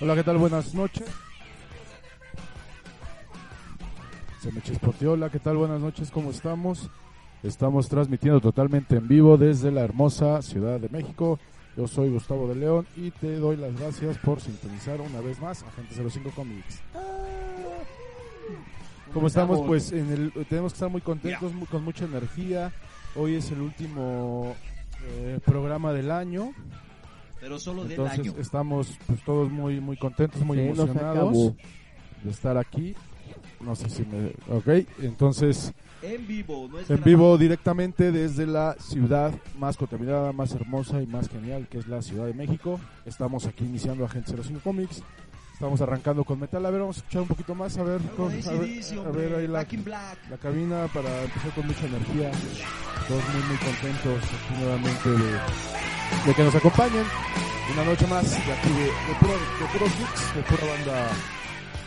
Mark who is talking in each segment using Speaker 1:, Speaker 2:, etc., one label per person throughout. Speaker 1: Hola, ¿qué tal? Buenas noches. Se me chispoteó. Hola, ¿qué tal? Buenas noches, ¿cómo estamos? Estamos transmitiendo totalmente en vivo desde la hermosa Ciudad de México. Yo soy Gustavo de León y te doy las gracias por sintonizar una vez más a Gente 05 Comics. ¿Cómo estamos? Pues en el, tenemos que estar muy contentos, muy- con mucha energía. Hoy es el último eh, programa del año.
Speaker 2: Pero solo del
Speaker 1: Entonces
Speaker 2: año.
Speaker 1: estamos pues, todos muy muy contentos, muy
Speaker 3: Se nos
Speaker 1: emocionados
Speaker 3: acabó.
Speaker 1: de estar aquí. No sé si me... Ok, entonces
Speaker 2: En vivo, no es
Speaker 1: en
Speaker 2: grabado.
Speaker 1: vivo directamente desde la ciudad más contaminada, más hermosa y más genial que es la Ciudad de México. Estamos aquí iniciando Agente 05 Comics. Estamos arrancando con metal. A ver, vamos a escuchar un poquito más. A ver,
Speaker 2: Algo
Speaker 1: con-
Speaker 2: de
Speaker 1: a
Speaker 2: ACDC,
Speaker 1: ver, a ver
Speaker 2: hombre,
Speaker 1: ahí la,
Speaker 2: Back in Black.
Speaker 1: la cabina para empezar con mucha energía. Todos muy, muy contentos aquí nuevamente de, de que nos acompañen. Una noche más de aquí de, de, puro, de puros geeks, de pura banda,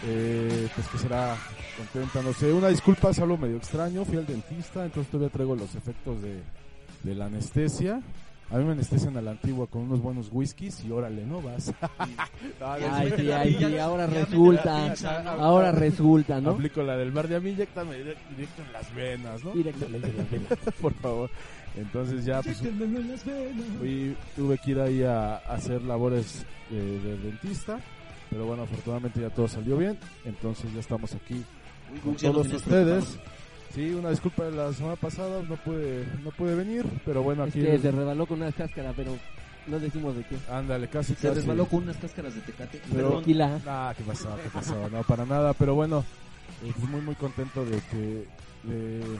Speaker 1: eh, pues que será contenta. No sé, una disculpa, salgo medio extraño. Fui al dentista, entonces todavía traigo los efectos de, de la anestesia. A mí me anestesian a la antigua con unos buenos whiskies y órale, no vas. Ay,
Speaker 3: Ay,
Speaker 2: sí,
Speaker 3: sí, ay, sí,
Speaker 2: ya-
Speaker 3: ahora
Speaker 2: ya me la
Speaker 3: resulta.
Speaker 2: pinza, ¿no?
Speaker 3: Ahora resulta, ¿no?
Speaker 1: Aplico la del bar de a mí, inyectame directo directo en las venas, ¿no?
Speaker 3: Directamente. en la pena.
Speaker 1: por favor. Entonces ya pues, fui- tuve que ir ahí a, a hacer labores eh, de dentista, pero bueno, afortunadamente ya todo salió bien, entonces ya estamos aquí
Speaker 2: Uy,
Speaker 1: con
Speaker 2: Gux, ya nos
Speaker 1: todos
Speaker 2: tenías
Speaker 1: ustedes. Sí, una disculpa de la semana pasada, no pude, no pude venir, pero bueno,
Speaker 3: Es
Speaker 1: aquí...
Speaker 3: que se rebaló con una cáscara, pero no decimos de qué.
Speaker 1: Ándale, casi,
Speaker 2: Se
Speaker 1: casi.
Speaker 2: resbaló con unas cáscaras de tecate.
Speaker 1: Pero-
Speaker 2: Perdón.
Speaker 3: Tequila.
Speaker 1: Ah, qué pasó, qué pasó, no, para nada, pero bueno, eh, pues, muy muy contento de que... de-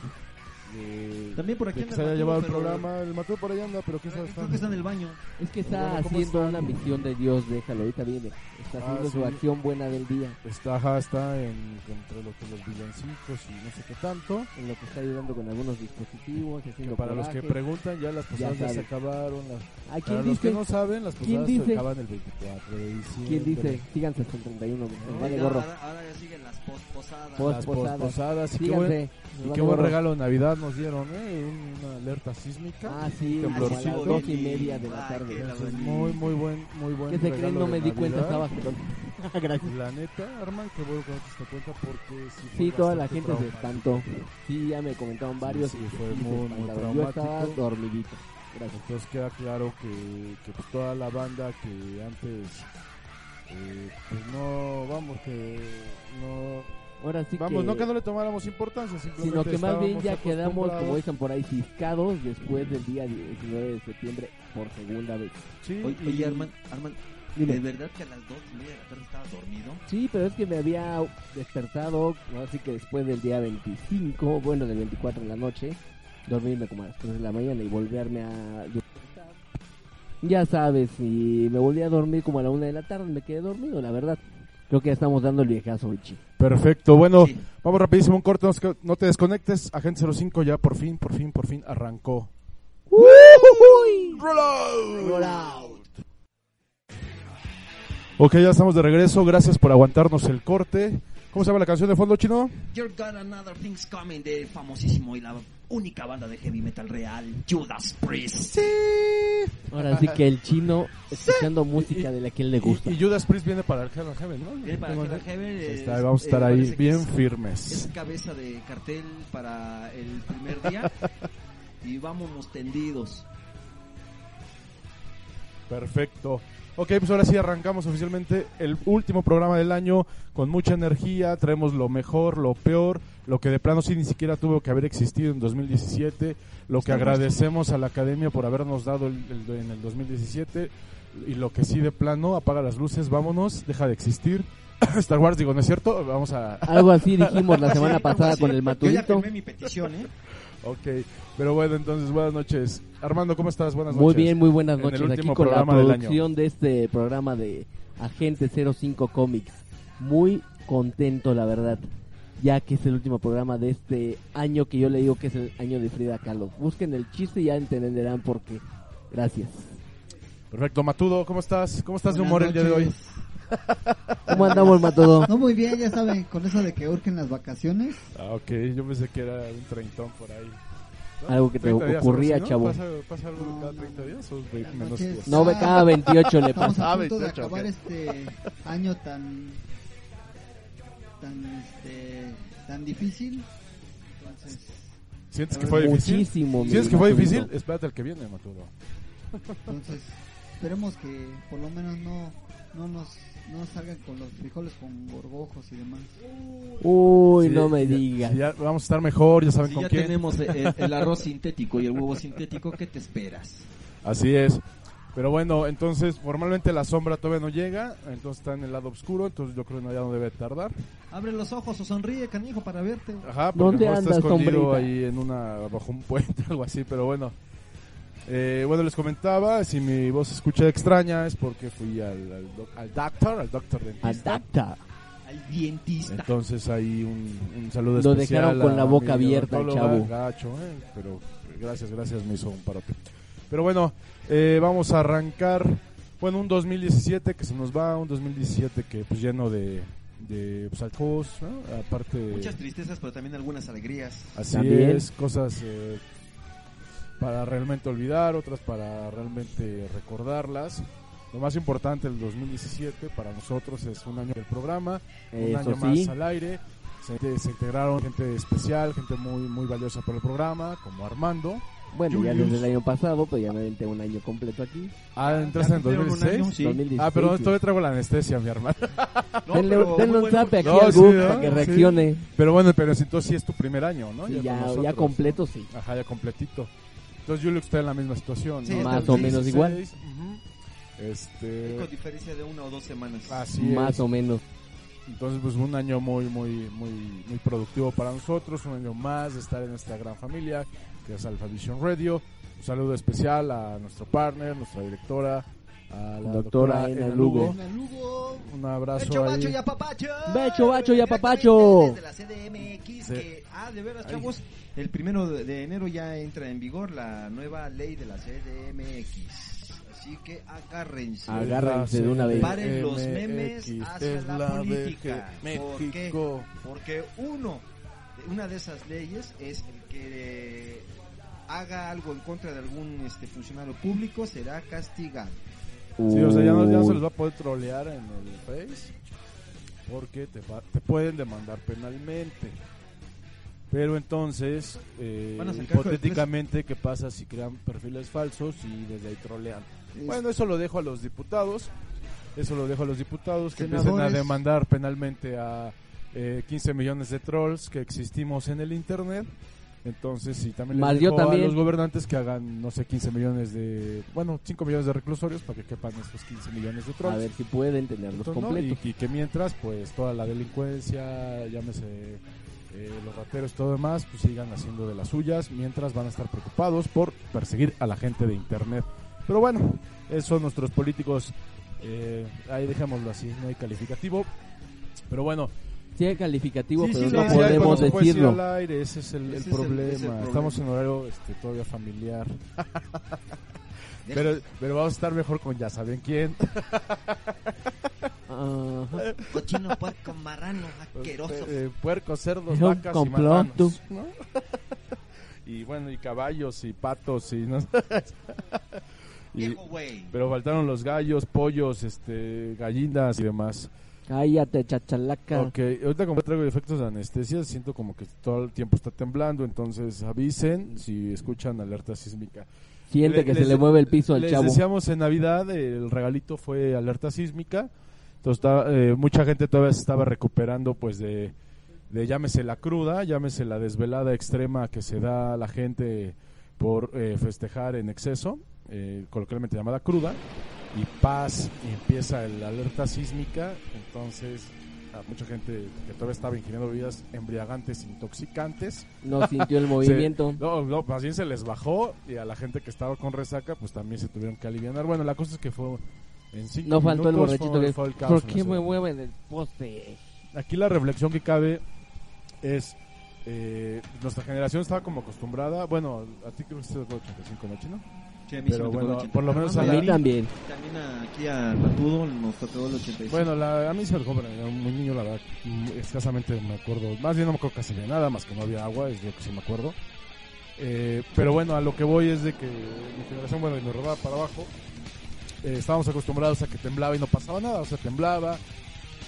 Speaker 1: de-
Speaker 2: También por aquí
Speaker 1: de que
Speaker 2: anda
Speaker 1: se haya
Speaker 2: Mateo,
Speaker 1: llevado el
Speaker 2: pero-
Speaker 1: programa, el mató por ahí anda, pero quizás
Speaker 2: Creo que está en el baño.
Speaker 3: Es que está
Speaker 1: Bueno, ¿cómo
Speaker 3: haciendo
Speaker 1: están?
Speaker 3: una misión de Dios, déjalo, ahorita viene. Está
Speaker 1: Ah,
Speaker 3: haciendo
Speaker 1: sí.
Speaker 3: su acción buena del día,
Speaker 1: Está, pues, ajá, está en, entre lo que los villancicos y no sé qué tanto.
Speaker 3: en lo que está ayudando con algunos dispositivos,
Speaker 1: Que
Speaker 3: haciendo
Speaker 1: para los que
Speaker 3: corajes.
Speaker 1: preguntan, ya las posadas ya, se
Speaker 3: saben.
Speaker 1: acabaron. las-
Speaker 3: ¿A
Speaker 1: Para
Speaker 3: quién
Speaker 1: los que
Speaker 3: dice?
Speaker 1: no saben, las
Speaker 3: ¿Quién
Speaker 1: posadas se
Speaker 3: dice?
Speaker 1: acaban el 24 de diciembre.
Speaker 3: ¿Quién dice? Síganse hasta el 31, que nos vale
Speaker 2: Ya,
Speaker 3: gorro.
Speaker 2: Ahora, ahora ya siguen las post posadas.
Speaker 3: Post-
Speaker 1: Las
Speaker 3: posadas.
Speaker 1: posadas. Y qué buen,
Speaker 3: Síganse. nos
Speaker 1: y
Speaker 3: vale
Speaker 1: qué buen
Speaker 3: gorro.
Speaker 1: regalo de Navidad nos dieron, ¿eh? Una alerta sísmica.
Speaker 3: Ah, sí, como a las
Speaker 1: Temblorcito.
Speaker 3: dos y media de
Speaker 2: Ay,
Speaker 3: la
Speaker 2: qué
Speaker 3: tarde.
Speaker 2: la-
Speaker 1: Entonces, muy, muy buen, muy buen
Speaker 3: ¿Qué se creen?
Speaker 1: regalo
Speaker 3: No
Speaker 1: de
Speaker 3: me di cuenta,
Speaker 1: Navidad.
Speaker 3: estaba jetón. Gracias.
Speaker 1: La neta, Arman, qué bueno que no te diste cuenta porque... Sí, fue
Speaker 3: Sí, toda la
Speaker 1: bastante
Speaker 3: gente se
Speaker 1: traumático.
Speaker 3: espantó. Sí, ya me comentaron varios.
Speaker 1: Sí,
Speaker 3: y-
Speaker 1: fue
Speaker 3: y se
Speaker 1: muy, muy
Speaker 3: espantaron. Yo
Speaker 1: traumático.
Speaker 3: estaba dormidito. Gracias.
Speaker 1: Entonces queda claro que, que, pues, toda la banda que antes, eh, pues no, vamos, que no,
Speaker 3: Ahora sí
Speaker 1: vamos,
Speaker 3: que...
Speaker 1: no que no le tomáramos importancia, simplemente
Speaker 3: Sino que más bien
Speaker 1: estábamos
Speaker 3: ya quedamos, como
Speaker 1: acostumbrados.
Speaker 3: dicen por ahí, ciscados después del día 19 de septiembre por segunda vez.
Speaker 1: Sí,
Speaker 2: Oye,
Speaker 1: y-
Speaker 2: oye, Arman, Arman, ¿de
Speaker 3: Dime.
Speaker 2: verdad que a las dos y media de la tarde estabas dormido?
Speaker 3: Sí, pero es que me había despertado, ¿no? así que después del día 25, bueno, del 24 en la noche, dormirme como a las 3 de la mañana y volverme a despertar. Ya sabes, y me volví a dormir como a la 1 de la tarde, me quedé dormido, la verdad. Creo que ya estamos dando el viejazo, Richie.
Speaker 1: Perfecto, bueno,
Speaker 2: Sí.
Speaker 1: vamos rapidísimo un corte, no se- no te desconectes, Agente 05 ya por fin, por fin, por fin arrancó.
Speaker 3: Roll out.
Speaker 1: Ok, ya estamos de regreso, gracias por aguantarnos el corte. ¿Cómo se llama la canción de fondo chino?
Speaker 2: You're got another things coming del famosísimo y la única banda de heavy metal real, Judas Priest.
Speaker 3: Ahora sí que el chino escuchando música de la que él le gusta.
Speaker 1: Y, y Judas Priest viene para el Hell and Heaven, ¿no?
Speaker 2: Viene para
Speaker 1: Tengo
Speaker 2: Hell and
Speaker 1: idea.
Speaker 2: Heaven,
Speaker 1: Ahí
Speaker 2: es-
Speaker 1: está, vamos a estar
Speaker 2: eh,
Speaker 1: ahí
Speaker 2: parece que
Speaker 1: bien
Speaker 2: es-
Speaker 1: firmes.
Speaker 2: es cabeza de cartel para el primer día y vámonos tendidos.
Speaker 1: Perfecto. Ok, pues ahora sí arrancamos oficialmente el último programa del año con mucha energía. Traemos lo mejor, lo peor, lo que de plano sí ni siquiera tuvo que haber existido en 2017. Lo que
Speaker 2: Estamos-
Speaker 1: agradecemos a la academia por habernos dado el- el- en el 2017. Y lo que sí de plano, apaga las luces, vámonos, deja de existir. Star Wars, digo, ¿no es cierto? Vamos a,
Speaker 3: Algo así dijimos la semana
Speaker 2: Sí,
Speaker 3: pasada
Speaker 2: vamos,
Speaker 3: con
Speaker 2: sí. Yo
Speaker 3: el
Speaker 2: ya
Speaker 3: matudito.
Speaker 2: firmé mi petición, ¿eh?
Speaker 1: Ok, pero bueno, entonces buenas noches. Armando, ¿cómo estás? Buenas
Speaker 3: Muy
Speaker 1: noches.
Speaker 3: bien, muy buenas
Speaker 1: En el
Speaker 3: noches. Aquí
Speaker 1: último
Speaker 3: con la
Speaker 1: programa del año.
Speaker 3: producción de este programa de Agente 05 Comics. Muy contento, la verdad. Ya que es el último programa de este año que yo le digo que es el año de Frida Kahlo. Busquen el chiste y ya entenderán por qué. Gracias.
Speaker 1: Perfecto, Matudo, ¿cómo estás? ¿Cómo estás de
Speaker 4: Buenas
Speaker 1: humor el día de hoy?
Speaker 4: noches.
Speaker 3: ¿Cómo andamos, Matodo?
Speaker 4: No, muy bien, ya saben, con eso de que urgen las vacaciones.
Speaker 1: Ah, ok, yo pensé que era un treintón por ahí. ¿no?
Speaker 3: Algo que te
Speaker 1: 30 días,
Speaker 3: ocurría,
Speaker 1: algo así,
Speaker 3: chavo.
Speaker 1: ¿Pasa, pasa algo cada 30 días o ve- menos
Speaker 4: Entonces,
Speaker 1: días?
Speaker 3: No, ve- cada 28 le
Speaker 4: Estamos
Speaker 3: pasa.
Speaker 4: a
Speaker 5: Ah,
Speaker 4: punto de
Speaker 5: 28,
Speaker 4: acabar
Speaker 5: ok.
Speaker 4: este año tan tan este tan difícil. Entonces,
Speaker 1: ¿Sientes que fue difícil?
Speaker 3: Muchísimo. mi
Speaker 1: ¿Sientes que fue
Speaker 3: Arturito.
Speaker 1: difícil? Espérate al que viene, Maturo.
Speaker 4: entonces esperemos que por lo menos no no nos no salgan con los frijoles con gorgojos y demás.
Speaker 3: Uy,
Speaker 1: Si
Speaker 3: no
Speaker 1: ya-
Speaker 3: me
Speaker 1: ya-
Speaker 3: digas.
Speaker 1: si ya vamos a estar mejor, ya saben
Speaker 2: Si
Speaker 1: con
Speaker 2: ya
Speaker 1: quién.
Speaker 2: tenemos el, el arroz sintético y el huevo sintético, ¿qué te esperas?
Speaker 1: Así es. Pero bueno, entonces formalmente la sombra todavía no llega, entonces está en el lado oscuro, entonces yo creo que no, ya no debe tardar.
Speaker 2: Abre los ojos o sonríe, canijo, para verte.
Speaker 1: Ajá, porque
Speaker 3: ¿Dónde
Speaker 1: a lo mejor está
Speaker 3: andas,
Speaker 1: escondido
Speaker 3: sombrita?
Speaker 1: ahí en una bajo un puente algo así, pero bueno. Eh, bueno, les comentaba, si mi voz se escucha extraña es porque fui al, al, doc- al doctor, al doctor dentista.
Speaker 3: Adapta.
Speaker 2: Al dientista.
Speaker 1: Entonces ahí un, un saludo
Speaker 3: Lo
Speaker 1: especial.
Speaker 3: dejaron con
Speaker 1: a
Speaker 3: la boca
Speaker 1: mi
Speaker 3: abierta, el
Speaker 1: odontóloga,
Speaker 3: chavo.
Speaker 1: gacho, eh, pero gracias, gracias, me hizo un parote. Pero bueno, eh, vamos a arrancar, bueno, un 2017 que se nos va, un 2017 que pues lleno de, de pues, alcohol, ¿no? aparte...
Speaker 2: Muchas tristezas, pero también algunas alegrías.
Speaker 1: Así
Speaker 3: También.
Speaker 1: es, cosas eh, para realmente olvidar, otras para realmente recordarlas. Lo más importante del 2017 para nosotros es un año del programa, un
Speaker 3: Eso
Speaker 1: año
Speaker 3: sí.
Speaker 1: más al aire. Se, se integraron gente especial, gente muy muy valiosa para el programa, como Armando.
Speaker 3: Bueno, ya
Speaker 1: Julius.
Speaker 3: desde el año pasado, pues ya me aventé un año completo aquí.
Speaker 1: Ah, entraste en 2006.
Speaker 2: Sí.
Speaker 3: 2016.
Speaker 1: Ah, perdón, todavía traigo la anestesia, mi hermano.
Speaker 2: No,
Speaker 3: Denle,
Speaker 2: pero
Speaker 3: denle
Speaker 2: muy
Speaker 3: un
Speaker 2: buen-
Speaker 3: zap aquí
Speaker 1: No,
Speaker 3: al
Speaker 1: sí,
Speaker 3: Gus
Speaker 1: ¿no?
Speaker 3: para que
Speaker 1: Sí.
Speaker 3: reaccione.
Speaker 1: Pero bueno, pero entonces sí es tu primer año, ¿no?
Speaker 3: Sí,
Speaker 1: con
Speaker 3: ya, ya
Speaker 1: nosotros. pues,
Speaker 3: completo, sí.
Speaker 1: Ajá, ya completito. Entonces Julio está en la misma situación,
Speaker 2: Sí,
Speaker 1: ¿no?
Speaker 2: Más
Speaker 1: Entonces,
Speaker 2: o
Speaker 3: menos
Speaker 1: 16,
Speaker 3: igual.
Speaker 1: ujú.
Speaker 2: Con
Speaker 1: Este,
Speaker 2: diferencia de una o dos semanas.
Speaker 1: así
Speaker 3: Más
Speaker 1: es.
Speaker 3: o menos.
Speaker 1: Entonces pues un año muy muy muy muy productivo para nosotros, un año más de estar en esta gran familia que es Alpha Vision Radio. Un saludo especial a nuestro partner, nuestra directora, a la
Speaker 3: Doctora
Speaker 1: doctora,
Speaker 3: Ena
Speaker 1: Ena
Speaker 3: Lugo.
Speaker 1: Lugo.
Speaker 4: Hola, Lugo.
Speaker 1: Un abrazo
Speaker 2: Becho, bacho
Speaker 1: ahí.
Speaker 2: y apapacho.
Speaker 3: Becho, bacho y apapacho.
Speaker 2: Directamente Desde la CDMX
Speaker 1: Sí.
Speaker 2: que, ah, de veras,
Speaker 1: Ay.
Speaker 2: chavos, el primero de de enero ya entra en vigor la nueva ley de la CDMX. Así que agárrense.
Speaker 3: Ah, Agárrense de una vez.
Speaker 2: Paren los memes
Speaker 1: MX,
Speaker 2: hacia
Speaker 5: es
Speaker 2: la,
Speaker 5: la de
Speaker 2: política.
Speaker 5: que
Speaker 2: ¿Por qué?
Speaker 5: México-
Speaker 2: Porque uno, una de esas leyes es el que eh, haga algo en contra de algún este funcionario público será castigado.
Speaker 1: Sí, o sea, ya no, ya no se
Speaker 3: Uy.
Speaker 1: les va a
Speaker 2: Uh.
Speaker 1: poder trolear en el Face porque te, va- te pueden demandar penalmente. Pero entonces, eh,
Speaker 2: Van a sacar
Speaker 1: hipotéticamente, ¿qué pasa si crean perfiles falsos y desde ahí trolean? Bueno, eso lo dejo a los diputados. Eso lo dejo a los diputados que empiecen a
Speaker 4: Senadores.
Speaker 1: demandar penalmente a eh, 15 millones de trolls que existimos en el internet. Entonces, sí, también
Speaker 3: Más
Speaker 1: les
Speaker 3: yo
Speaker 1: dejo
Speaker 3: también.
Speaker 1: a los gobernantes que hagan, no sé, 15 millones de. Bueno, 5 millones de reclusorios para que quepan esos 15 millones de trolls.
Speaker 3: A ver si pueden tenerlos
Speaker 1: Entonces, ¿no?
Speaker 3: completos.
Speaker 1: Y, y que mientras, pues toda la delincuencia, llámese eh, los rateros, todo demás, pues sigan haciendo de las suyas, mientras van a estar preocupados por perseguir a la gente de Internet. Pero bueno, eso nuestros políticos, eh, ahí dejémoslo así, no hay calificativo. Pero bueno,
Speaker 3: Sí hay calificativo,
Speaker 2: Sí, sí,
Speaker 3: pero
Speaker 2: lo
Speaker 3: no
Speaker 2: hay,
Speaker 1: cuando
Speaker 3: podemos
Speaker 1: se puede decir
Speaker 3: decirlo.
Speaker 1: al aire, ese es el, el
Speaker 2: Ese es el-
Speaker 1: problema.
Speaker 2: es el problema.
Speaker 1: Estamos en horario este, todavía familiar. Pero, pero vamos a estar mejor con ya saben quién.
Speaker 3: Ajá.
Speaker 2: Cochino puerco marrano asqueroso.
Speaker 1: Eh, puercos, cerdos,
Speaker 3: Es un
Speaker 1: vacas y
Speaker 3: complot,
Speaker 1: marranos,
Speaker 3: tú.
Speaker 1: ¿no? y bueno, y caballos y patos y no Y-
Speaker 2: Viejo güey.
Speaker 1: pero faltaron los gallos, pollos, este, gallinas y demás.
Speaker 3: Cállate, chachalaca.
Speaker 1: Ok, ahorita como traigo efectos de anestesia, siento como que todo el tiempo está temblando, entonces avisen si escuchan alerta sísmica.
Speaker 3: Siente
Speaker 1: Le-
Speaker 3: que se
Speaker 1: les-
Speaker 3: le mueve el piso al
Speaker 1: les
Speaker 3: chavo.
Speaker 1: decíamos en Navidad, eh, el regalito fue alerta sísmica. Entonces, ta- eh, mucha gente todavía se estaba recuperando, pues, de, de llámese la cruda, llámese la desvelada extrema que se da a la gente por eh, festejar en exceso, eh, coloquialmente llamada cruda. Y paz, y empieza el alerta sísmica. Entonces, a mucha gente que todavía estaba ingiriendo bebidas embriagantes, intoxicantes,
Speaker 3: No sintió el movimiento.
Speaker 1: se- no, no, más bien se les bajó y a la gente que estaba con resaca, pues también se tuvieron que aliviar. Bueno, la cosa es que fue en cinco
Speaker 3: No faltó el
Speaker 1: minutos,
Speaker 3: borrachito
Speaker 1: fue-
Speaker 3: que...
Speaker 1: fue el caos
Speaker 3: ¿Por
Speaker 1: en
Speaker 3: qué
Speaker 1: la
Speaker 3: me
Speaker 1: ciudad.
Speaker 3: mueven el poste?
Speaker 1: Aquí la reflexión que cabe es, eh, nuestra generación estaba como acostumbrada, bueno, a ti creo que estás 85 noche, ¿no?
Speaker 2: Sí, a mí
Speaker 1: Pero
Speaker 2: sí me tocó
Speaker 1: bueno,
Speaker 2: el 80.
Speaker 1: por lo menos
Speaker 3: A
Speaker 1: a la-
Speaker 2: Armando,
Speaker 3: mí también.
Speaker 2: También aquí a Patudo nos tocó el 85.
Speaker 1: Bueno, la, a mí se me tocó, pero era muy niño, la verdad, mm, escasamente me acuerdo. Más bien no me acuerdo casi de nada, más que no había agua, es lo que sí me acuerdo. Eh, pero bueno, a lo que voy es de que mi generación, bueno, y nos rodaba para abajo, eh, estábamos acostumbrados a que temblaba y no pasaba nada, o sea, temblaba,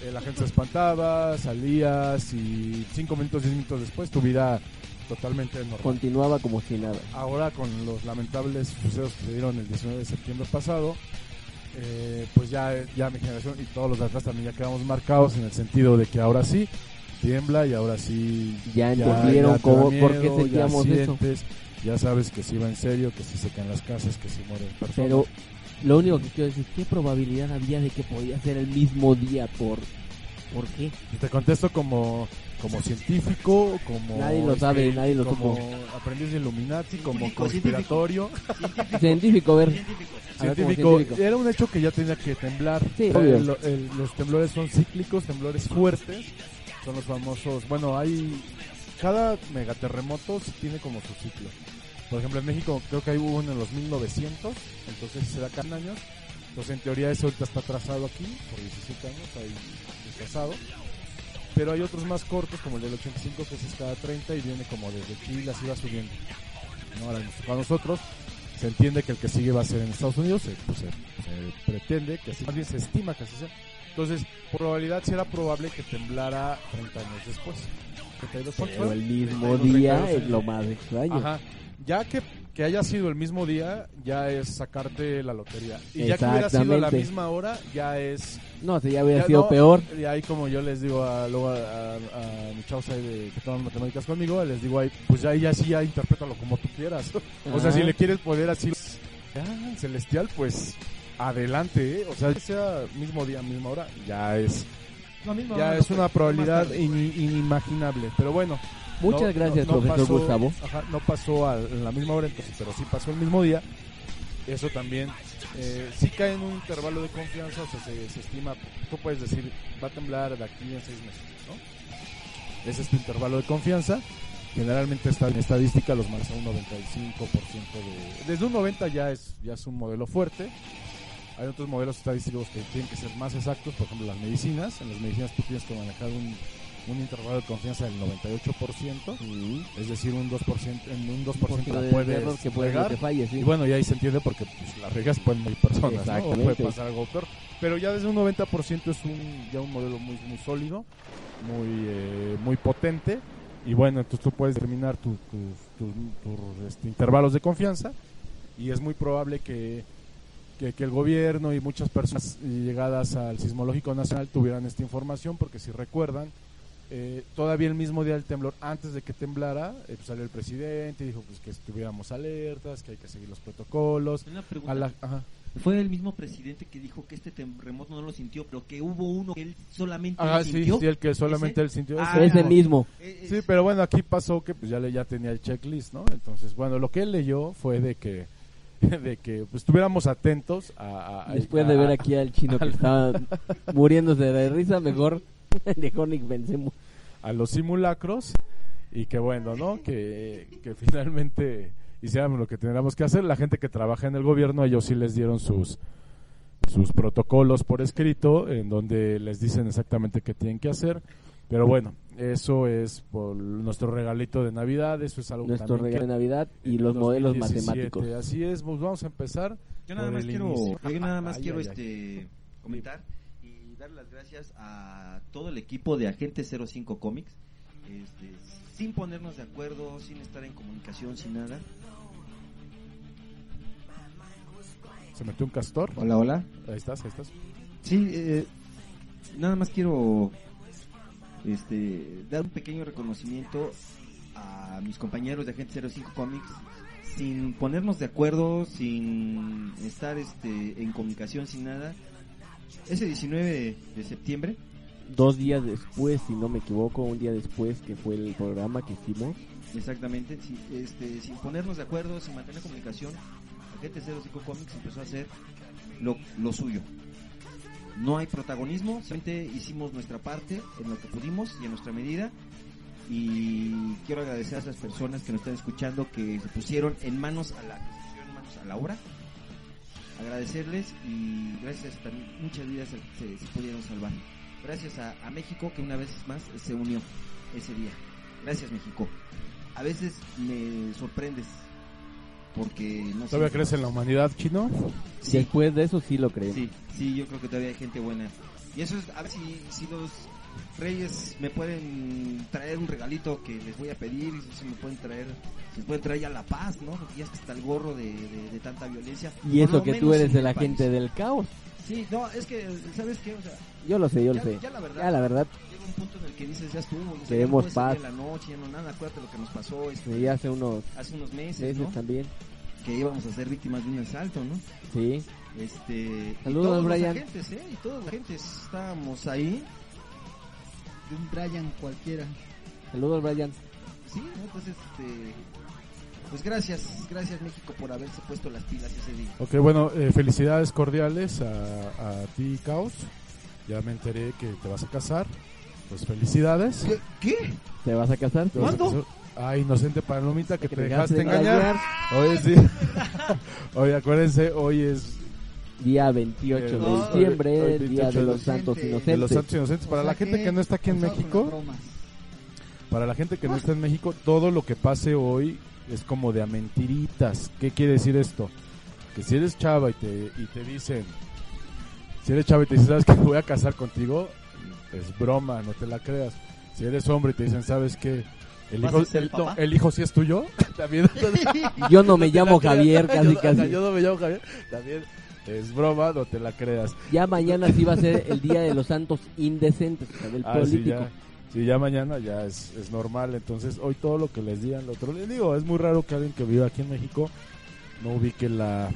Speaker 1: eh, la gente se espantaba, salías y cinco minutos, diez minutos después tu vida totalmente normal.
Speaker 3: Continuaba como si nada.
Speaker 1: Ahora con los lamentables sucesos que se dieron el 19 de septiembre pasado, eh, pues ya, ya mi generación y todos los de atrás también ya quedamos marcados en el sentido de que ahora sí tiembla y ahora sí
Speaker 3: Ya
Speaker 1: ya-
Speaker 3: entendieron
Speaker 1: ya te
Speaker 3: cómo,
Speaker 1: da
Speaker 3: por qué
Speaker 1: miedo, ya
Speaker 3: sentíamos eso.
Speaker 1: sientes, Ya sabes que si va en serio, que si se caen las casas, que si mueren personas.
Speaker 3: Pero lo único que quiero decir, ¿qué probabilidad había de que podía ser el mismo día? ¿Por, ¿por qué?
Speaker 1: Y te contesto como, como científico, como...
Speaker 3: Nadie lo sabe,
Speaker 1: este,
Speaker 3: nadie lo
Speaker 1: Como
Speaker 3: supo.
Speaker 1: aprendiz de Illuminati, como
Speaker 2: Científico,
Speaker 1: conspiratorio.
Speaker 3: Científico, a ver.
Speaker 2: Científico.
Speaker 3: A ver, como
Speaker 1: Científico. Eh,
Speaker 3: científico.
Speaker 1: Era un hecho que ya tenía que temblar.
Speaker 3: Sí,
Speaker 1: Eh,
Speaker 3: obvio.
Speaker 1: lo- el- los temblores son cíclicos, temblores fuertes. Son los famosos... Bueno, hay... Cada megaterremoto sí tiene como su ciclo. Por ejemplo, en México creo que hay uno en los 1900, entonces se da cada año. Entonces, en teoría, eso ahorita está atrasado aquí, por 17 años, ahí atrasado. Pero hay otros más cortos, como el del 85, que ese es cada 30 y viene como desde Chile, así va subiendo. ¿no? Ahora nos toca a nosotros. Se entiende que el que sigue va a ser en Estados Unidos, se, pues, se- se pretende que así, más bien se estima que así sea. Entonces, probabilidad sí era probable que temblara 30 años después. 32 ¿cuánto
Speaker 3: Pero
Speaker 1: fue?
Speaker 3: el mismo
Speaker 1: Los recados,
Speaker 3: día
Speaker 1: sí.
Speaker 3: es lo más extraño.
Speaker 1: Ajá. Ya que, que haya sido el mismo día, ya es sacarte la lotería. Y ya que hubiera sido a la
Speaker 3: Exactamente.
Speaker 1: misma hora, ya es...
Speaker 3: No, si ya hubiera
Speaker 1: ya
Speaker 3: sido
Speaker 1: no,
Speaker 3: peor.
Speaker 1: Y ahí como yo les digo a, luego a, a, a mis chavos ahí de, que toman matemáticas conmigo, les digo ahí, pues ya, ya sí, ya interprétalo como tú quieras. O sea,
Speaker 3: Ajá.
Speaker 1: si le quieres poner así, ya, celestial, pues adelante, ¿eh? O sea, ya sea mismo día, misma hora, ya es,
Speaker 2: Lo mismo,
Speaker 1: ya
Speaker 2: no,
Speaker 1: es
Speaker 2: fue-
Speaker 1: una
Speaker 2: fue
Speaker 1: probabilidad
Speaker 2: más tarde.
Speaker 1: ini- inimaginable. Pero bueno,
Speaker 3: Muchas
Speaker 1: no-
Speaker 3: gracias,
Speaker 1: no- no
Speaker 3: profesor
Speaker 1: pasó-
Speaker 3: Gustavo.
Speaker 1: ajá, no pasó a la misma hora, entonces, pero sí pasó el mismo día. Eso también, eh, sí cae en un intervalo de confianza, o sea, se, se estima, tú puedes decir, va a temblar de aquí en seis meses, ¿no? Es este intervalo de confianza. Generalmente está en estadística los más a un 95% de... Desde un 90 ya es, ya es un modelo fuerte. Hay otros modelos estadísticos que tienen que ser más exactos, por ejemplo las medicinas. En las medicinas tú tienes que manejar un, un intervalo de confianza del 98%,
Speaker 3: Sí.
Speaker 1: es decir, un 2%, en un 2%
Speaker 3: Porque
Speaker 1: la
Speaker 3: de error
Speaker 1: puedes
Speaker 3: que puede ser
Speaker 1: regar.
Speaker 3: que falle, sí.
Speaker 1: Y bueno, y ahí se entiende porque pues, las reglas pueden morir personas, ¿no? O puede
Speaker 3: Exactamente.
Speaker 1: pasar algo peor. Pero ya desde un 90% es un, ya un modelo muy, muy sólido, muy, eh, muy potente. Y bueno, entonces tú puedes determinar tu- tus tus- tus, este, intervalos de confianza y es muy probable que, que, que el gobierno y muchas personas llegadas al Sismológico Nacional tuvieran esta información, porque si recuerdan, eh, todavía el mismo día del temblor, antes de que temblara, eh, pues, salió el presidente y dijo pues, que estuviéramos alertas, que hay que seguir los protocolos.
Speaker 2: Una pregunta.
Speaker 1: A la- ajá.
Speaker 2: Fue el mismo presidente que dijo que este terremoto no lo sintió, pero que hubo uno que él solamente
Speaker 1: Ah,
Speaker 2: lo
Speaker 1: sí,
Speaker 2: sintió.
Speaker 1: sí, el que solamente él sintió
Speaker 2: Ah,
Speaker 1: eso.
Speaker 3: Ese mismo.
Speaker 2: Eh, eh,
Speaker 1: Sí, pero bueno, aquí pasó que pues ya le ya tenía el checklist, ¿no? Entonces, bueno, lo que él leyó fue de que de que pues, estuviéramos atentos a, a- a-
Speaker 3: Después de
Speaker 1: a-
Speaker 3: ver aquí al chino que estaba muriéndose de risa, mejor mejor ni pensemos.
Speaker 1: a los simulacros y que bueno, ¿no? Que, que finalmente hiciéramos lo que tendríamos que hacer. La gente que trabaja en el gobierno, ellos sí les dieron sus sus protocolos por escrito, en donde les dicen exactamente qué tienen que hacer. Pero bueno, eso es por nuestro regalito de Navidad, eso es algo
Speaker 3: Nuestro
Speaker 1: también
Speaker 3: regalo de
Speaker 1: que-
Speaker 3: Navidad y los modelos
Speaker 1: 2017,
Speaker 3: matemáticos.
Speaker 1: Así es, pues vamos a empezar.
Speaker 2: Yo nada
Speaker 1: por
Speaker 2: más
Speaker 1: el
Speaker 2: quiero,
Speaker 1: inicio.
Speaker 2: yo nada más
Speaker 1: Ay,
Speaker 2: quiero
Speaker 1: ay, ay.
Speaker 2: este comentar y dar las gracias a todo el equipo de Agente 05 Comics, este, sin ponernos de acuerdo, sin estar en comunicación, sin nada.
Speaker 1: Se metió un castor.
Speaker 2: Hola, hola.
Speaker 1: Ahí estás, ahí estás.
Speaker 2: Sí, eh, nada más quiero este, dar un pequeño reconocimiento a mis compañeros de Agente 05 Comics. Sin ponernos de acuerdo, sin estar este, en comunicación, sin nada. Ese 19 de, de septiembre,
Speaker 3: Dos días después, si no me equivoco, un día después que fue el programa que hicimos.
Speaker 2: exactamente, sin, este, sin ponernos de acuerdo, sin mantener comunicación, Agente 05 Comics empezó a hacer lo, lo suyo. No hay protagonismo, simplemente hicimos nuestra parte en lo que pudimos y en nuestra medida. Y quiero agradecer a esas personas que nos están escuchando, que se pusieron en manos a la, que se pusieron en manos a la obra. Agradecerles y gracias también, muchas vidas se, se pudieron salvar. Gracias a, a México que una vez más se unió ese día. Gracias México. a veces me sorprendes. Porque no
Speaker 1: ¿Todavía
Speaker 2: sé.
Speaker 1: crees en la humanidad, chino?
Speaker 2: Sí,
Speaker 3: Después de eso sí lo creo.
Speaker 2: sí, sí, yo creo que todavía hay gente buena. Y eso es, a ver si, si los reyes me pueden traer un regalito que les voy a pedir, y si me pueden traer, si me pueden traer ya la paz, ¿no? Porque ya es que está el gorro de, de- de tanta violencia.
Speaker 3: Y
Speaker 2: Por
Speaker 3: eso
Speaker 2: lo
Speaker 3: que tú
Speaker 2: menos
Speaker 3: eres
Speaker 2: en
Speaker 3: de
Speaker 2: mi
Speaker 3: la
Speaker 2: país.
Speaker 3: gente del caos.
Speaker 2: Sí, no, es que, ¿sabes qué? O sea,
Speaker 3: Yo lo sé, yo lo
Speaker 2: ya,
Speaker 3: sé.
Speaker 2: ya la verdad,
Speaker 3: Ya la verdad,
Speaker 2: llega un punto en el que dices, ya estuvo, ya
Speaker 3: Queremos
Speaker 2: no puedes salir
Speaker 3: paz.
Speaker 2: en la noche, ya no nada, acuérdate lo que nos pasó este,
Speaker 3: sí, hace unos
Speaker 2: hace unos meses,
Speaker 3: meses
Speaker 2: ¿no?
Speaker 3: también.
Speaker 2: Que íbamos a ser víctimas de un asalto, ¿no?
Speaker 3: Sí,
Speaker 2: Este, y
Speaker 3: Saludos,
Speaker 2: todos
Speaker 3: Brian.
Speaker 2: Los agentes, ¿eh? Y todos los agentes estábamos ahí.
Speaker 4: De un Brian cualquiera.
Speaker 3: saludos Brian.
Speaker 2: Sí, ¿no? Pues este. Pues gracias, gracias México por haberse puesto las pilas ese día.
Speaker 1: Ok, bueno, eh, felicidades cordiales a, a ti, Caos. Ya me enteré que te vas a casar. Pues felicidades.
Speaker 2: ¿Qué? ¿Qué?
Speaker 3: ¿Te vas a casar?
Speaker 1: Te vas a
Speaker 2: ¿Cuándo?
Speaker 1: casar. Ah, inocente palomita que, te dejaste
Speaker 3: dejaste
Speaker 1: engañar. Hoy es día- Hoy, acuérdense, hoy es
Speaker 3: Día 28 de
Speaker 2: No,
Speaker 3: diciembre,
Speaker 1: hoy- hoy
Speaker 3: día
Speaker 1: 28
Speaker 3: de los
Speaker 4: de-
Speaker 3: santos inocentes.
Speaker 1: de los santos inocentes.
Speaker 4: O
Speaker 1: Para
Speaker 4: sea
Speaker 1: la gente
Speaker 4: que
Speaker 1: que no está aquí en
Speaker 4: Pasado con las
Speaker 1: México,
Speaker 4: bromas.
Speaker 1: para la gente que no está en México, todo lo que pase hoy es como de a mentiritas. ¿Qué quiere decir esto? Que si eres chava y te, y te dicen, si eres chava y te dicen, ¿sabes que voy a casar contigo? Es broma, no te la creas. Si eres hombre y te dicen, ¿sabes qué? El
Speaker 2: ¿Vas
Speaker 1: hijo,
Speaker 2: a ser
Speaker 1: el-
Speaker 2: papá?
Speaker 1: no, el hijo sí es tuyo, también.
Speaker 3: Yo no me
Speaker 1: te la
Speaker 3: llamo
Speaker 1: creas.
Speaker 3: Javier, casi
Speaker 1: Yo- o sea,
Speaker 3: casi.
Speaker 1: Yo no me llamo Javier, también es broma, no te la creas.
Speaker 3: Ya mañana sí va a ser el día de los santos indecentes, o sea, del
Speaker 1: Ah, sí,
Speaker 3: político.
Speaker 1: ya, sí, ya mañana ya es, es normal. Entonces, hoy todo lo que les digan, lo otro. Les digo, es muy raro que alguien que viva aquí en México no ubique la,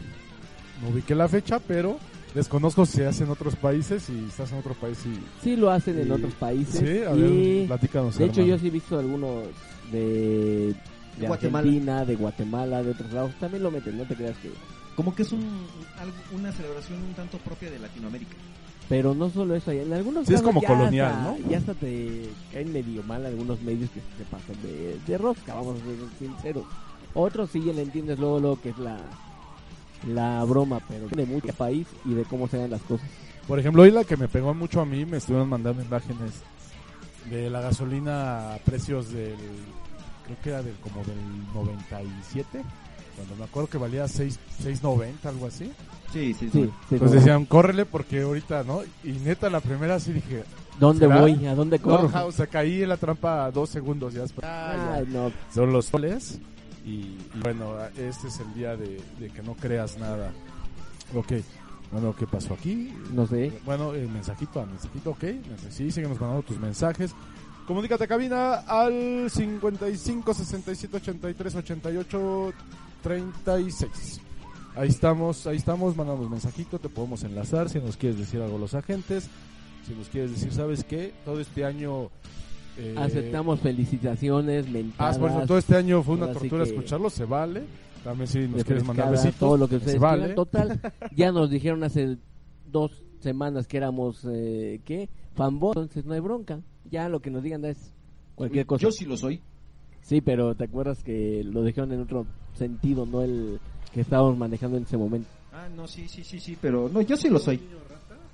Speaker 1: no ubique la fecha, pero desconozco si se hace en otros países y estás en otro país y.
Speaker 3: Sí lo hacen en
Speaker 1: y-
Speaker 3: otros países.
Speaker 1: Sí, a
Speaker 3: y
Speaker 1: ver, platícanos.
Speaker 3: de hecho
Speaker 1: hermano.
Speaker 3: yo sí he visto algunos de, de
Speaker 2: Guatemala.
Speaker 3: Argentina, de Guatemala, de otros lados. También lo meten, no te creas que...
Speaker 2: Como que es un, algo- una celebración un tanto propia de Latinoamérica.
Speaker 3: Pero no solo eso, en algunos
Speaker 1: Sí, es
Speaker 3: casos
Speaker 1: como
Speaker 3: ya
Speaker 1: colonial,
Speaker 3: hasta-
Speaker 1: ¿no?
Speaker 3: Ya hasta te caen medio mal algunos medios que se pasan de, de rosca, vamos a ser sinceros. Otros sí ya le entiendes luego, luego que es la, la broma, pero de mucho país y de cómo se dan las cosas.
Speaker 1: Por ejemplo, hoy la que me pegó mucho a mí, me estuvieron mandando imágenes de la gasolina a precios del, creo que era del, como del 97, cuando me acuerdo que valía 6, 6.90, algo así.
Speaker 2: Sí, sí,
Speaker 3: Sí, sí,
Speaker 1: Entonces
Speaker 3: sí.
Speaker 1: decían, córrele porque ahorita, ¿no? Y neta, la primera sí dije,
Speaker 3: ¿Dónde
Speaker 1: ¿será?
Speaker 3: voy? ¿A dónde
Speaker 1: no,
Speaker 3: corro?
Speaker 1: ja, o sea, caí en la trampa a dos segundos ya. después, ah,
Speaker 3: Ay, no.
Speaker 1: ya. Son los soles y, y bueno, este es el día de, de que no creas nada. Ok, bueno, ¿qué pasó aquí?
Speaker 3: No sé.
Speaker 1: Bueno, eh, mensajito a mensajito, ok. Sí, síguenos mandando tus mensajes. Comunícate a cabina al 55 67 83 88 36. Ahí estamos, ahí estamos, mandamos mensajito, te podemos enlazar si nos quieres decir algo a los agentes, si nos quieres decir, ¿sabes qué? Todo este año... eh,
Speaker 3: Aceptamos felicitaciones,
Speaker 1: Ah,
Speaker 3: mentadas,
Speaker 1: bueno, todo este año fue una
Speaker 3: ahora sí
Speaker 1: tortura
Speaker 3: que-
Speaker 1: escucharlo, se vale. También si nos quieres
Speaker 3: refrescada,
Speaker 1: mandar besitos,
Speaker 3: todo lo que
Speaker 1: se
Speaker 3: ustedes
Speaker 1: vale.
Speaker 3: quieran. Total, ya nos dijeron hace dos semanas que éramos, eh, ¿qué? Fanboy, entonces no hay bronca. Ya lo que nos digan es cualquier cosa.
Speaker 2: Yo sí lo soy.
Speaker 3: Sí, pero ¿te acuerdas que lo dijeron en otro sentido, no el que estábamos manejando en ese momento?
Speaker 2: Ah, no, sí, sí, sí, sí, pero no, yo sí lo soy.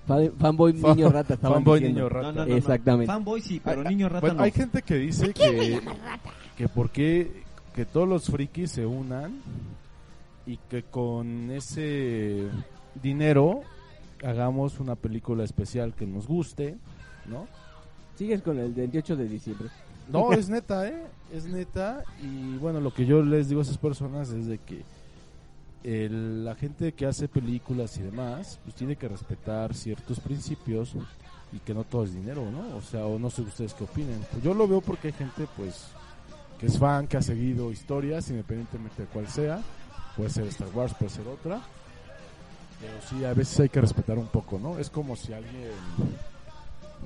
Speaker 3: Fan- fanboy
Speaker 1: Fan-
Speaker 3: niño rata, estaban
Speaker 1: Fanboy
Speaker 3: diciendo.
Speaker 1: niño
Speaker 2: No,
Speaker 1: rata.
Speaker 2: no, no, no.
Speaker 3: Exactamente. Ah,
Speaker 2: Fanboy sí, pero niño rata
Speaker 1: Bueno,
Speaker 2: no.
Speaker 1: hay gente que dice que, que por qué que todos los frikis se unan y que con ese dinero hagamos una película especial que nos guste, ¿no?
Speaker 3: Sigues con el 28 de diciembre.
Speaker 1: No, es neta, ¿eh? Es neta. Y bueno, lo que yo les digo a esas personas es de que el- la gente que hace películas y demás, pues tiene que respetar ciertos principios y que no todo es dinero, ¿no? O sea, o no sé ustedes qué opinen. Pues yo lo veo porque hay gente, pues, que es fan, que ha seguido historias, independientemente de cuál sea. Puede ser Star Wars, puede ser otra. Pero sí, a veces hay que respetar un poco, ¿no? Es como si alguien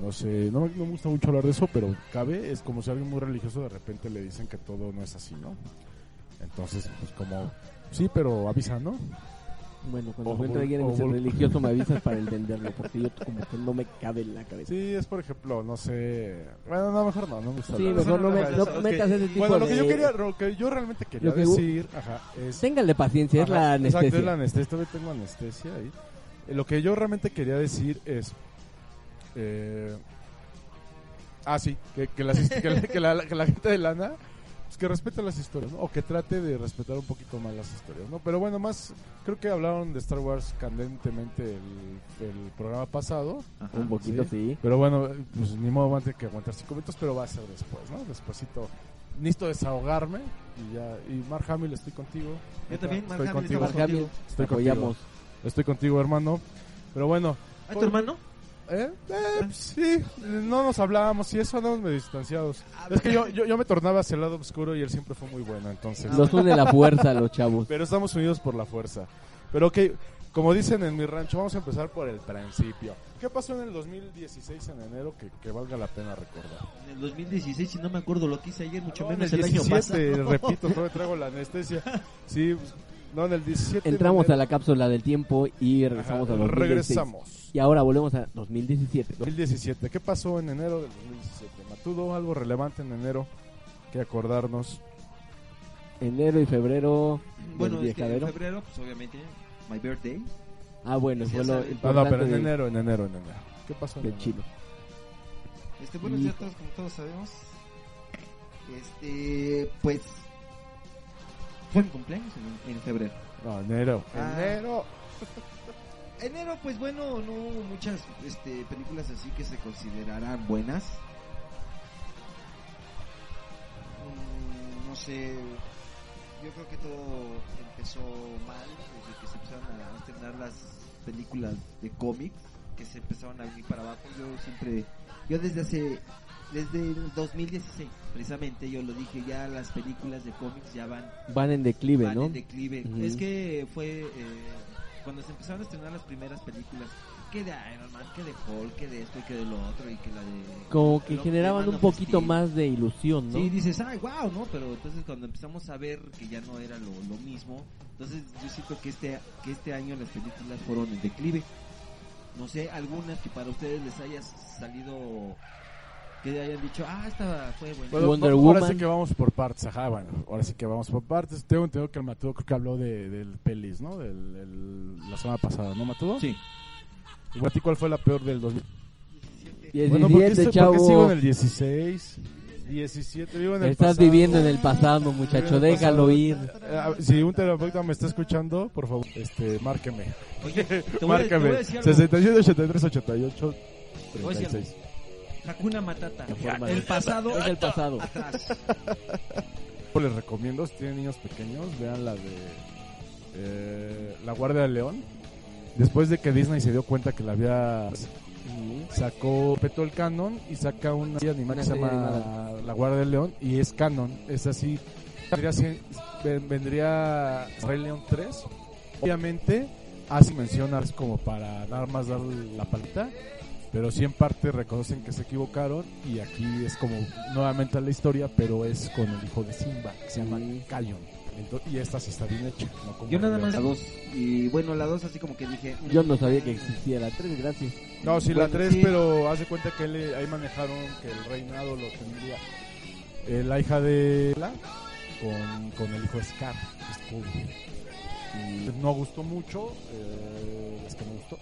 Speaker 1: no sé, no, me- no me gusta mucho hablar de eso, pero cabe, es como si a alguien muy religioso de repente le dicen que todo no es así, ¿no? Entonces, pues como, sí, pero avisa, ¿no?
Speaker 3: Bueno, cuando
Speaker 1: O
Speaker 3: encuentre
Speaker 1: vol-
Speaker 3: a alguien en
Speaker 1: o
Speaker 3: ese
Speaker 1: vol-
Speaker 3: religioso me avisas para entenderlo, porque yo como que no me cabe en la cabeza.
Speaker 1: Sí, es por ejemplo, no sé, bueno, no, mejor no, no me gusta
Speaker 3: Sí,
Speaker 1: hablar de eso.
Speaker 3: mejor no, me, no
Speaker 2: Ok.
Speaker 3: metas ese tipo
Speaker 1: Bueno, lo
Speaker 3: de...
Speaker 1: que yo quería, lo que yo realmente quería
Speaker 3: Lo que-
Speaker 1: decir, ajá, es...
Speaker 3: Ténganle paciencia, es
Speaker 1: Ajá,
Speaker 3: la anestesia.
Speaker 1: Exacto, es la anestesia. Todavía tengo anestesia ahí. Eh, Lo que yo realmente quería decir es. eh, ah, sí, que, que las- que la, que la- que la gente de lana pues, que respete las historias, ¿no? O que trate de respetar un poquito más las historias, ¿no? Pero bueno, más creo que hablaron de Star Wars candentemente el, el programa pasado.
Speaker 2: Ajá.
Speaker 3: Un poquito, sí.
Speaker 1: Pero bueno, pues ni modo más de que aguantar cinco minutos, pero va a ser después, ¿no? Despuésito. Necesito desahogarme y ya. Y Mark Hamill, estoy contigo.
Speaker 2: Yo también, Mark
Speaker 1: estoy
Speaker 2: Hamill,
Speaker 1: contigo.
Speaker 2: estamos
Speaker 3: Mark Hamill,
Speaker 2: contigo.
Speaker 1: Estoy
Speaker 3: apoyamos.
Speaker 1: contigo. Estoy contigo, hermano. Pero bueno,
Speaker 2: ¿Ah, tu hermano?
Speaker 1: ¿eh? Eh, pues, sí, no nos hablábamos y eso andamos medio distanciados. Es que yo, yo, yo me tornaba hacia el lado oscuro y él siempre fue muy bueno, entonces.
Speaker 3: Nos une la fuerza, los chavos.
Speaker 1: Pero estamos unidos por la fuerza. Pero ok, como dicen en mi rancho, vamos a empezar por el principio. ¿Qué pasó en el 2016 en enero que, que valga la pena recordar?
Speaker 2: En el 2016, si no me acuerdo lo que hice ayer, mucho
Speaker 1: No,
Speaker 2: menos
Speaker 1: en
Speaker 2: el,
Speaker 1: el
Speaker 2: año pasado.
Speaker 1: 17, repito, todavía traigo la anestesia. Sí, pues, no, en el 17.
Speaker 3: Entramos
Speaker 1: de
Speaker 3: a la cápsula del tiempo y
Speaker 1: enero-
Speaker 3: regresamos
Speaker 1: Ajá,
Speaker 3: a los
Speaker 1: Regresamos.
Speaker 3: Y ahora volvemos a 2017.
Speaker 1: 2017. ¿Qué pasó en enero del 2017? Matudo, algo relevante en enero que acordarnos.
Speaker 3: Enero y febrero.
Speaker 2: Bueno,
Speaker 3: del
Speaker 2: es que en
Speaker 3: viajadero.
Speaker 2: febrero, pues obviamente, my birthday.
Speaker 3: Ah, bueno,
Speaker 2: Ya
Speaker 3: fue lo
Speaker 2: saben.
Speaker 1: No, no,
Speaker 3: importante
Speaker 1: pero en
Speaker 3: de-
Speaker 1: enero, en enero, en enero. ¿Qué pasó en
Speaker 3: de
Speaker 1: enero?
Speaker 3: Chile.
Speaker 2: Este,
Speaker 4: Bueno, ya todos, como todos sabemos, este, pues,
Speaker 2: fue mi cumpleaños en, en febrero.
Speaker 1: No, enero.
Speaker 2: Ah.
Speaker 1: Enero.
Speaker 2: Enero, pues bueno, no hubo muchas este, películas así que se consideraran buenas. Mm, No sé, yo creo que todo empezó mal, desde que se empezaron a estrenar las películas de cómics, que se empezaron a venir para abajo. Yo siempre, yo desde hace, desde el 2016, precisamente, yo lo dije, ya las películas de cómics ya van
Speaker 3: Van en declive,
Speaker 2: van
Speaker 3: ¿no?
Speaker 2: en declive.
Speaker 3: Ujú.
Speaker 2: Es que fue eh, cuando se empezaron a estrenar las primeras películas, que de Iron Man, que de Hulk, que de esto y que de lo otro y que la de...
Speaker 3: Como que
Speaker 2: Lo-
Speaker 3: generaban
Speaker 2: Man
Speaker 3: un
Speaker 2: of
Speaker 3: poquito
Speaker 2: Steel.
Speaker 3: más de ilusión, ¿no?
Speaker 2: Sí, dices, ay, wow, ¿no? Pero entonces cuando empezamos a ver que ya no era lo, lo mismo, entonces yo siento que este, que este año las películas fueron en declive. No sé, algunas que para ustedes les haya salido, que hayan dicho, ah, esta fue buena.
Speaker 1: Bueno,
Speaker 3: Wonder
Speaker 1: va- Ahora
Speaker 3: Woman.
Speaker 1: sí que vamos por partes, ajá, bueno, ahora sí que vamos por partes. Tengo entendido que el Matudo creo que habló de, del pelis, ¿no? Del, el- la semana pasada, ¿no, Matudo?
Speaker 2: sí.
Speaker 1: ¿Y para ti cuál fue la peor del 2000?
Speaker 3: 17,
Speaker 1: bueno, ¿por qué, estoy- por qué
Speaker 3: chavo.
Speaker 1: sigo en el 16? 17, vivo en el
Speaker 3: Estás
Speaker 1: pasado.
Speaker 3: viviendo en el pasado, muchacho.
Speaker 1: Vivo en el
Speaker 3: Déjalo
Speaker 1: pasado.
Speaker 3: ir.
Speaker 1: Eh, a- si un terapeuta me está escuchando, por favor, este, márqueme.
Speaker 2: Oye, te voy, a- te voy a
Speaker 1: Márqueme.
Speaker 2: decir algo.
Speaker 1: 67, 83, 88,
Speaker 2: Te voy a decir algo.
Speaker 1: 36.
Speaker 2: Hakuna Matata.
Speaker 3: La forma
Speaker 2: El
Speaker 3: de-
Speaker 2: pasado
Speaker 3: Es el pasado.
Speaker 2: atrás.
Speaker 1: Yo Pues Les recomiendo, si tienen niños pequeños, vean la de eh, La Guardia del León. Después de que Disney se dio cuenta que la había sacó, petó el canon y saca una serie animada
Speaker 3: Una
Speaker 1: que se
Speaker 3: serie
Speaker 1: llama La Guardia del León y es canon, es así. Vendría, si- ven- vendría Rey León 3. Obviamente, así mencionas como para nada más dar la palita, pero sí en parte reconocen que se equivocaron y aquí es como nuevamente la historia, pero es con el hijo de Simba, que se llama
Speaker 3: Mm.
Speaker 1: Callon. Ento- y esta sí está bien hecha. no como
Speaker 2: Yo nada
Speaker 1: Rey
Speaker 2: más la
Speaker 1: León.
Speaker 2: 2. Y bueno, la 2 así como que dije. mm,
Speaker 3: Yo no sabía que existía la 3, gracias.
Speaker 1: No, sí, la
Speaker 2: Bueno,
Speaker 1: 3,
Speaker 2: sí.
Speaker 1: pero hace cuenta que él, eh, ahí manejaron que el reinado lo tendría eh, la hija de la con, con el hijo Scar. Skull. Y No gustó mucho, eh, es que me gustó.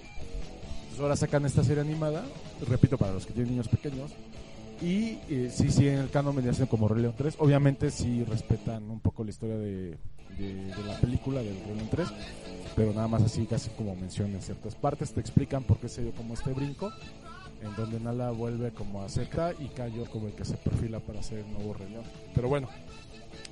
Speaker 1: Entonces ahora sacan esta serie animada, repito, para los que tienen niños pequeños. Y eh, sí, sí, en el canon me hacen como Rey León 3. Obviamente sí respetan un poco la historia de, de- de la película del Rey León 3 pero nada más así casi como menciona en ciertas partes te explican por qué se dio como este brinco en donde Nala vuelve como a Z y cayó como el que se perfila para ser el nuevo rey León. pero bueno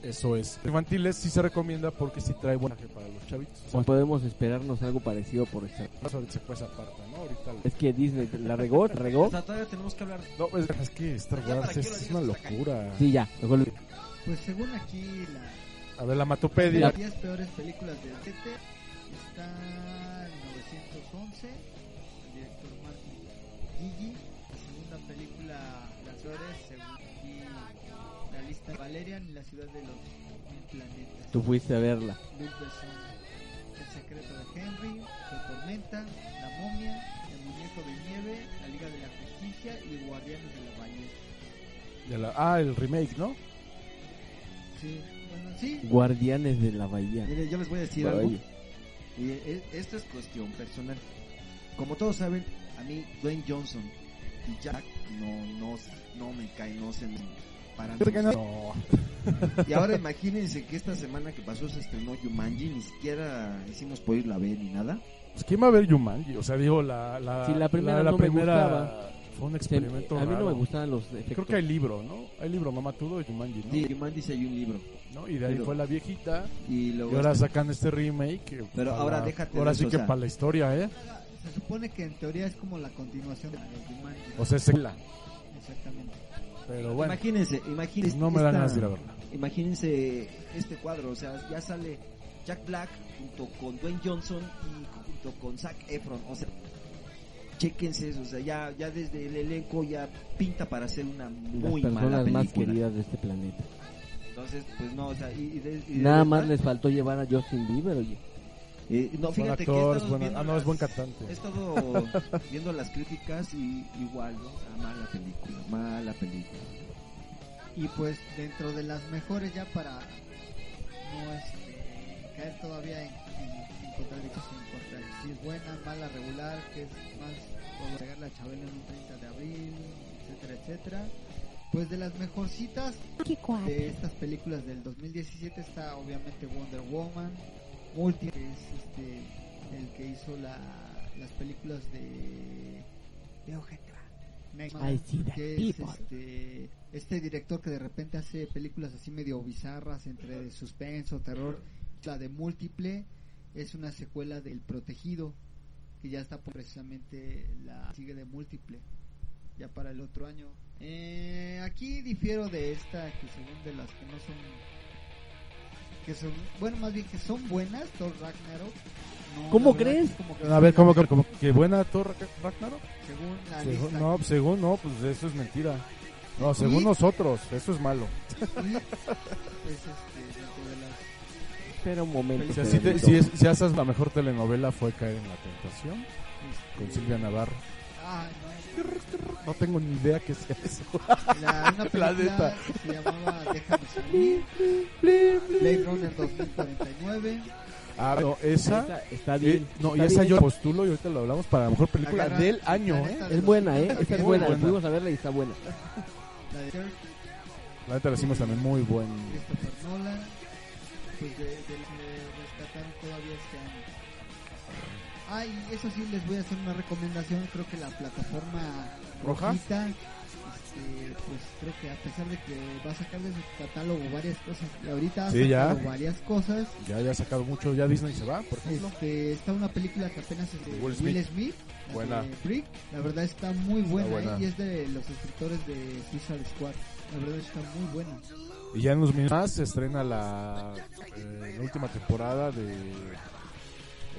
Speaker 1: eso es infantiles sí se recomienda porque sí trae buen mensaje para los chavitos
Speaker 3: O podemos esperarnos algo parecido por eso.
Speaker 1: Eso ahorita se fue esa parte no ahorita
Speaker 3: Es que Disney la regó, la
Speaker 2: O
Speaker 3: regó.
Speaker 2: sea, todavía tenemos que hablar.
Speaker 1: no es, es que Star
Speaker 2: Ya, ¿para
Speaker 1: Wars
Speaker 2: qué
Speaker 1: es,
Speaker 2: lo
Speaker 1: es
Speaker 2: dices?
Speaker 1: una locura
Speaker 3: Sí, ya. mejor lo-
Speaker 4: pues según aquí, la,
Speaker 1: a ver la
Speaker 4: De
Speaker 1: matopedia
Speaker 4: las 10 peores películas de Artete está el 911, el director Martin Gigi. La segunda película, Las Flores, según aquí, la lista Valerian y la ciudad de los mil planetas.
Speaker 3: Tú fuiste a verla.
Speaker 4: Luke Besson, El secreto de Henry, La tormenta, La momia, El muñeco de nieve, La liga de la justicia y Guardianes de la bahía.
Speaker 1: de la- ah el remake no
Speaker 4: Sí, bueno, sí.
Speaker 3: Guardianes de la Bahía.
Speaker 2: Mire, yo les voy a decir algo.
Speaker 3: Bahía.
Speaker 2: Y eh, esto es cuestión personal. Como todos saben, a mí Dwayne Johnson y Jack no, no, no me caen, no se me- para
Speaker 1: ¿Te
Speaker 2: mí.
Speaker 1: ganas? no
Speaker 2: Y ahora imagínense que esta semana que pasó se estrenó Yumanji, ni siquiera hicimos por ir la ver ni nada.
Speaker 1: Pues, ¿Quién va a ver Yumanji? O sea, digo, la, la,
Speaker 3: Sí, la primera no me gustaba.
Speaker 1: fue un
Speaker 3: Se- a
Speaker 1: experimento.
Speaker 3: mí no
Speaker 1: raro.
Speaker 3: me gustaban los efectos.
Speaker 1: Creo que hay libro, ¿no? Hay libro mamatudo de Yumanji, ¿no?
Speaker 2: Sí, Yumanji sí hay un libro.
Speaker 1: ¿No? Y de ahí
Speaker 2: Pero-
Speaker 1: fue la viejita.
Speaker 2: Y,
Speaker 1: Y
Speaker 2: luego
Speaker 1: ahora sacan este remake. que
Speaker 2: Pero
Speaker 1: para-
Speaker 2: ahora déjate
Speaker 1: Ahora
Speaker 2: de
Speaker 1: sí
Speaker 2: eso,
Speaker 1: que
Speaker 2: o sea-
Speaker 1: para la historia, ¿eh?
Speaker 4: Se supone que en teoría es como la continuación de los Jumanji.
Speaker 1: O sea, es secuela.
Speaker 4: Exactamente.
Speaker 1: Pero bueno,
Speaker 2: Imagínense, imagínense.
Speaker 1: no me dan
Speaker 2: esta-
Speaker 1: ganas de ir a verla.
Speaker 2: Imagínense este cuadro, o sea, ya sale Jack Black junto con Dwayne Johnson y junto con Zac Efron, o sea, chéquense eso, o sea, ya, ya desde el elenco ya pinta para ser una
Speaker 3: las
Speaker 2: muy mala
Speaker 3: personas
Speaker 2: película.
Speaker 3: más queridas de este planeta.
Speaker 2: Entonces, pues no, o sea, y, y de- y de
Speaker 3: Nada
Speaker 2: verdad,
Speaker 3: más les faltó llevar a Justin Bieber, oye.
Speaker 2: eh, no,
Speaker 1: Buen
Speaker 2: fíjate que he
Speaker 1: actor,
Speaker 2: estado
Speaker 1: es buen-
Speaker 2: viendo
Speaker 1: Ah, no, es buen
Speaker 2: las-
Speaker 1: cantante.
Speaker 2: He estado viendo las críticas y igual, ¿no? O sea, mala película, mala película.
Speaker 4: Y pues dentro de las mejores ya para no este, caer todavía en, en, en contradicción, contra si es buena, mala, regular, que es más como pegar la chabela en un 30 de abril, etcétera, etcétera. Pues de las mejorcitas de estas películas del 2017 está obviamente Wonder Woman, Multi, que es este, el que hizo la, las películas de... de Ojeta.
Speaker 3: I see that
Speaker 4: que es
Speaker 3: people.
Speaker 4: este, este director que de repente hace películas así medio bizarras entre suspenso, terror, la de múltiple es una secuela del protegido que ya está por precisamente la sigue de múltiple ya para el otro año Eh, aquí difiero de esta que según de las que no son que son bueno más bien que son buenas Thor Ragnarok No,
Speaker 3: ¿Cómo
Speaker 4: la verdad
Speaker 3: crees?
Speaker 4: es como que
Speaker 1: A ver, ¿cómo, cómo, cómo? ¿Que buena Thor Ragnarok?
Speaker 4: según
Speaker 2: Ah,
Speaker 4: la
Speaker 1: Según-
Speaker 4: lista
Speaker 1: no, según no, pues eso es mentira. No, según
Speaker 4: ¿Y?
Speaker 1: nosotros, eso es malo.
Speaker 4: y es este dentro de las
Speaker 3: Espera un
Speaker 1: O
Speaker 3: momento.
Speaker 1: sea, si, te-
Speaker 3: Fernando.
Speaker 1: si es- si haces la mejor telenovela fue Caer en la Tentación
Speaker 4: este,
Speaker 1: con Silvia Navarro.
Speaker 4: Ah,
Speaker 1: No tengo ni idea qué sea eso.
Speaker 4: no. La, una
Speaker 1: La
Speaker 4: película
Speaker 1: neta.
Speaker 4: que se llamaba Déjame salir. Blade Runner 2049.
Speaker 1: Ah, no, esa.
Speaker 3: Esa está bien.
Speaker 1: eh, no, y
Speaker 3: está
Speaker 1: esa
Speaker 3: bien
Speaker 1: yo
Speaker 3: hecha.
Speaker 1: postulo y ahorita lo hablamos para la mejor película
Speaker 4: Agarra-
Speaker 1: del año,
Speaker 4: la
Speaker 1: ¿eh?
Speaker 4: neta de
Speaker 3: Es
Speaker 4: los
Speaker 3: buena, ¿eh? Esa
Speaker 4: 50,
Speaker 3: es
Speaker 1: Muy
Speaker 3: buena.
Speaker 1: buena.
Speaker 3: Fuimos a verla y está buena.
Speaker 4: La de Kirk,
Speaker 1: La neta la hicimos también muy buen.
Speaker 4: Christopher Nolan. Pues de, de los que rescataron todavía este año. Ah, y eso sí les voy a hacer una recomendación. Creo que la plataforma
Speaker 1: ¿Roja?
Speaker 4: rojita, este, pues creo que a pesar de que va a sacar de su catálogo varias cosas, y ahorita ha
Speaker 1: Sí, ya.
Speaker 4: sacado varias cosas,
Speaker 1: Ya, ya ha sacado mucho, ya Disney se va, por ejemplo.
Speaker 4: Este, está una película que apenas es de
Speaker 1: Will
Speaker 4: Will
Speaker 1: Smith.
Speaker 4: Smith. la
Speaker 1: Buena.
Speaker 4: de Brick. La verdad está muy buena,
Speaker 1: buena.
Speaker 4: ¿eh? y es de los escritores de Suicide Squad. La verdad está muy buena.
Speaker 1: Y ya en unos minutos más se estrena la, eh, la última temporada de, de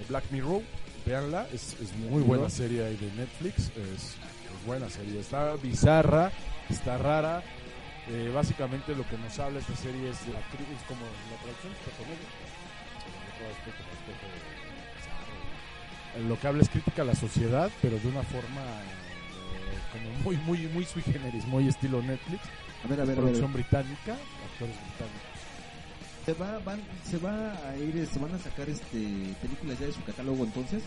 Speaker 1: Black Mirror. Veanla, es, es muy buena serie ahí de Netflix. Es, es buena serie, está bizarra, está rara. Eh, básicamente lo que nos habla esta serie es, de la, cri- es como la traducción está por medio. Eh, todo aspecto, aspecto bizarro. Eh, Lo que habla es crítica a la sociedad, pero de una forma eh, como muy, muy, muy sui generis, muy estilo Netflix
Speaker 2: A ver, a ver, a ver.
Speaker 1: producción británica, actores británicos.
Speaker 2: Se va, van, se va a ir, se van a sacar este películas ya de su catálogo entonces.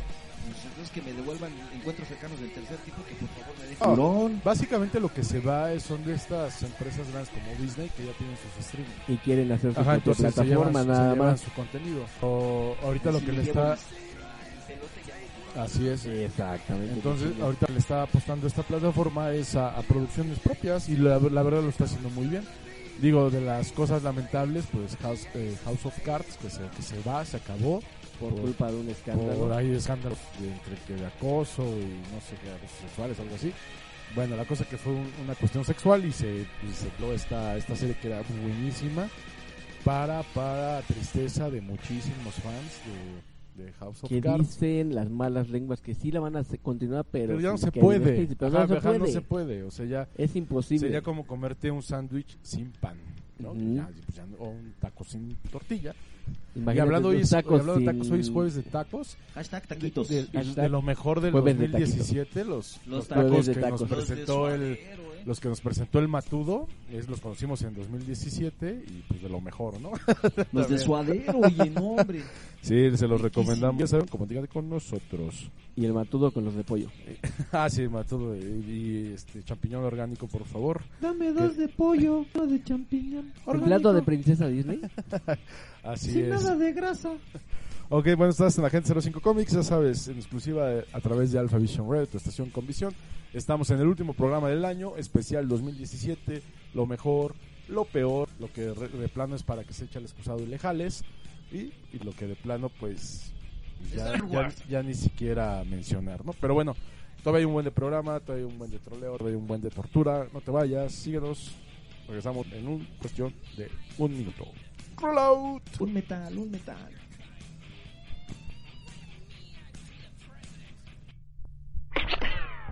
Speaker 2: Pues, entonces que me devuelvan encuentros cercanos del tercer tipo que por favor me dejen.
Speaker 1: Ah.
Speaker 2: Hurón.
Speaker 1: Básicamente lo que se va es, son de estas empresas grandes como Disney que ya tienen sus streaming.
Speaker 3: Y quieren hacer su propia
Speaker 1: se
Speaker 3: plataforma,
Speaker 1: llevan-
Speaker 3: nada
Speaker 1: se llevan
Speaker 3: más.
Speaker 1: su contenido. O, ahorita lo
Speaker 2: Si
Speaker 1: que
Speaker 2: me
Speaker 1: le
Speaker 2: llevo
Speaker 1: está,
Speaker 2: mis- el pelote ya es-
Speaker 1: así es.
Speaker 3: eh, Exactamente.
Speaker 1: Entonces ahorita le está apostando esta plataforma es a, a producciones propias y la, la verdad lo está haciendo muy bien. Digo, de las cosas lamentables, pues House, eh, House of Cards, que se, que se va, se acabó.
Speaker 3: por culpa de un escándalo.
Speaker 1: por ahí de escándalos de, entre que de acoso y no sé qué, abusos sexuales, algo así. Bueno, la cosa que fue un- una cuestión sexual y se, y se creó esta, esta serie que era buenísima para, para tristeza de muchísimos fans de, de House of
Speaker 3: que
Speaker 1: Cards.
Speaker 3: dicen las malas lenguas que sí la van a se- continuar, pero,
Speaker 1: Pero ya no
Speaker 3: sin
Speaker 1: se
Speaker 3: Kevin
Speaker 1: puede.
Speaker 3: Spacey, pero
Speaker 1: Ajá,
Speaker 3: no se
Speaker 1: ajá,
Speaker 3: puede.
Speaker 1: no se puede. O sea, ya
Speaker 3: Es imposible.
Speaker 1: sería como comerte un sándwich sin pan. ¿no?
Speaker 3: Ujú.
Speaker 1: Ya, pues, ya no- o un taco sin tortilla.
Speaker 3: Imagínate
Speaker 1: y hablando, hoy
Speaker 3: unos
Speaker 1: es- hoy hablando de
Speaker 3: sin-
Speaker 1: tacos, hoy es jueves de tacos.
Speaker 2: Hashtag taquitos.
Speaker 1: De, de-
Speaker 3: Hashtag
Speaker 1: de lo mejor del
Speaker 3: jueves de
Speaker 1: 2017, los,
Speaker 2: Los
Speaker 1: los tacos
Speaker 3: jueves de
Speaker 1: que
Speaker 3: tacos.
Speaker 1: nos
Speaker 2: Los de
Speaker 1: presentó el,
Speaker 2: suadero, eh.
Speaker 1: Los que nos presentó el Matudo, es, los conocimos en 2017 y pues de lo mejor, ¿no?
Speaker 2: Los de suadero, oye, no, hombre.
Speaker 1: Sí, se los
Speaker 2: Riquísimo.
Speaker 1: recomendamos. Ya saben, comunícate con nosotros.
Speaker 3: Y el matudo con los de pollo.
Speaker 1: Ah, sí, Matudo. Y, y, este, champiñón orgánico, por favor.
Speaker 4: Dame
Speaker 1: dos
Speaker 4: de pollo, uno de champiñón.
Speaker 3: El plato de princesa Disney.
Speaker 1: Así es.
Speaker 4: de grasa.
Speaker 1: Ok, bueno, estás en la gente 05 Comics, ya sabes, en exclusiva eh, a través de Alpha Vision Red, tu estación con visión. Estamos en el último programa del año, especial 2017, lo mejor, lo peor, lo que re- de plano es para que se eche el excusado y le jales, y, y lo que de plano, pues, ya, ya, ya ni siquiera mencionar, ¿no? Pero bueno, todavía hay un buen de programa, todavía hay un buen de troleo, todavía hay un buen de tortura, no te vayas, síguenos, regresamos en un cuestión de un minuto. Roll out.
Speaker 2: Un metal, un metal.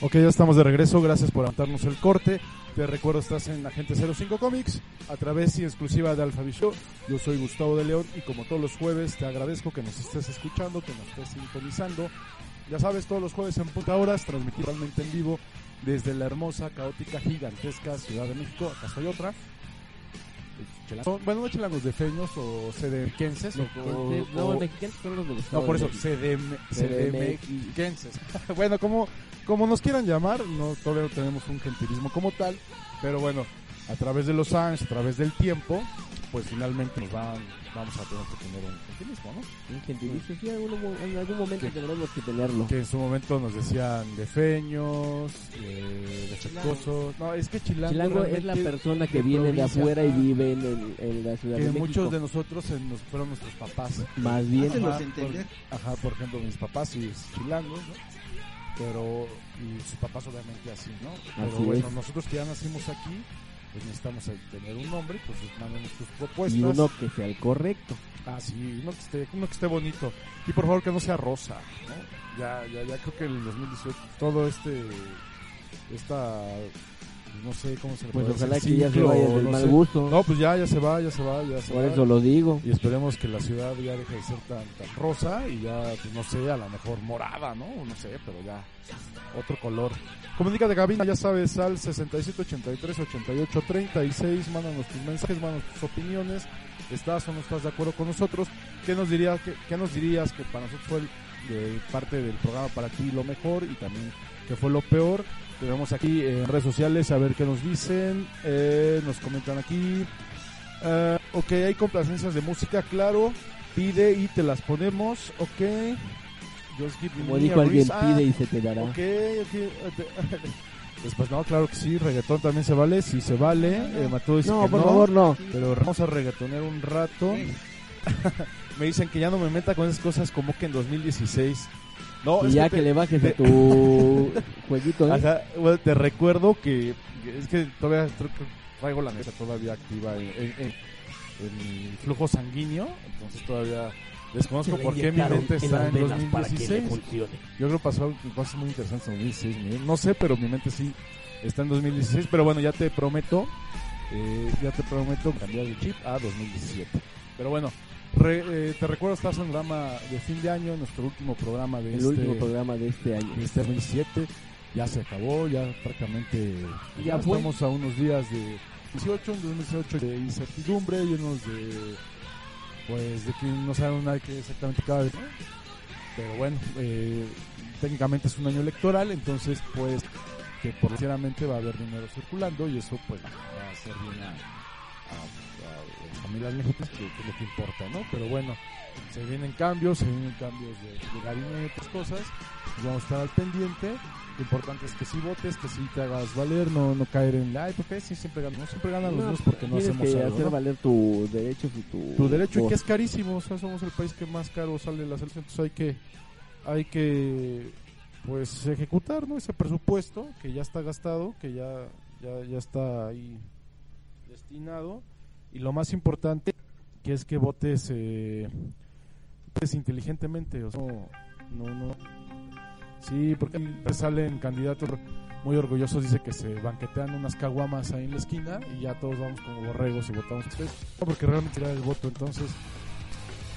Speaker 1: Ok, ya estamos de regreso. Gracias por aguantarnos el corte. Te recuerdo, estás en Agente 05 Comics, a través y exclusiva de Alpha Show. Yo soy Gustavo de León y como todos los jueves te agradezco que nos estés escuchando, que nos estés sintonizando. Ya sabes, todos los jueves en punta horas, transmitido realmente en vivo desde la hermosa, caótica, gigantesca Ciudad de México. Acá soy otra. Chelangos- Bueno, no chelangos de feños o CDMquenses. o- o-
Speaker 3: no,
Speaker 1: o-
Speaker 3: mexicanos son los de los
Speaker 1: no, por eso,
Speaker 3: Estados
Speaker 1: CDM,
Speaker 3: CDMX.
Speaker 1: CDMX. Bueno, como, como nos quieran llamar, no, todavía no tenemos un gentilismo como tal, pero bueno, a través de los años, a través del tiempo, pues finalmente nos van, vamos a tener que tener un gentilismo, ¿no?
Speaker 3: Un gentilicio, sí, alguno- en algún momento
Speaker 1: Sí.
Speaker 3: tendremos que tenerlo.
Speaker 1: Que en su momento nos decían de feños, eh, de chacosos. No, es que chilango,
Speaker 3: Chilango es la
Speaker 1: realmente-
Speaker 3: persona que
Speaker 1: de
Speaker 3: viene de
Speaker 1: provincia,
Speaker 3: afuera y
Speaker 1: ajá.
Speaker 3: vive en, el- en la ciudad
Speaker 1: que
Speaker 3: de México.
Speaker 1: muchos de nosotros eh, nos fueron nuestros papás.
Speaker 3: Más bien,
Speaker 2: Hácelos
Speaker 1: Ajá,
Speaker 2: entender.
Speaker 1: por- ajá, por ejemplo, mis papás sí es chilangos, ¿no? Pero, y sus papás obviamente así, ¿no? Pero
Speaker 3: Así
Speaker 1: bueno,
Speaker 3: es.
Speaker 1: nosotros que ya nacimos aquí, pues necesitamos eh, tener un nombre, pues mandamos tus propuestas.
Speaker 3: y uno que sea el correcto.
Speaker 1: Ah, sí, uno que, esté, uno que esté bonito. Y por favor que no sea rosa, ¿no? Ya, ya, ya creo que el 2018, todo este, esta, no sé cómo se le
Speaker 3: Pues
Speaker 1: puede
Speaker 3: ojalá
Speaker 1: decir,
Speaker 3: que ya se
Speaker 1: ciclo,
Speaker 3: vaya del
Speaker 1: no
Speaker 3: mal
Speaker 1: sé.
Speaker 3: gusto.
Speaker 1: No, pues ya, ya se va, ya se va, ya se
Speaker 3: por
Speaker 1: va.
Speaker 3: eso lo digo.
Speaker 1: Y esperemos que la ciudad ya deje de ser tan, tan rosa y ya, pues, no sé, a lo mejor morada, ¿no? No sé, pero ya otro color. Comunícate, Gabina, ya sabes, al 6783-8836, mándanos tus mensajes, mándanos tus opiniones, estás o no estás de acuerdo con nosotros. ¿Qué nos, dirías qué, qué nos dirías que para nosotros fue el- de parte del programa para ti lo mejor y también que fue lo peor? Tenemos aquí en redes sociales a ver qué nos dicen, eh, nos comentan aquí, Ah, ok, hay complacencias de música, claro. Pide y te las ponemos. Ok. Just give
Speaker 3: Como
Speaker 1: me
Speaker 3: dijo
Speaker 1: a
Speaker 3: alguien,
Speaker 1: reason.
Speaker 3: pide y se te dará.
Speaker 1: ah, Ok, ok. Después, no, claro que sí. Reggaetón también se vale. Sí, se vale. Eh, Matú dice
Speaker 3: No,
Speaker 1: que
Speaker 3: por favor, no.
Speaker 1: Pero vamos a reggaetonear un rato.
Speaker 2: Eh,
Speaker 1: Me dicen que ya no me meta con esas cosas como que en 2016. No,
Speaker 3: y
Speaker 1: es
Speaker 3: ya
Speaker 1: te-
Speaker 3: que, le bajes a
Speaker 1: te-
Speaker 3: tu jueguito, ¿eh?
Speaker 1: Ajá, bueno, te recuerdo que que es que todavía tr- traigo la mesa todavía activa en, en- en- en mi flujo sanguíneo, entonces todavía desconozco por qué mi mente está en 2016. Yo creo que pasó cosas muy interesantes en 2016, mi- no sé, pero mi mente sí está en 2016, pero bueno, ya te prometo, eh, ya te prometo cambiar el chip a 2017. Pero bueno, re- eh, te recuerdo, estás en el programa de fin de año, nuestro último programa de
Speaker 3: el
Speaker 1: este
Speaker 3: último programa de este año.
Speaker 1: este 2017 ya se acabó, ya prácticamente
Speaker 3: Ya
Speaker 1: ya
Speaker 3: fue.
Speaker 1: estamos a unos días de 18, un 2018 de incertidumbre, llenos de pues de que no saben nada que exactamente cada vez. Pero bueno, eh, técnicamente es un año electoral, entonces pues que por sinceramente va a haber dinero circulando y eso pues va a ser bien a, a- a las familias mexicanas que, que es lo que importa, ¿no? Pero bueno, se vienen cambios, se vienen cambios de, de gabinetes, cosas pues vamos a estar al pendiente. Lo importante es que si votes, que si te hagas valer, no, no caer en la, ay, ¿por qué si siempre ganan? No, siempre ganan los
Speaker 3: No, pues,
Speaker 1: dos porque no
Speaker 3: tienes
Speaker 1: hacemos
Speaker 3: que
Speaker 1: algo,
Speaker 3: hacer
Speaker 1: ¿no?
Speaker 3: valer tu derecho y tu...
Speaker 1: Tu derecho y
Speaker 3: voz.
Speaker 1: que es carísimo, o sea, somos el país que más caro sale la selección, entonces hay que, hay que, pues, ejecutar, ¿no? Ese presupuesto que ya está gastado, que ya, ya, ya está ahí destinado Y lo más importante que es que votes, eh, votes inteligentemente. O sea, no, no, no. Sí, porque te salen candidatos muy orgullosos, dice que se banquetean unas caguamas ahí en la esquina y ya todos vamos como borregos y votamos. No, porque realmente era el voto, entonces.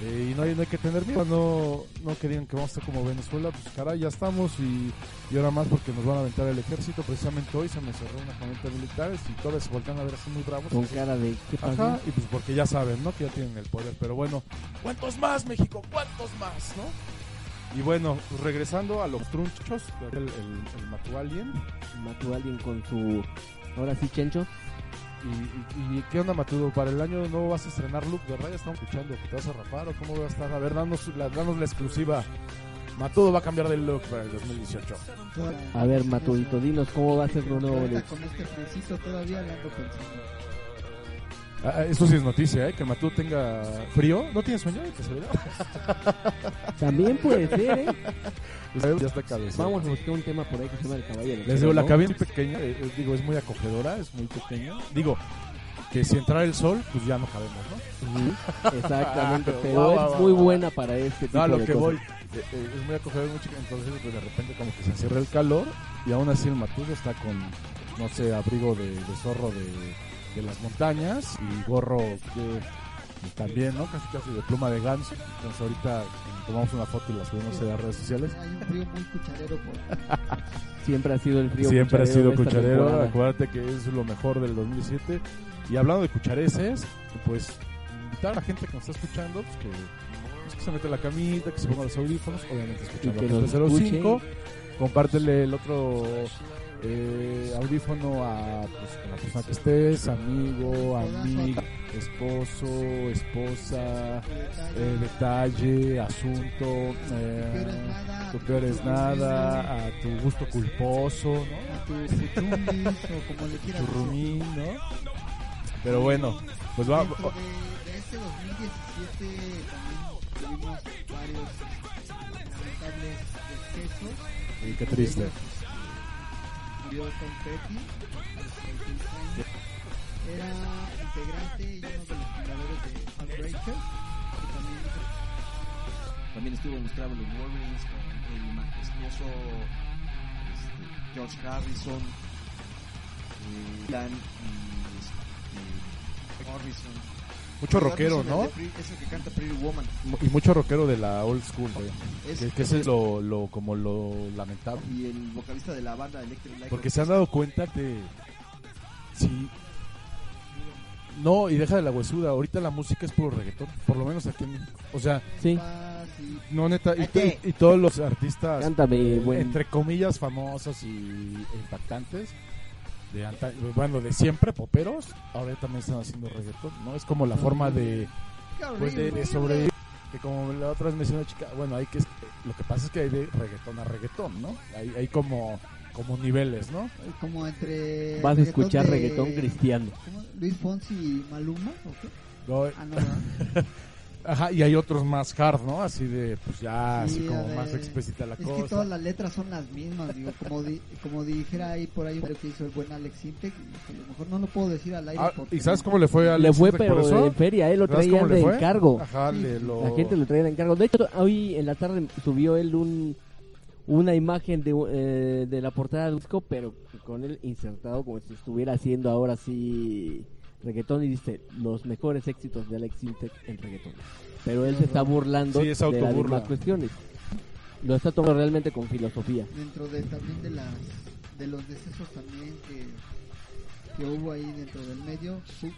Speaker 1: eh, y no hay, no hay que tener miedo, no, no querían que vamos a estar como Venezuela, pues caray, ya estamos y, y ahora más porque nos van a aventar el ejército. Precisamente hoy se me cerró una camioneta de militares y todas se voltean a ver así muy bravos.
Speaker 3: Con cara de ¿qué pasó?
Speaker 1: Ajá, y pues porque ya saben, ¿no? Que ya tienen el poder. Pero bueno, ¿cuántos más, México? ¿Cuántos más, no? Y bueno, pues regresando a los trunchos, el, el, el Matualien.
Speaker 3: Mató a alguien con su. Ahora sí, Chencho.
Speaker 1: Y, y- y qué onda, Matudo? Para el año no vas a estrenar look, ¿verdad? Ya estamos escuchando. ¿Te vas a rapar o cómo va a estar? A ver, danos la, danos la exclusiva. Matudo va a cambiar de look para el 2018.
Speaker 4: Ahora,
Speaker 3: A ver, Matudito, dinos cómo va a ser tu nuevo
Speaker 4: ahorita
Speaker 3: look.
Speaker 4: con este friecito todavía le ando pensando.
Speaker 1: Ah, ah, eso sí es noticia, ¿eh? Que el Matudo tenga frío. ¿No tiene sueño? ¿Te sabía?
Speaker 3: También puede ser, ¿eh?
Speaker 1: Ya está cabeza.
Speaker 3: Vamos a buscar un tema por ahí que se llama El Caballo del
Speaker 1: Les
Speaker 3: Cielo,
Speaker 1: digo, la
Speaker 3: ¿no?
Speaker 1: cabina es pequeña, eh, eh, digo, es muy acogedora, es muy pequeña. Digo, que si entrara el sol, pues ya no cabemos, ¿no?
Speaker 3: Ujú, Exactamente,
Speaker 1: Ah,
Speaker 3: pero
Speaker 1: guau,
Speaker 3: es
Speaker 1: guau, guau,
Speaker 3: muy
Speaker 1: guau.
Speaker 3: buena para este tipo
Speaker 1: No, a lo
Speaker 3: de
Speaker 1: que
Speaker 3: cosas.
Speaker 1: voy, eh, eh, es muy acogedor, muy chica, entonces pues, de repente como que se encierra el calor y aún así el Matudo está con, no sé, abrigo de, de zorro de, de las montañas y gorro que y también, ¿no? Casi casi de pluma de ganso. Entonces ahorita eh, tomamos una foto y la subimos en las redes sociales.
Speaker 4: Hay un frío muy cucharero por
Speaker 3: Siempre ha sido el frío
Speaker 1: Siempre ha
Speaker 3: cucharero
Speaker 1: sido
Speaker 3: de esta
Speaker 1: cucharero,
Speaker 3: temporada.
Speaker 1: acuérdate que es lo mejor del 2007. Y hablando de cuchareces, pues invitar a la gente que nos está escuchando, pues que, pues, que se mete a la camita, que se ponga los audífonos, obviamente escuchando
Speaker 3: Y que nos
Speaker 1: 05, compártele el otro eh, audífono a, pues, a la persona que estés, amigo, amiga, esposo, esposa, eh, detalle, asunto, eh, tu peor es nada, a tu gusto culposo, ¿no?
Speaker 4: a tu chumbis o como le quieras
Speaker 1: tu
Speaker 4: decir.
Speaker 1: rumín, ¿no? Pero bueno, pues va,
Speaker 4: Dentro de, de este 2017 también tuvimos varios eh, lamentables decesos.
Speaker 1: y eh, qué triste.
Speaker 4: Murió Tom Petty, a los 36 años. Era integrante y uno de los fundadores de Unbreaker, que también hizo
Speaker 2: También estuvo en los Traveling Wolverines con el ma- esposo este, George Harrison, eh, Dan y este, Morrison.
Speaker 1: Mucho rockero,
Speaker 2: Morrison,
Speaker 1: ¿no?
Speaker 2: el de Pretty- Es el que canta Pretty Woman.
Speaker 1: Y mucho rockero de la old school, güey.
Speaker 2: Es-
Speaker 1: que, que ese es lo, lo, como lo lamentable.
Speaker 2: Y el vocalista de la banda Electric Light
Speaker 1: Porque se han
Speaker 2: Orchestra.
Speaker 1: dado cuenta de... Sí. No, y deja de la huesuda, ahorita la música es puro reggaetón, por lo menos aquí en México. O sea,
Speaker 3: Sí,
Speaker 4: paz y
Speaker 1: no neta, y,
Speaker 2: Cállate.
Speaker 1: y- y todos los artistas
Speaker 3: cántame, buen.
Speaker 1: Eh, entre comillas famosas y e impactantes de anta- bueno de siempre poperos ahora también están haciendo reggaetón no es como la forma de pues, de, de sobrevivir que como la otra vez me decía una chica bueno hay que lo que pasa es que hay de reggaetón a reggaetón no hay, hay como como niveles no
Speaker 4: como entre
Speaker 3: Vas a
Speaker 4: reggaetón
Speaker 3: escuchar
Speaker 4: de-
Speaker 3: reggaetón cristiano.
Speaker 4: ¿cómo? Luis Fonsi y Maluma ¿o qué?
Speaker 1: No,
Speaker 4: ah no ¿verdad?
Speaker 1: ajá y hay otros más hard no así de pues ya
Speaker 4: Sí,
Speaker 1: así como
Speaker 4: de-
Speaker 1: más explícita la
Speaker 4: Es que
Speaker 1: cosa
Speaker 4: todas las letras son las mismas, digo, como, di- como dijera ahí por ahí un que hizo el buen Alex Intec, que a lo mejor no lo puedo decir al aire.
Speaker 1: Ah,
Speaker 4: porque
Speaker 1: y sabes
Speaker 4: no-
Speaker 1: cómo le fue a
Speaker 3: Le
Speaker 1: Alex
Speaker 3: fue,
Speaker 1: Intec por
Speaker 3: pero
Speaker 1: eso?
Speaker 3: en feria, ¿eh? Lo
Speaker 1: ¿Sabes cómo
Speaker 3: traían
Speaker 1: le
Speaker 3: de
Speaker 1: fue?
Speaker 3: encargo.
Speaker 1: Ajá, le lo...
Speaker 3: La gente lo traía de encargo. De hecho, hoy en la tarde subió él un, una imagen de, eh, de la portada del disco, pero con él insertado como si estuviera haciendo ahora sí reggaetón y dice los mejores éxitos de Alex Intec en reggaetón. Pero él se está burlando
Speaker 1: Sí, es
Speaker 3: de las
Speaker 1: autoburla.
Speaker 3: demás cuestiones. Lo está tomando realmente con filosofía.
Speaker 4: Dentro de también de las de los decesos también que, que hubo ahí dentro del medio, Hugh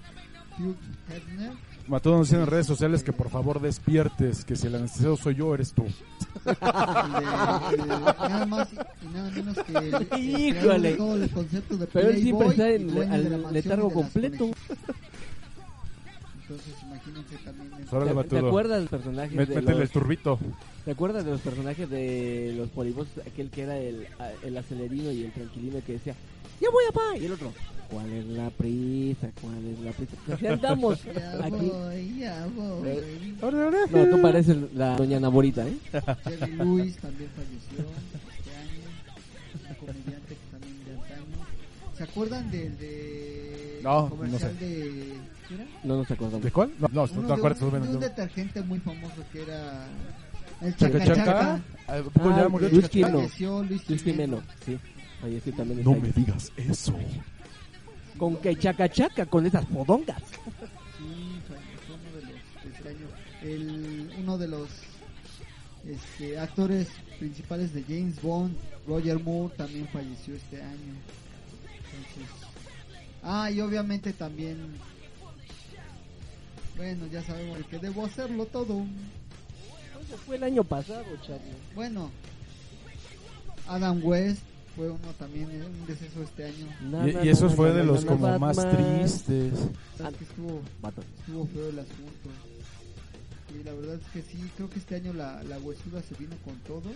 Speaker 4: Hugh Hefner,
Speaker 1: Mató nos dice en redes sociales que por favor despiertes, que si el anestesiado soy yo, eres tú. Pues
Speaker 4: el de- el de- nada más y nada menos que el, el creador
Speaker 3: Híjole.
Speaker 4: de todo el concepto de
Speaker 3: Pero él siempre
Speaker 4: Playboy
Speaker 3: está
Speaker 4: y
Speaker 3: en-
Speaker 4: dueño
Speaker 3: al
Speaker 4: de la mansión
Speaker 3: letargo
Speaker 4: y de las
Speaker 3: completo.
Speaker 4: conexión. Entonces imagínense también dentro
Speaker 1: Órale,
Speaker 3: ¿Te, te
Speaker 1: Matudo.
Speaker 3: acuerdas del personaje?
Speaker 1: Mé-
Speaker 3: de
Speaker 1: Métele
Speaker 3: los-
Speaker 1: el turbito.
Speaker 3: ¿Te acuerdas de los personajes de los polivoces? Aquel que era el, el acelerino y el tranquilino que decía, ya voy a pa, y el otro, ¿cuál es la prisa? ¿Cuál es la prisa? Así andamos
Speaker 4: Ya
Speaker 3: aquí. Eh.
Speaker 4: voy, ya voy.
Speaker 3: No, tú pareces la doña Naborita, ¿eh?
Speaker 4: Jerry Lewis también falleció este año. Un comediante que también de antaño. ¿Se acuerdan del de
Speaker 1: No,
Speaker 4: comercial
Speaker 1: no
Speaker 4: de... ¿qué era?
Speaker 3: No nos acordamos.
Speaker 1: ¿De cuál? No, no, no
Speaker 4: Uno
Speaker 1: te
Speaker 4: de
Speaker 1: acuerdas.
Speaker 4: un, de
Speaker 1: menos
Speaker 4: un
Speaker 1: yo.
Speaker 4: detergente muy famoso que era... El
Speaker 1: ¿Chaca
Speaker 4: chaca
Speaker 1: Chaca?
Speaker 4: chaca.
Speaker 1: ¿A poco
Speaker 3: Ah,
Speaker 1: ya murió
Speaker 3: Luis
Speaker 1: Chaca
Speaker 3: Quimeno.
Speaker 1: Chaca?
Speaker 4: Falleció Luis
Speaker 3: Luis
Speaker 4: Quimeno.
Speaker 3: Jimeno, sí. Falleció también.
Speaker 1: No
Speaker 3: está
Speaker 1: me
Speaker 3: ahí.
Speaker 1: digas eso.
Speaker 3: Con que chaca chaca, con esas podongas.
Speaker 4: Sí, falleció uno de los de este año. El, uno de los este, actores principales de James Bond, Roger Moore, también falleció este año. Entonces, ah, y obviamente también. Bueno, ya sabemos que debo hacerlo todo.
Speaker 3: Eso fue el año pasado, Charlie.
Speaker 4: Bueno, Adam West fue uno también, eh, un deceso este año.
Speaker 3: Na, na,
Speaker 1: Y, y
Speaker 3: na,
Speaker 1: eso
Speaker 3: na,
Speaker 1: fue
Speaker 3: na,
Speaker 1: de
Speaker 3: na,
Speaker 1: los
Speaker 3: na,
Speaker 1: como
Speaker 3: na,
Speaker 1: más
Speaker 3: Batman.
Speaker 1: tristes.
Speaker 4: Tal que estuvo,
Speaker 3: Batman.
Speaker 4: estuvo feo el asunto. Y la verdad es que sí, creo que este año la, la huesuda se vino con todo.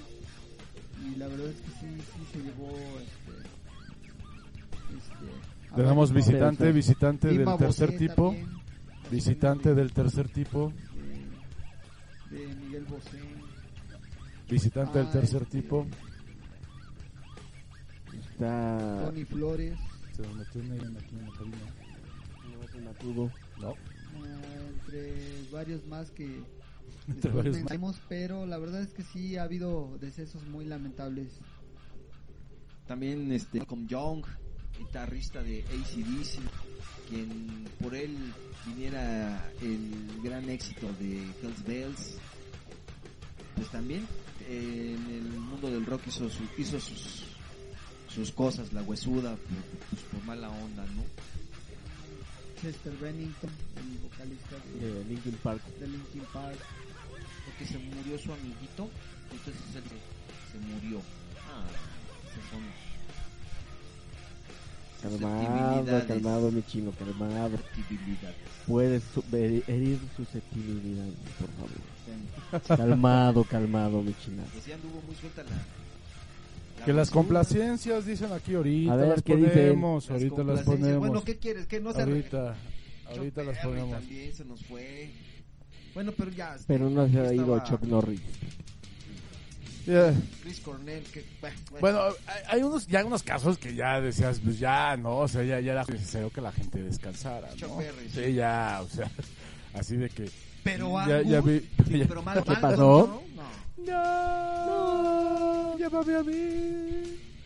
Speaker 4: Y la verdad es que sí, sí se llevó este. este a
Speaker 1: Tenemos
Speaker 4: varios-
Speaker 1: visitante,
Speaker 3: sí.
Speaker 1: visitante
Speaker 4: Viva
Speaker 1: del
Speaker 4: Bosé
Speaker 1: tercer tipo.
Speaker 4: también,
Speaker 1: Visitante del tercer tipo.
Speaker 4: de, de Miguel Bosé.
Speaker 1: Visitante del
Speaker 4: Ah,
Speaker 1: tercer
Speaker 4: este,
Speaker 1: tipo.
Speaker 3: Está.
Speaker 4: Tony Flores.
Speaker 1: Se me metió un alien aquí en la cabina. No.
Speaker 4: ah, entre varios más que
Speaker 1: Entre
Speaker 4: después
Speaker 1: varios más.
Speaker 4: mencionaremos, pero la verdad es que sí ha habido decesos muy lamentables.
Speaker 2: También este Malcolm Young, guitarrista de ACDC, quien por él viniera el gran éxito de Hells Bells. Pues también eh, en el mundo del rock hizo, su- hizo sus, sus cosas, la huesuda, por, pues, por mala onda, ¿no?
Speaker 4: Chester Bennington, el vocalista de,
Speaker 3: De Linkin Park.
Speaker 4: de Linkin Park.
Speaker 2: Porque se murió su amiguito, entonces él se, se murió. Ah, esas son
Speaker 3: Calmado,
Speaker 2: susceptibilidades.
Speaker 3: calmado, mi chino, calmado.
Speaker 2: susceptibilidades.
Speaker 3: Puedes su- herir herir susceptibilidades, por favor. Calmado, calmado, mi chino.
Speaker 2: Pues sí anduvo muy suelta la. la
Speaker 1: Que las
Speaker 2: basura.
Speaker 1: complacencias dicen aquí ahorita
Speaker 3: A ver,
Speaker 1: las
Speaker 3: ¿qué dicen?
Speaker 1: ponemos, ahorita las
Speaker 2: complacencias.
Speaker 1: ponemos.
Speaker 2: Bueno, ¿qué quieres? Que no se arregle.
Speaker 1: ahorita, ahorita
Speaker 2: Chuck
Speaker 1: las
Speaker 2: Berry
Speaker 1: ponemos.
Speaker 2: También se nos fue. Bueno, pero ya. este,
Speaker 3: Pero no se ha
Speaker 2: estaba
Speaker 3: ido Chuck Norris.
Speaker 1: Yeah.
Speaker 2: Chris Cornell, que. bah,
Speaker 1: Bueno, hay- hay unos ya unos casos que ya decías, pues ya, no, o sea, ya, ya era necesario que la gente descansara, ¿no?
Speaker 2: Chuck Berry, sí.
Speaker 1: Sí, ya, o sea, así de que
Speaker 2: Pero
Speaker 1: ya,
Speaker 2: Angus.
Speaker 1: ya vi, ya-
Speaker 2: Pero mal,
Speaker 3: ¿Qué
Speaker 2: mal,
Speaker 3: pasó?
Speaker 2: ¿no? No.
Speaker 1: no, llámame a mí.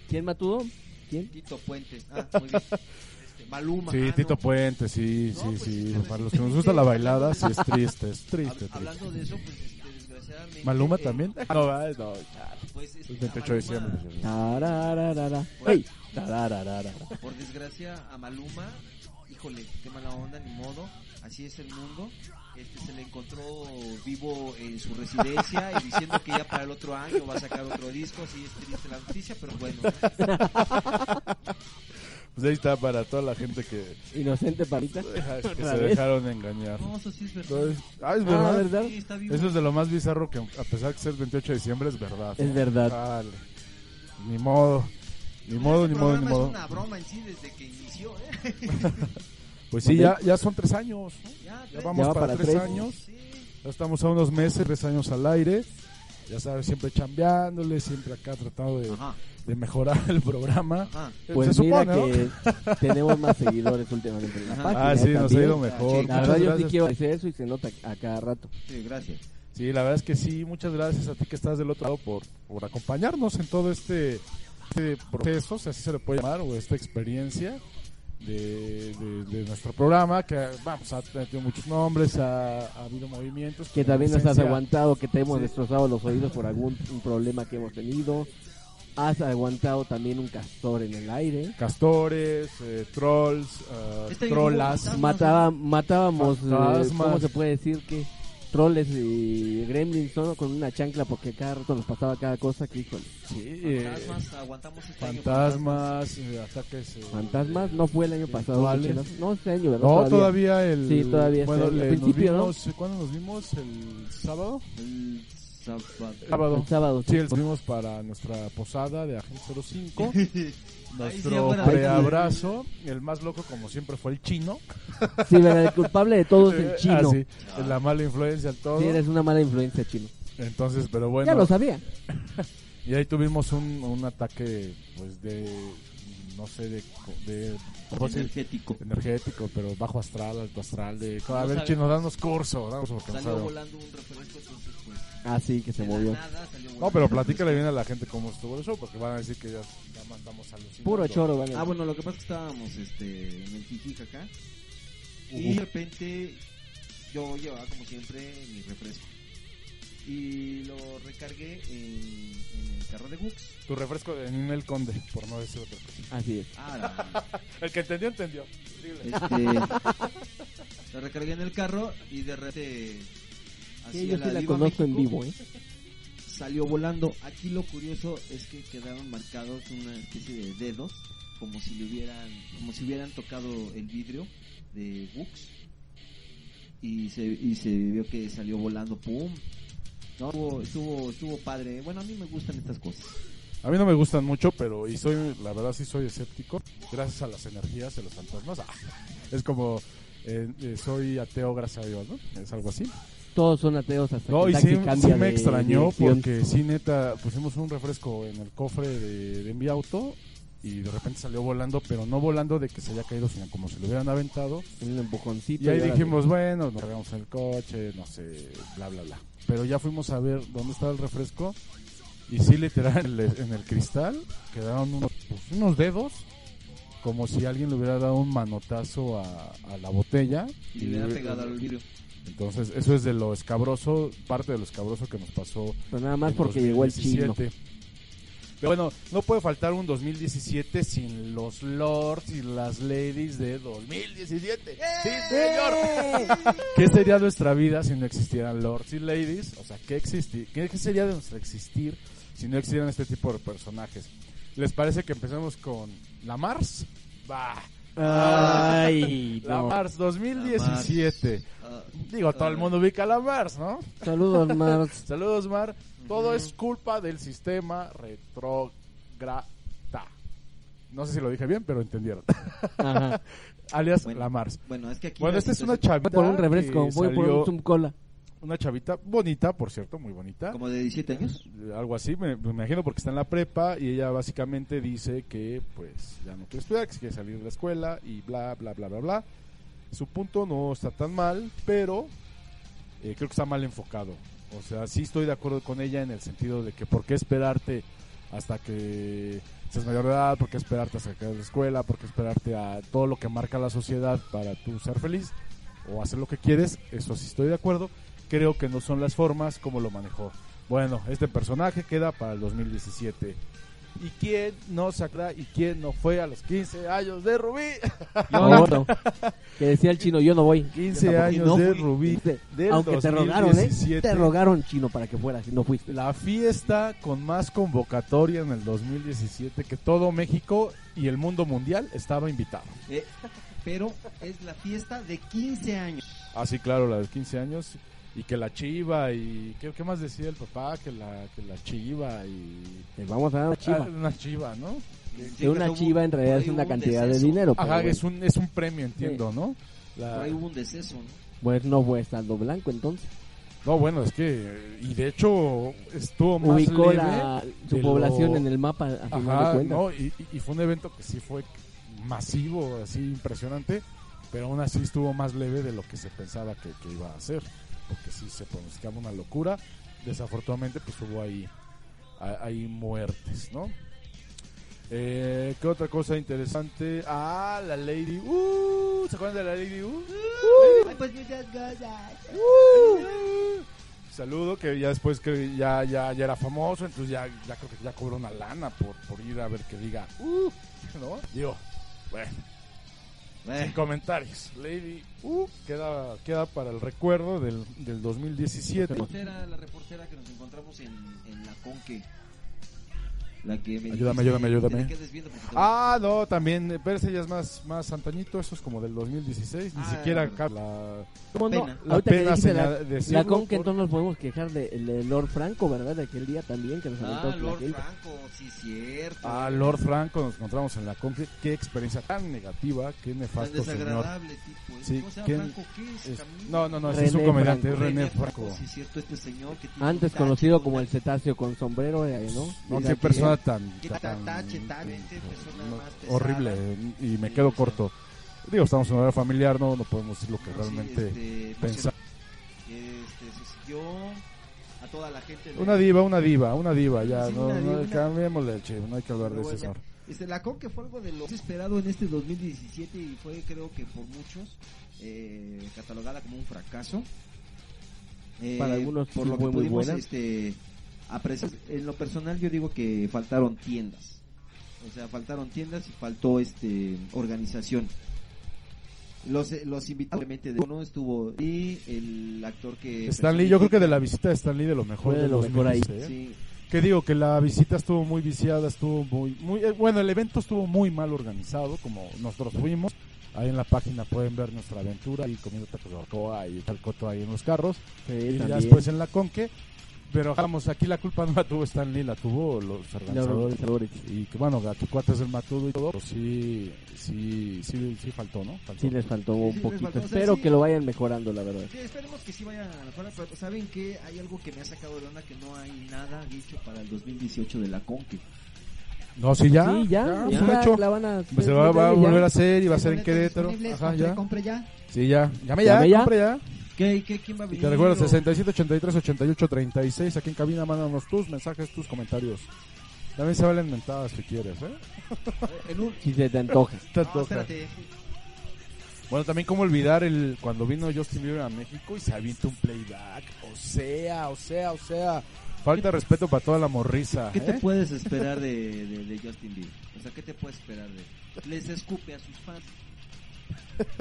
Speaker 3: ¿Quién mató? ¿Quién?
Speaker 2: Tito Puentes. Ah, muy bien. Este, Maluma.
Speaker 1: Sí,
Speaker 2: ah, no.
Speaker 1: Tito Puente, sí,
Speaker 2: No,
Speaker 1: sí,
Speaker 2: pues,
Speaker 1: sí,
Speaker 2: este,
Speaker 1: para los
Speaker 2: este,
Speaker 1: que nos gusta
Speaker 2: este,
Speaker 1: la bailada, sí es triste, es
Speaker 2: Hab-
Speaker 1: triste. triste.
Speaker 2: Hablando de eso, pues este, desgraciadamente.
Speaker 1: Maluma
Speaker 2: eh,
Speaker 1: también. No, va, no,
Speaker 2: Pues, este,
Speaker 1: el
Speaker 2: a
Speaker 1: 28 de
Speaker 2: Maluma,
Speaker 1: diciembre.
Speaker 3: Tarararara. ¡Ey! Tarararara.
Speaker 2: Por desgracia a Maluma, híjole, qué mala onda, ni modo, así es el mundo. Este se le encontró vivo en su residencia y diciendo que ya para el otro año va a sacar otro disco, así es triste la noticia, pero bueno,
Speaker 1: Pues ahí está para toda la gente que,
Speaker 3: Inocente parita.
Speaker 1: que
Speaker 3: Otra
Speaker 1: se
Speaker 3: vez.
Speaker 1: dejaron engañar.
Speaker 2: no, eso sí es verdad.
Speaker 1: Entonces, ah, es
Speaker 3: Ah,
Speaker 1: verdad.
Speaker 3: ¿verdad?
Speaker 2: Sí, está vivo.
Speaker 1: Eso es de lo más bizarro que, a pesar que es el 28 de diciembre, es verdad.
Speaker 3: Es verdad.
Speaker 1: Chale. Ni modo. Ni modo, ni
Speaker 2: Este
Speaker 1: modo, ni
Speaker 2: programa
Speaker 1: modo.
Speaker 2: Es una broma en sí desde que inició, ¿eh?
Speaker 1: Pues sí, ya, ya son tres años. ¿no?
Speaker 2: Ya,
Speaker 1: Ya
Speaker 2: tres-
Speaker 1: vamos
Speaker 3: Ya va
Speaker 1: para,
Speaker 3: para
Speaker 1: tres,
Speaker 3: tres.
Speaker 1: años.
Speaker 2: Sí,
Speaker 1: Ya estamos a unos meses, tres años al aire. Ya sabes, siempre chambeándole, siempre acá tratando de,
Speaker 2: ajá,
Speaker 1: de mejorar el programa.
Speaker 2: ajá.
Speaker 1: Se
Speaker 3: Pues mira
Speaker 1: supone, ¿no?
Speaker 3: que tenemos más seguidores últimamente en la
Speaker 2: Ajá.
Speaker 3: página.
Speaker 1: Ah, sí, nos ha
Speaker 3: también.
Speaker 1: ido mejor.
Speaker 2: Sí,
Speaker 3: La
Speaker 1: Muchas
Speaker 3: verdad, yo sí
Speaker 1: gracias.
Speaker 3: quiero hacer eso y se nota a cada rato.
Speaker 2: Sí, gracias.
Speaker 1: Sí, la verdad es que sí, muchas gracias a ti que estás del otro lado por, por acompañarnos en todo este, este proceso, si así se le puede llamar, o esta experiencia de, de- de nuestro programa, que vamos, ha tenido muchos nombres, ha, ha habido movimientos.
Speaker 3: Que también nos has
Speaker 1: presencia.
Speaker 3: aguantado, que te hemos
Speaker 1: Sí.
Speaker 3: destrozado los oídos por algún un problema que hemos tenido. Has aguantado también un castor en el aire.
Speaker 1: Castores, eh, trolls, ah,
Speaker 2: Este
Speaker 1: trolas.
Speaker 2: dibujo,
Speaker 3: Mataba, matábamos, eh,
Speaker 1: Fantasmas.
Speaker 3: ¿cómo se puede decir que? Troles y gremlins solo con una chancla porque cada rato nos pasaba cada cosa que híjole.
Speaker 1: Sí, eh,
Speaker 2: Fantasmas, aguantamos este año,
Speaker 1: fantasmas, eh, ataques. eh,
Speaker 3: ¿Fantasmas? No fue el año pasado.
Speaker 1: ¿Cuáles?
Speaker 3: Michelazo. No, este año, ¿verdad?
Speaker 1: No, todavía el.
Speaker 3: Sí, todavía está
Speaker 1: Bueno,
Speaker 3: al
Speaker 1: le- nos
Speaker 3: principio, ¿no?
Speaker 1: vimos, ¿Cuándo nos vimos? ¿El sábado?
Speaker 2: El sábado.
Speaker 1: Sábado.
Speaker 3: El sábado.
Speaker 1: Sí, el fuimos para nuestra posada de Agente 05.
Speaker 2: sí,
Speaker 1: Nuestro
Speaker 2: afuera.
Speaker 1: preabrazo. El más loco, como siempre, fue el chino.
Speaker 3: Sí, verdad, el culpable de todo es el
Speaker 1: Eh,
Speaker 3: chino.
Speaker 1: ah, sí, La mala influencia, todo.
Speaker 3: Sí, eres una mala influencia, chino.
Speaker 1: Entonces, pero bueno.
Speaker 3: Ya lo sabía.
Speaker 1: Y ahí tuvimos un, un ataque, pues, de no sé, de... de
Speaker 2: energético.
Speaker 1: energético, pero bajo astral, alto astral, de... a ver,
Speaker 2: sabe.
Speaker 1: chino, danos curso, danos porque no
Speaker 2: Salió
Speaker 1: sabemos.
Speaker 2: volando un refresco, entonces pues...
Speaker 3: Así Ah, que se
Speaker 2: de la
Speaker 3: movió.
Speaker 2: nada salió volando
Speaker 1: No, pero
Speaker 2: un
Speaker 1: platícale bien a la gente cómo estuvo el show, porque van a decir que ya, ya más estamos alucinando.
Speaker 3: Puro choro, vale.
Speaker 2: Ah, bueno, lo que pasa es que estábamos este, en el Jijic acá. Y de repente yo llevaba como siempre mi refresco. Y lo recargué en, en el carro de Gux.
Speaker 1: Tu refresco de Ninel Conde, por no decir otra cosa.
Speaker 3: Así es.
Speaker 2: Ah,
Speaker 1: El que entendió, entendió. Dile.
Speaker 2: este, lo recargué en el carro y de repente
Speaker 3: Sí,
Speaker 2: hacía
Speaker 3: yo sí la
Speaker 2: Diva
Speaker 3: conozco en
Speaker 2: México,
Speaker 3: vivo, ¿eh?
Speaker 2: Salió volando. Aquí lo curioso es que quedaron marcados una especie de dedos, como si le hubieran, como si hubieran tocado el vidrio de Gux. y se, y se vio que salió volando, ¡pum! No, estuvo, estuvo, estuvo padre. ¿eh? Bueno, a mí me gustan estas cosas.
Speaker 1: A mí no me gustan mucho, pero y soy, la verdad sí soy escéptico, gracias a las energías de los fantasmas. Ah, es como, eh, eh, soy ateo gracias a Dios, ¿no? Es algo así.
Speaker 3: Todos son ateos hasta
Speaker 1: No,
Speaker 3: que
Speaker 1: y
Speaker 3: Taxi
Speaker 1: sí,
Speaker 3: cambia
Speaker 1: sí me
Speaker 3: de
Speaker 1: extrañó
Speaker 3: dirección.
Speaker 1: porque sí, neta, pusimos un refresco en el cofre de, de mi auto y de repente salió volando, pero no volando de que se haya caído, sino como si lo hubieran aventado.
Speaker 3: Un empujoncito.
Speaker 1: Y ahí
Speaker 3: ahora-
Speaker 1: dijimos, bueno, nos cargamos el coche, no sé, bla, bla, bla. Pero ya fuimos a ver dónde estaba el refresco. Y sí, literal, en el- en el cristal quedaron unos, pues, unos dedos, como si alguien le hubiera dado un manotazo a, a la botella.
Speaker 2: Y le hubiera pegado al vidrio.
Speaker 1: Entonces, eso es de lo escabroso, parte de lo escabroso que nos pasó
Speaker 3: Pero nada más
Speaker 1: en
Speaker 3: porque llegó el chino.
Speaker 1: 2017. Pero bueno, no puede faltar un 2017 sin los lords y las ladies de 2017. ¡Sí, señor! ¿Qué sería nuestra vida si no existieran lords y ladies? O sea, ¿qué, existi qué, qué sería de nuestro existir si no existieran este tipo de personajes? ¿Les parece que empecemos con la Mars? Bah,
Speaker 3: Ay,
Speaker 1: la
Speaker 3: no.
Speaker 1: Mars 2017.
Speaker 2: Ah,
Speaker 1: Digo, todo el mundo ubica a la Mars, ¿no?
Speaker 3: Saludos, Mars.
Speaker 1: Saludos, Mar. Todo es culpa del sistema retrógrata. No sé si lo dije bien, pero entendieron.
Speaker 3: Ajá.
Speaker 1: Alias
Speaker 2: Bueno.
Speaker 1: la Mars.
Speaker 2: bueno, es que aquí...
Speaker 1: Bueno,
Speaker 2: la
Speaker 1: esta es una
Speaker 2: situación-
Speaker 1: chavita.
Speaker 3: Voy por un refresco,
Speaker 1: que
Speaker 3: voy por
Speaker 1: salió-
Speaker 3: un Zoom Cola.
Speaker 1: Una chavita bonita, por cierto, muy bonita.
Speaker 2: Como de 17 años.
Speaker 1: Algo así, me, me imagino, porque está en la prepa y ella básicamente dice que, pues, ya no quiere estudiar, que se quiere salir de la escuela y bla, bla, bla, bla, bla. Su punto no está tan mal, pero eh, creo que está mal enfocado. O sea, sí estoy de acuerdo con ella en el sentido de que por qué esperarte hasta que seas mayor de edad, por qué esperarte hasta que acabes la escuela, por qué esperarte a todo lo que marca la sociedad para tú ser feliz o hacer lo que quieres, eso sí estoy de acuerdo. Creo que no son las formas como lo manejó. Bueno, este personaje queda para el 2017. ¿Y quién no sacará y quién no fue a los 15 años de Rubí?
Speaker 3: No, no. Que decía el chino, yo no voy.
Speaker 1: 15
Speaker 2: tampoco-
Speaker 1: años
Speaker 2: no
Speaker 1: de
Speaker 2: fui.
Speaker 1: Rubí.
Speaker 3: Dice,
Speaker 1: del
Speaker 3: Aunque te rogaron, ¿eh?
Speaker 1: 2017.
Speaker 3: Te rogaron, chino, para que fueras y no fuiste.
Speaker 1: La fiesta con más convocatoria en el 2017 que todo México y el mundo mundial estaba invitado.
Speaker 2: Eh, pero es la fiesta de 15 años.
Speaker 1: Ah, sí, claro, la de 15 años. Y que la chiva y... ¿Qué, qué más decía el papá? Que la, que la chiva y...
Speaker 3: Te vamos a dar una
Speaker 1: Ah,
Speaker 3: chiva.
Speaker 1: una chiva, ¿no?
Speaker 3: Que una chiva en realidad es una cantidad de dinero. pero
Speaker 1: Ajá,
Speaker 3: bueno.
Speaker 1: es un, es un premio, entiendo, ¿no? La-
Speaker 2: Ahí hubo un deceso, ¿no?
Speaker 3: Pues no fue saldo blanco entonces.
Speaker 1: No, bueno, es que... eh, Y de hecho estuvo más
Speaker 3: Ubicó
Speaker 1: leve.
Speaker 3: la- su
Speaker 1: de
Speaker 3: población
Speaker 1: lo-
Speaker 3: en el mapa a final de
Speaker 1: Ajá,
Speaker 3: cuentas.
Speaker 1: no, y, y- y fue un evento que sí fue masivo, así impresionante, pero aún así estuvo más leve de lo que se pensaba que, que iba a ser, porque sí se pronosticaba una locura. Desafortunadamente, pues hubo ahí, a- ahí muertes, ¿no? Eh, ¿Qué otra cosa interesante? Ah, la Lady Uh, ¿se acuerdan de la Lady Uh?
Speaker 2: Ay, pues muchas cosas.
Speaker 1: Saludo que ya después que ya ya, ya era famoso, entonces ya, ya creo que ya cobró una lana por, por ir a ver que diga, uh, ¿no? Digo, bueno, sin
Speaker 2: Eh,
Speaker 1: comentarios. Lady uh, queda queda para el recuerdo del, del 2017.
Speaker 2: reportera, la reportera que nos encontramos en, en la Conque. La que me
Speaker 1: Ayúdame,
Speaker 2: dijiste,
Speaker 1: ayúdame, ayúdame.
Speaker 2: te la quedes viendo porque te-
Speaker 1: Ah, no, también, eh, pero ese ya es más, más antañito, eso es como del 2016, ni
Speaker 2: Ah,
Speaker 1: siquiera
Speaker 2: bueno.
Speaker 1: acá la,
Speaker 3: ¿Cómo no?
Speaker 2: pena.
Speaker 1: la
Speaker 3: Ahorita que
Speaker 1: pena
Speaker 3: dijiste
Speaker 1: señal-
Speaker 3: la,
Speaker 1: decirlo
Speaker 3: la con que
Speaker 1: por-
Speaker 3: entonces nos podemos quejar de, de Lord Franco, ¿verdad? De aquel día también que nos aventó
Speaker 2: Ah,
Speaker 3: la
Speaker 2: Lord
Speaker 3: gente.
Speaker 2: Franco, sí, cierto.
Speaker 1: A Ah, Lord Franco nos encontramos en la confe. Qué experiencia tan negativa, qué
Speaker 2: Tan
Speaker 1: nefasto señor.
Speaker 2: desagradable tipo. ¿eh?
Speaker 1: Sí,
Speaker 2: ¿Cómo se llama
Speaker 1: ¿quién
Speaker 2: Franco? ¿Qué es?
Speaker 1: Es-
Speaker 2: Camilo.
Speaker 1: no, no, no, ese
Speaker 3: René
Speaker 1: es un comediante, es
Speaker 3: Franco.
Speaker 1: René Franco.
Speaker 2: Sí, cierto, este señor que tiene
Speaker 3: Antes
Speaker 2: un tacho,
Speaker 3: conocido como el
Speaker 2: una-
Speaker 3: cetáceo con sombrero, eh, ¿no?
Speaker 1: No,
Speaker 3: Dice
Speaker 1: qué
Speaker 3: aquí, eh.
Speaker 1: persona nada tan,
Speaker 2: Que
Speaker 1: tan-
Speaker 2: ta- tache, tache, empezó nada más pesada.
Speaker 1: horrible eh, y me
Speaker 2: Sí,
Speaker 1: quedo
Speaker 2: sí.
Speaker 1: corto. Digo, estamos en una hora familiar, no, no podemos decir lo que
Speaker 2: No, sí,
Speaker 1: realmente
Speaker 2: este, pues,
Speaker 1: pensamos.
Speaker 2: este, se siguió a toda la gente. le-
Speaker 1: Una diva, una diva, una diva, ya,
Speaker 2: Sí,
Speaker 1: no,
Speaker 2: una
Speaker 1: no,
Speaker 2: diva, una-
Speaker 1: cambiémosle el chip, no hay que hablar de
Speaker 2: Pero
Speaker 1: ese
Speaker 2: bueno,
Speaker 1: señor.
Speaker 2: Este, la CONCACAF fue algo de lo más esperado en este 2017 y fue, creo que por muchos, eh, catalogada como un fracaso. Eh,
Speaker 3: Para algunos
Speaker 2: por
Speaker 3: sí
Speaker 2: lo que
Speaker 3: fue muy
Speaker 2: pudimos,
Speaker 3: buena.
Speaker 2: este, apreciar. En lo personal, yo digo que faltaron tiendas. O sea, faltaron tiendas y faltó este organización. Los, eh, los invitados, obviamente, de uno estuvo y el actor que.
Speaker 1: Stanley, yo creo que de la visita de Stanley de lo mejor
Speaker 3: Fue de
Speaker 1: del
Speaker 3: lo mejor ahí.
Speaker 1: 2015, ¿eh?
Speaker 2: Sí,
Speaker 1: Que digo que la visita estuvo muy viciada, estuvo muy, muy eh, bueno, el evento estuvo muy mal organizado, como nosotros fuimos. Ahí en la página pueden ver nuestra aventura y comiendo tacos de barbacoa y tal coto ahí en los carros.
Speaker 3: Sí,
Speaker 1: y ya
Speaker 3: también.
Speaker 1: después en la conque. Pero vamos, aquí la culpa no la tuvo Stanley, la tuvo los
Speaker 3: Los
Speaker 1: organizadores.
Speaker 3: organizadores.
Speaker 1: Y que bueno, Gatucuata es el matudo y todo, pero sí, sí, sí, sí faltó, ¿no? Faltó.
Speaker 3: Sí les faltó un
Speaker 2: sí les
Speaker 3: poquito.
Speaker 2: faltó, o sea,
Speaker 3: Espero
Speaker 2: sí.
Speaker 3: que lo vayan mejorando, la verdad.
Speaker 2: Sí, esperemos que sí vayan a la fuera, pero ¿saben que Hay algo que me ha sacado de onda que no hay nada dicho para el 2018 de la CONCACAF.
Speaker 1: No, sí, ya.
Speaker 3: sí, ya.
Speaker 1: ya,
Speaker 3: ya
Speaker 1: fue un hecho.
Speaker 3: La van a,
Speaker 1: Pues se va, va a
Speaker 3: ya.
Speaker 1: volver a hacer y va a ser en
Speaker 4: Boletos
Speaker 1: Querétaro.
Speaker 4: disponibles,
Speaker 1: Ajá,
Speaker 4: compre,
Speaker 1: ya.
Speaker 4: compre ya.
Speaker 1: Sí, ya. Llame ya,
Speaker 3: Llame ya.
Speaker 1: compre ya.
Speaker 2: ¿Qué, qué, quién va a venir?
Speaker 1: Te recuerdo,
Speaker 2: ¿O-
Speaker 1: 67 83 88 36. Aquí en cabina, mándanos tus mensajes, tus comentarios. También se valen mentadas si quieres, ¿eh?
Speaker 2: en un-
Speaker 3: Si se te antoja.
Speaker 1: Te
Speaker 2: No,
Speaker 1: toca.
Speaker 2: espérate.
Speaker 1: Bueno, también cómo olvidar el cuando vino Justin Bieber a México y se avienta un playback. O sea, o sea, o sea. Falta de respeto para toda la morrisa.
Speaker 2: ¿Qué te
Speaker 1: ¿eh?
Speaker 2: puedes esperar de, de- de Justin Bieber? O sea, ¿qué te puedes esperar de él? Les escupe a sus fans.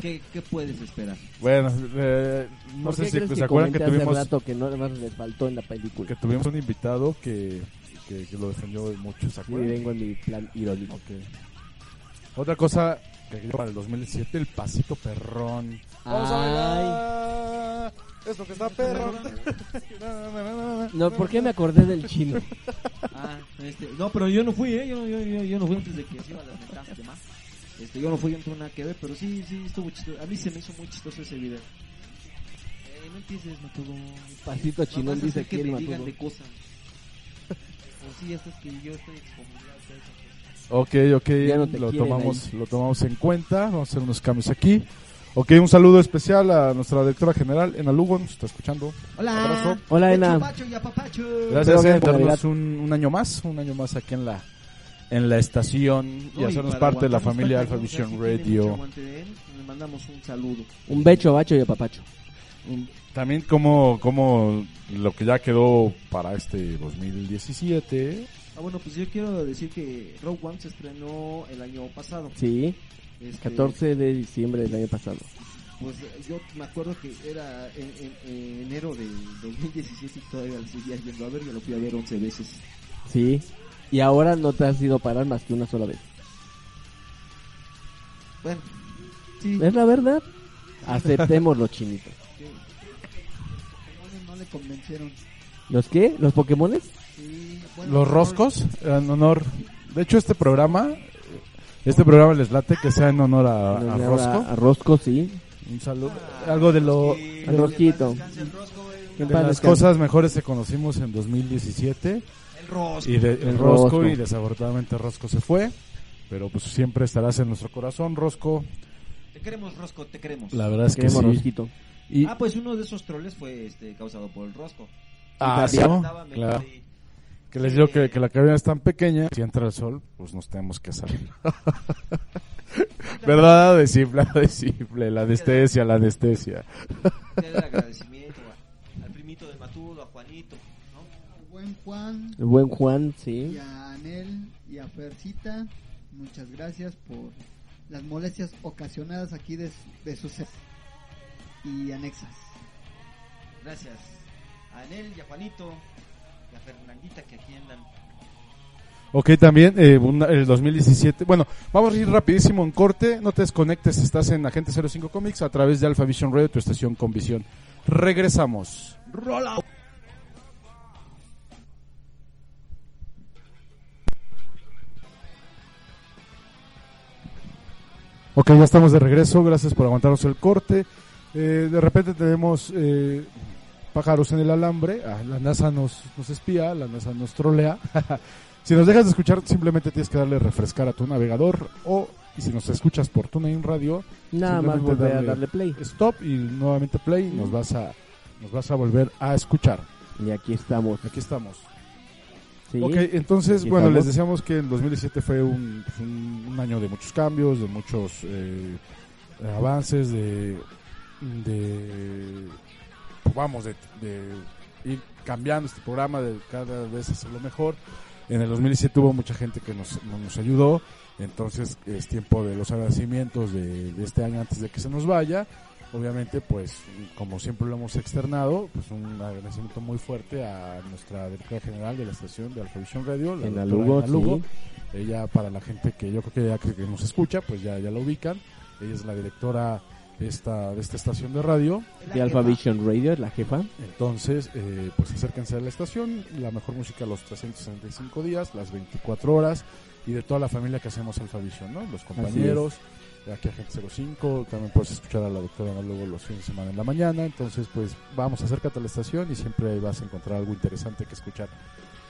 Speaker 2: ¿Qué, qué puedes esperar?
Speaker 1: Bueno, eh, no
Speaker 3: ¿Por
Speaker 1: sé
Speaker 3: qué
Speaker 1: si
Speaker 3: crees
Speaker 1: se acuerdan que
Speaker 3: comenté hace
Speaker 1: tuvimos,
Speaker 3: rato que no nada más les faltó en la película.
Speaker 1: que tuvimos un invitado que, que, que lo defendió mucho, ¿se
Speaker 3: Sí,
Speaker 1: acuerdan?
Speaker 3: vengo en mi plan irónico.
Speaker 1: Ok. Otra cosa que creo para el 2007, el pasito perrón. Vamos a bailar. Esto que está perro.
Speaker 3: No, ¿por qué me acordé del chino?
Speaker 2: Ah, este, no, pero yo no fui, ¿eh? Yo, yo, yo, yo no fui antes de que se iban las mentadas y demás. Este, yo no fui, yo no tuve nada que ver, pero sí, sí, estuvo chistoso. A mí se me hizo muy chistoso ese video. Eh, no empieces, Matudo.
Speaker 3: Pasito chinón
Speaker 2: Nomás hacer
Speaker 3: dice
Speaker 2: que
Speaker 3: quién
Speaker 2: me
Speaker 3: mató.
Speaker 2: digan de cosas. O sí, esto es que yo estoy excomulgado. todo
Speaker 1: Ok,
Speaker 2: eso.
Speaker 1: ok,
Speaker 3: Ya no te
Speaker 1: lo,
Speaker 3: quieren
Speaker 1: tomamos, lo tomamos en cuenta. Vamos a hacer unos cambios aquí. Ok, un saludo especial a nuestra directora general, Ena Lugo, nos está escuchando.
Speaker 2: Hola.
Speaker 1: Abrazo.
Speaker 3: Hola,
Speaker 2: De
Speaker 3: Ena.
Speaker 2: chupacho y apapacho.
Speaker 1: Gracias
Speaker 3: Espero
Speaker 1: por
Speaker 3: que
Speaker 1: darnos un, un año más, un año más aquí en la en la estación y
Speaker 2: No,
Speaker 1: hacernos
Speaker 2: para
Speaker 1: parte de la
Speaker 2: aguantarnos
Speaker 1: familia Alpha
Speaker 2: tanto, o sea,
Speaker 1: Vision
Speaker 2: si tiene mucho
Speaker 1: Radio.
Speaker 2: aguante de él, Le mandamos un saludo.
Speaker 3: Un becho, bacho y apapacho.
Speaker 1: Un- También como, como lo que ya quedó para este 2017.
Speaker 2: Ah, bueno, pues yo quiero decir que Rogue One se estrenó el año pasado.
Speaker 3: Sí,
Speaker 2: Este,
Speaker 3: 14 de diciembre del año pasado.
Speaker 2: Pues eh, yo me acuerdo que era en, en- en enero del 2017 y todavía lo seguía yendo a ver. Yo lo fui a ver 11 veces.
Speaker 3: Sí. Y ahora no te has ido a parar más que una sola vez.
Speaker 2: Bueno, sí.
Speaker 1: ¿Eh?
Speaker 3: ¿Es la verdad? Aceptemos los chinitos.
Speaker 2: que-
Speaker 4: Bueno, No le convencieron.
Speaker 3: ¿Los qué? ¿Los Pokémones?
Speaker 4: Sí, bueno,
Speaker 1: Los
Speaker 4: por-
Speaker 1: roscos, en honor. De hecho, este programa, este programa les late que sea en honor a, a
Speaker 3: Los de ahora-
Speaker 1: Rosco.
Speaker 3: A Rosco, sí.
Speaker 1: Un saludo. Algo de lo.
Speaker 2: Sí,
Speaker 3: el rosquito.
Speaker 2: que paz descanse el rosco, güey.
Speaker 1: De
Speaker 3: Para
Speaker 1: las
Speaker 3: descansar.
Speaker 1: cosas mejores que conocimos en 2017.
Speaker 2: El rosco.
Speaker 1: Y de, el
Speaker 3: El
Speaker 1: Rosco,
Speaker 3: Rosco.
Speaker 1: y desafortunadamente Rosco se fue. Pero pues siempre estarás en nuestro corazón, Rosco.
Speaker 2: Te queremos, Rosco, te queremos.
Speaker 1: La verdad es que
Speaker 3: Queremos
Speaker 1: sí.
Speaker 3: Rosquito.
Speaker 1: Y,
Speaker 2: Ah, pues uno de esos troles fue este, causado por el rosco.
Speaker 1: ah,
Speaker 2: Sí,
Speaker 1: ¿sí?
Speaker 2: andaba metido
Speaker 1: Claro.
Speaker 2: ahí.
Speaker 1: Que les digo que, que la cabina es tan pequeña, si entra el sol, pues nos tenemos que salir. ¿Verdad? De simple, de simple, la anestesia, la anestesia.
Speaker 2: el agradecimiento a- al primito de Matudo, a Juanito, ¿no?
Speaker 4: al Buen Juan
Speaker 3: El buen Juan,
Speaker 4: y
Speaker 3: sí.
Speaker 4: a Anel y a Fercita. Muchas gracias por las molestias ocasionadas aquí de, de sus y anexas.
Speaker 2: Gracias a Anel y a Juanito y a Fernandita que aquí andan.
Speaker 1: Ok, también eh, una- el 2017. Bueno, vamos a ir rapidísimo en corte. No te desconectes, estás en Agente 05 Comics a través de Alpha Vision Radio, tu estación con visión. Regresamos.
Speaker 2: ¡Rola!
Speaker 1: Ok, ya estamos de regreso. Gracias por aguantarnos el corte. Eh, de repente tenemos eh, pájaros en el alambre, ah, la NASA nos, nos espía, la NASA nos trolea. si nos dejas de escuchar, simplemente tienes que darle refrescar a tu navegador o y si nos escuchas por TuneIn Radio,
Speaker 3: Nada más
Speaker 1: Simplemente
Speaker 3: volver a
Speaker 1: darle-
Speaker 3: darle play.
Speaker 1: stop y nuevamente play, nos vas a nos vas a volver a escuchar.
Speaker 3: Y aquí estamos.
Speaker 1: Aquí estamos.
Speaker 3: Sí.
Speaker 1: Ok, entonces,
Speaker 3: Aquí
Speaker 1: bueno,
Speaker 3: estamos.
Speaker 1: les decíamos que el 2017 fue un, pues, un, un año de muchos cambios, de muchos eh, avances, de, de pues, vamos, de, de ir cambiando este programa, de cada vez hacerlo mejor. En el 2017 hubo mucha gente que nos, nos ayudó, entonces es tiempo de los agradecimientos de, de este año antes de que se nos vaya. Obviamente, pues, como siempre lo hemos externado, pues un agradecimiento muy fuerte a nuestra directora general de la estación de Alfavisión Radio, la
Speaker 3: En la
Speaker 1: doctora
Speaker 3: Lugo,
Speaker 1: Ana Lugo. Ella, para la gente que yo creo que ya que que nos escucha, pues ya, ya la ubican. Ella es la directora esta, de esta estación de radio.
Speaker 3: sí. De Alpha Vision Radio, es la jefa.
Speaker 1: Entonces, eh, pues acérquense a la estación, la mejor música los 365 días, las 24 horas, y de toda la familia que hacemos Alphavisión, ¿no? Los compañeros, de aquí a Gente 05, también puedes escuchar a la doctora Ana luego los fines de semana en la mañana, entonces pues vamos, acércate a la estación y siempre ahí vas a encontrar algo interesante que escuchar.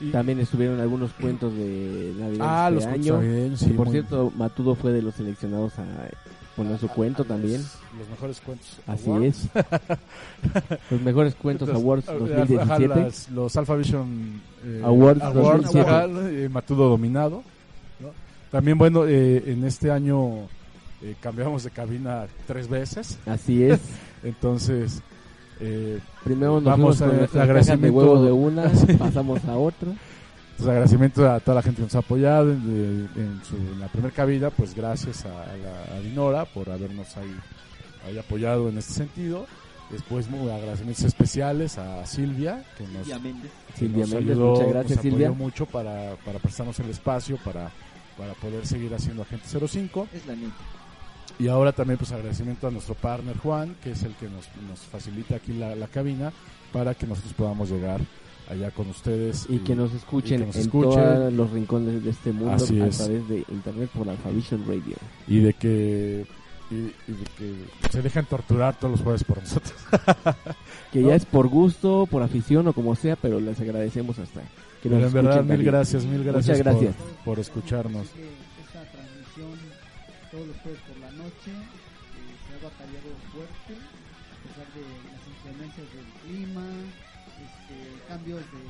Speaker 1: Y-
Speaker 3: También estuvieron algunos cuentos de Navidad.
Speaker 1: ah,
Speaker 3: de
Speaker 1: los
Speaker 3: este
Speaker 1: cuentos
Speaker 3: año.
Speaker 1: navideños, sí,
Speaker 3: Por
Speaker 1: muy-
Speaker 3: cierto, Matudo fue de los seleccionados a poner su
Speaker 1: a- a-
Speaker 3: cuento
Speaker 1: a
Speaker 3: también.
Speaker 1: Ah, Los, los mejores cuentos.
Speaker 3: Así
Speaker 1: Awards.
Speaker 3: es. Los mejores cuentos
Speaker 1: Los-
Speaker 3: Awards
Speaker 1: ah,
Speaker 3: 2017.
Speaker 1: ajá, las- los Alpha Vision eh,
Speaker 3: Awards
Speaker 1: Awards,
Speaker 3: 2017.
Speaker 1: ajá, eh, Matudo dominado. ¿no? También, bueno, eh, en este año eh, cambiamos de cabina tres veces.
Speaker 3: Así es.
Speaker 1: Entonces, eh,
Speaker 3: Primero nos
Speaker 1: Vamos
Speaker 3: fuimos
Speaker 1: a-
Speaker 3: con nuestras
Speaker 1: agradecimiento.
Speaker 3: cajas de huevo de una, pasamos a otra.
Speaker 1: pues, agradecimiento a toda la gente que nos ha apoyado en, de- en su- en la primera cabina. Pues gracias a, a la, a Dinora por habernos ahí, ahí apoyado en este sentido. Después, muy agradecimientos especiales a Silvia, que nos,
Speaker 2: Y a Méndez.
Speaker 1: que
Speaker 3: Silvia
Speaker 1: nos
Speaker 3: Méndez,
Speaker 1: ayudó,
Speaker 3: muchas
Speaker 1: nos
Speaker 3: gracias
Speaker 1: apoyó
Speaker 3: Silvia.
Speaker 1: mucho para, para prestarnos el espacio, para, para poder seguir haciendo Agente 05.
Speaker 2: Es la neta.
Speaker 1: Y ahora también pues agradecimiento a nuestro partner Juan, que es el que nos, nos facilita aquí la, la cabina para que nosotros podamos llegar allá con ustedes.
Speaker 3: Y que nos
Speaker 1: y que
Speaker 3: escuchen
Speaker 1: nos
Speaker 3: en
Speaker 1: escuchen.
Speaker 3: todos los rincones de este mundo
Speaker 1: Así
Speaker 3: a
Speaker 1: es.
Speaker 3: través de internet por Alphavision Radio.
Speaker 1: y de que... Y, y de que se dejen torturar todos los jueves por nosotros.
Speaker 3: Que ya es por gusto, por afición o como sea, pero les agradecemos hasta que
Speaker 1: Pero
Speaker 3: nos
Speaker 1: en verdad,
Speaker 3: escuchen
Speaker 1: mil
Speaker 3: también.
Speaker 1: gracias, mil gracias.
Speaker 3: Muchas
Speaker 1: por-
Speaker 3: gracias.
Speaker 1: por escucharnos.
Speaker 4: Así que Esta transmisión todos los jueves por la noche eh, se ha batallado fuerte, a pesar de las inclemencias del clima, este, cambios de,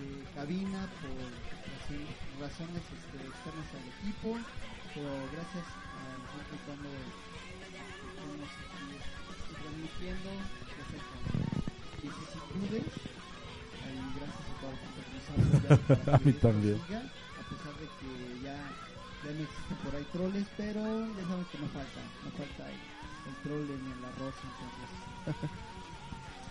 Speaker 4: de cabina por razón- razones este, externas al equipo, pero gracias al siempre y cuando estamos aquí este, transmitiendo, gracias a las vicisitudes, y gracias a todos los supervisores ya
Speaker 1: A mí
Speaker 4: para que
Speaker 1: también.
Speaker 4: esto siga, a pesar de que ya, ya no existen por ahí troles, pero ya sabemos que no falta, no falta el, el troll en el arroz, entonces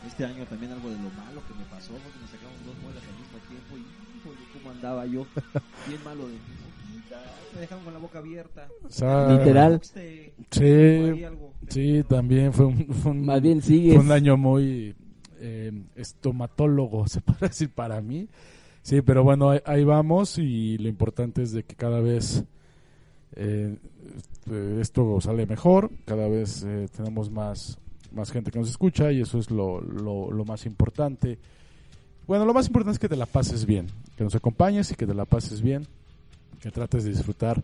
Speaker 2: Este año también algo de lo malo que me pasó, porque nos sacamos dos muelas al mismo tiempo y híjole, cómo andaba yo. Bien malo de mi boquita. Me dejaron con la boca abierta.
Speaker 1: O sea,
Speaker 3: Literal.
Speaker 2: Este, por ahí
Speaker 1: Sí,
Speaker 2: algo.
Speaker 1: Eh, sí, también fue un, fue un-
Speaker 3: Más bien
Speaker 1: Fue
Speaker 3: sigues.
Speaker 1: un año muy eh, estomatólogo, se puede decir para mí. Sí, pero bueno, ahí, ahí vamos y lo importante es de que cada vez eh, eh, esto sale mejor, cada vez eh, tenemos más, más gente que nos escucha y eso es lo, lo, lo más importante. Bueno, lo más importante es que te la pases bien, que nos acompañes y que te la pases bien, que trates de disfrutar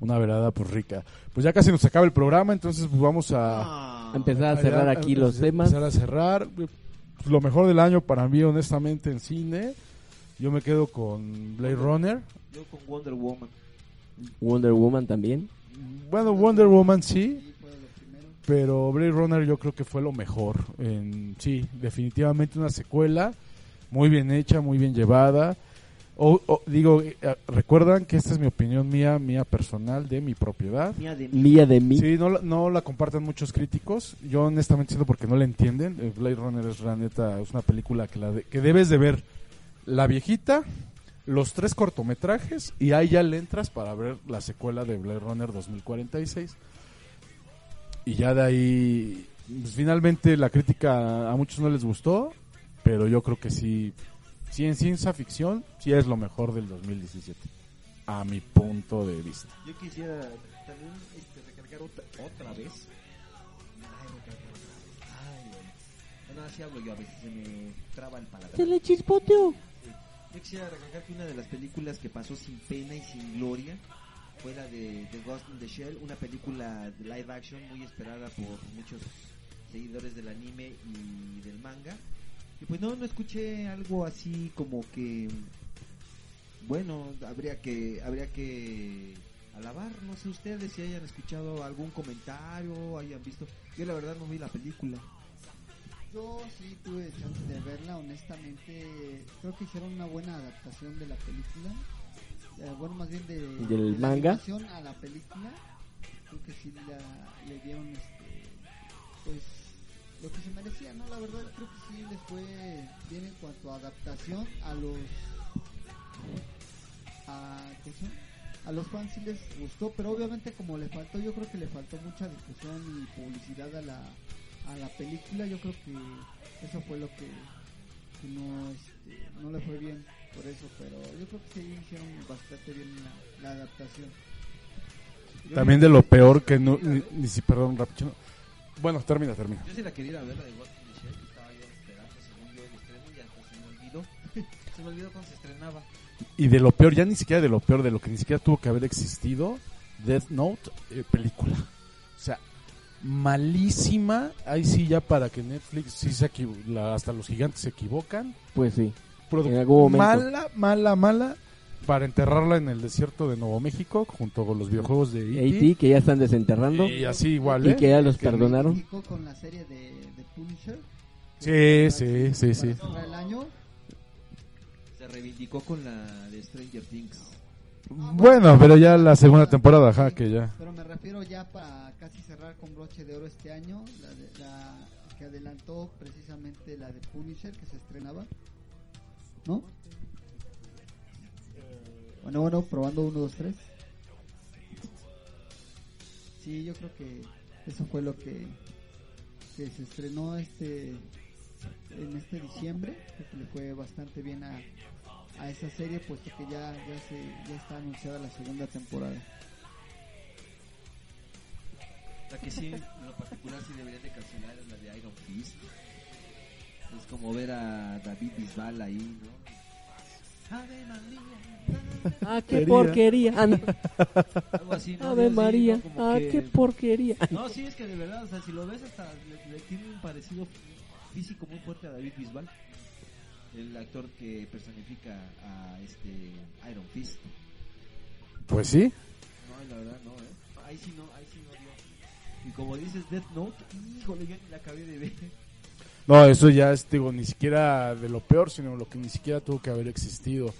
Speaker 1: una velada pues rica. Pues ya casi nos acaba el programa, entonces pues vamos a...
Speaker 2: Ah,
Speaker 3: Empezar a cerrar aquí los temas.
Speaker 1: Empezar a cerrar. Pues, Lo mejor del año para mí, honestamente, en cine. Yo me quedo con Blade Runner.
Speaker 2: Yo con Wonder Woman.
Speaker 3: Wonder Woman también.
Speaker 1: Bueno, Wonder Woman sí,
Speaker 4: sí fue lo primero.
Speaker 1: pero Blade Runner yo creo que fue lo mejor. En, sí, definitivamente una secuela muy bien hecha, muy bien llevada. O, o- digo, eh, recuerdan que esta es mi opinión mía, mía personal, de mi propiedad.
Speaker 2: Mía de mí.
Speaker 3: Mía de mí.
Speaker 1: Sí, no, la- no la comparten muchos críticos. Yo honestamente siento porque no la entienden. Eh, Blade Runner es la neta, es una película que, la de- que debes de ver. La viejita, los tres cortometrajes y ahí ya le entras para ver la secuela de Blade Runner 2046. Y ya de ahí, pues, finalmente la crítica a muchos no les gustó, pero yo creo que sí, sí en ciencia ficción, sí es lo mejor del 2017. A mi punto de vista.
Speaker 2: Yo quisiera también este, recargar otra, otra vez. Ay, recargar otra vez. Ay, bueno. Bueno, así hablo yo, a veces se me traba el paladar.
Speaker 3: le chispoteó.
Speaker 2: Yo quisiera recalcar que una de las películas que pasó sin pena y sin gloria fue la de The Ghost in the Shell, una película de live action muy esperada por muchos seguidores del anime y del manga. Y pues no, no escuché algo así como que bueno, habría que habría que alabar, no sé ustedes si hayan escuchado algún comentario, hayan visto. Yo la verdad no vi la película.
Speaker 4: Yo sí tuve chance de verla, honestamente creo que hicieron una buena adaptación de la película. Eh, bueno, más bien de,
Speaker 3: ¿Del
Speaker 4: de la
Speaker 3: manga?
Speaker 4: animación a la película. Creo que sí la, le dieron este, pues lo que se merecía, ¿no? La verdad creo que sí les fue bien en cuanto a adaptación a los... A, ¿qué son? a los fans sí les gustó, pero obviamente como le faltó, yo creo que le faltó mucha discusión y publicidad a la, a la película, yo creo que eso fue lo que, que no, este, no le fue bien por eso, pero yo creo que sí hicieron bastante bien la, la adaptación.
Speaker 1: También de lo peor que no. Ni, ni si, perdón, rapidito. Bueno, termina, termina.
Speaker 2: Yo sí la quería ir a ver, la de Ghost in the Shell, que estaba yo esperando según yo el estreno y hasta se me olvidó. se me olvidó cuando se estrenaba.
Speaker 1: Y de lo peor, ya ni siquiera de lo peor, de lo que ni siquiera tuvo que haber existido, Death Note, eh, película. O sea, malísima. Ahí sí, ya para que Netflix, sí se equivo- la- hasta los gigantes se equivocan.
Speaker 3: Pues sí.
Speaker 1: Produ-
Speaker 3: En algún momento.
Speaker 1: Mala, mala, mala. Para enterrarla en el desierto de Nuevo México, junto con los videojuegos de E.T.
Speaker 3: AT, que ya están desenterrando.
Speaker 1: Y así igual,
Speaker 3: E Y
Speaker 1: ¿eh?
Speaker 3: que ya los
Speaker 4: Que
Speaker 3: perdonaron.
Speaker 4: México con la serie de, de Punisher.
Speaker 1: Sí, sí, sí, sí.
Speaker 4: Para cerrar el año,
Speaker 2: Se reivindicó con la de Stranger Things.
Speaker 1: Bueno, pero ya la segunda temporada, ajá, que ya.
Speaker 4: Pero me refiero ya para casi cerrar con broche de oro este año, la, de- la que adelantó precisamente la de Punisher que se estrenaba, ¿no? Bueno, bueno, probando 1, 2, 3. Sí, yo creo que eso fue lo que, que se estrenó este en este diciembre, creo que le fue bastante bien a, a esa serie, puesto que ya, ya, se, ya está anunciada la segunda temporada.
Speaker 2: La que sí, en lo particular, sí deberían de cancelar es la de Iron Fist. Es como ver a David Bisbal ahí, ¿no? Ave María.
Speaker 3: Ah,
Speaker 1: qué Querida. porquería.
Speaker 3: Ah, no.
Speaker 2: Algo así, ¿no?
Speaker 3: Ave
Speaker 2: Sí,
Speaker 3: María.
Speaker 2: ¿no? Como
Speaker 3: Ah,
Speaker 2: que-
Speaker 3: qué porquería.
Speaker 2: No, sí, es que de verdad, o sea, si lo ves hasta le, le tiene un parecido físico muy fuerte a David Bisbal, el actor que personifica a este Iron Fist.
Speaker 1: Pues sí.
Speaker 2: No, la verdad no, ¿eh? Ahí sí no, ahí sí no dio. Y como dices Death Note, híjole, yo ni la acabé de ver.
Speaker 1: No, eso ya es, digo, ni siquiera de lo peor, sino lo que ni siquiera tuvo que haber existido.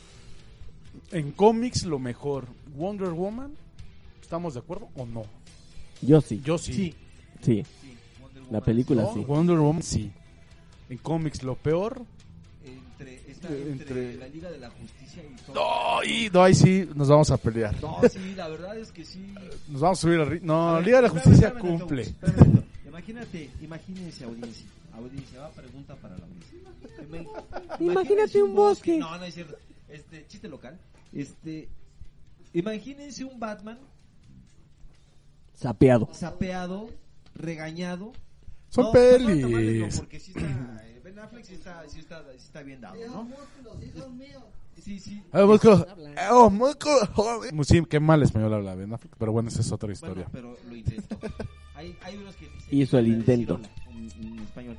Speaker 1: En cómics, lo mejor. Wonder Woman, ¿estamos de acuerdo o no?
Speaker 3: Yo sí.
Speaker 1: Yo sí.
Speaker 3: Sí.
Speaker 2: sí, Wonder
Speaker 3: La
Speaker 2: Woman,
Speaker 3: película
Speaker 1: ¿No?
Speaker 3: sí.
Speaker 1: Wonder Woman, sí. En cómics, lo peor.
Speaker 2: sí. Entre, está
Speaker 1: Eh,
Speaker 2: entre,
Speaker 1: entre-
Speaker 2: la Liga de la Justicia y Thor.
Speaker 1: No, y- no, ahí sí nos vamos a pelear.
Speaker 2: No, sí, la verdad es que sí.
Speaker 1: Nos vamos a subir al ri- No,
Speaker 2: A ver,
Speaker 1: Liga de la
Speaker 2: espérame,
Speaker 1: Justicia
Speaker 2: espérame,
Speaker 1: cumple.
Speaker 2: espérame, espérame. Imagínate, imagínense audiencia. Audiencia, va pregunta para la audiencia. Ima- imagínense
Speaker 3: un bosque.
Speaker 2: No, no es cierto. Este, chiste local. Este, imagínense un Batman
Speaker 3: Sapeado.
Speaker 2: sapeado, regañado.
Speaker 1: Son
Speaker 2: No, no está mal, digo,
Speaker 1: pelis.
Speaker 2: porque sí está, eh, Ben Affleck sí está, sí está, sí está bien dado, ¿no? Sí, sí.
Speaker 1: Ah, Marco. Oh, Marco. Joder. Sí, qué mal español habla Ben Affleck, pero bueno, esa es otra
Speaker 2: Bueno,
Speaker 1: historia.
Speaker 2: pero lo intentó. Hay, hay unos que dicen
Speaker 3: Hizo el
Speaker 2: que está
Speaker 3: intento.
Speaker 2: decidido En, en español.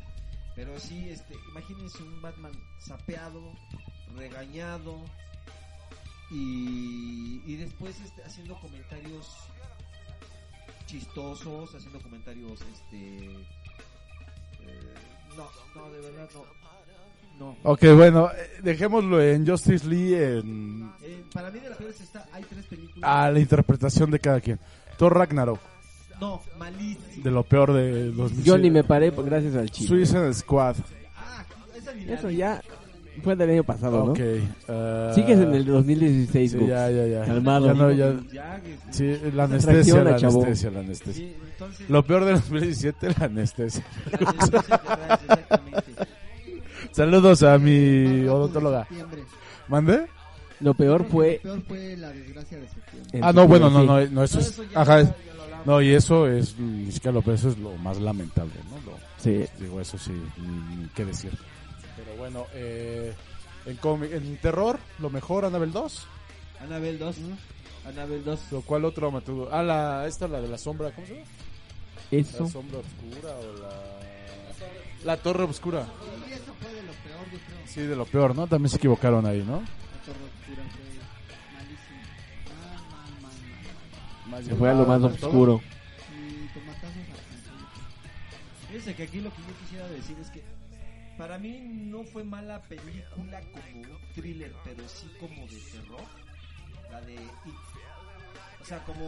Speaker 2: Pero sí, este, imagínense un Batman sapeado, regañado y, y después este, haciendo comentarios chistosos, haciendo comentarios, este, eh, no, no, de verdad no, no.
Speaker 1: Ok, bueno, eh, dejémoslo en Justice Lee en
Speaker 2: Eh, para mí de las peores está, hay tres películas,
Speaker 1: a la interpretación de cada quien. Thor Ragnarok,
Speaker 2: no, malísimo.
Speaker 1: de lo peor de 2007.
Speaker 3: Yo ni me paré por- gracias al chile.
Speaker 1: Suicide Squad.
Speaker 2: Ah, esa ni la
Speaker 3: Eso
Speaker 2: vi.
Speaker 3: ya fue del año pasado, Ah, ¿no?
Speaker 1: Ok. eh,
Speaker 3: Sigues en el 2016,
Speaker 1: Sí,
Speaker 3: Gus.
Speaker 1: ya, ya, ya.
Speaker 3: Calmado.
Speaker 1: Ya no, ya-
Speaker 2: Ya, que-
Speaker 1: sí, la anestesia,
Speaker 3: Reacciona,
Speaker 1: la
Speaker 3: chavo.
Speaker 1: anestesia, la anestesia.
Speaker 2: Sí, entonces,
Speaker 1: Lo peor de 2017, la anestesia.
Speaker 2: La sensación que traes, exactamente.
Speaker 1: Saludos a mi
Speaker 4: Más rato de
Speaker 1: odontóloga.
Speaker 4: septiembre.
Speaker 1: ¿Mande?
Speaker 3: Lo peor fue.
Speaker 4: Lo peor fue la desgracia de septiembre.
Speaker 3: en
Speaker 1: Ah, no, bueno, no,
Speaker 3: septiembre,
Speaker 1: no,
Speaker 3: sí.
Speaker 1: eh, no, eso
Speaker 4: Todo
Speaker 1: es.
Speaker 4: eso ya
Speaker 1: Ajá,
Speaker 4: lo-
Speaker 1: es-
Speaker 4: ya lo hablamos.
Speaker 1: no, y eso es ni siquiera lo peor, eso es lo más lamentable, ¿no? Lo-
Speaker 3: Sí.
Speaker 1: Digo, eso sí, ni, ni qué decir. Pero bueno, eh, en, cómic- en terror, lo mejor, Annabelle 2.
Speaker 2: Anabel 2. Anabel 2.
Speaker 1: Lo cual otro me tuvo. Ah, la, esta, la de la sombra, ¿cómo se llama? La
Speaker 3: Eso.
Speaker 1: sombra oscura o la. La torre oscura.
Speaker 4: Y eso fue de lo peor, yo creo.
Speaker 1: Sí, de lo peor, ¿no? También se equivocaron ahí, ¿no?
Speaker 4: La torre oscura fue malísimo. Mal, mal, mal, mal.
Speaker 3: Se fue a lo más oscuro.
Speaker 4: Y tomatazos al
Speaker 2: Fíjense que aquí lo que yo quisiera decir es que para mí no fue mala película como un thriller, pero sí como de terror. La de It. O sea, como,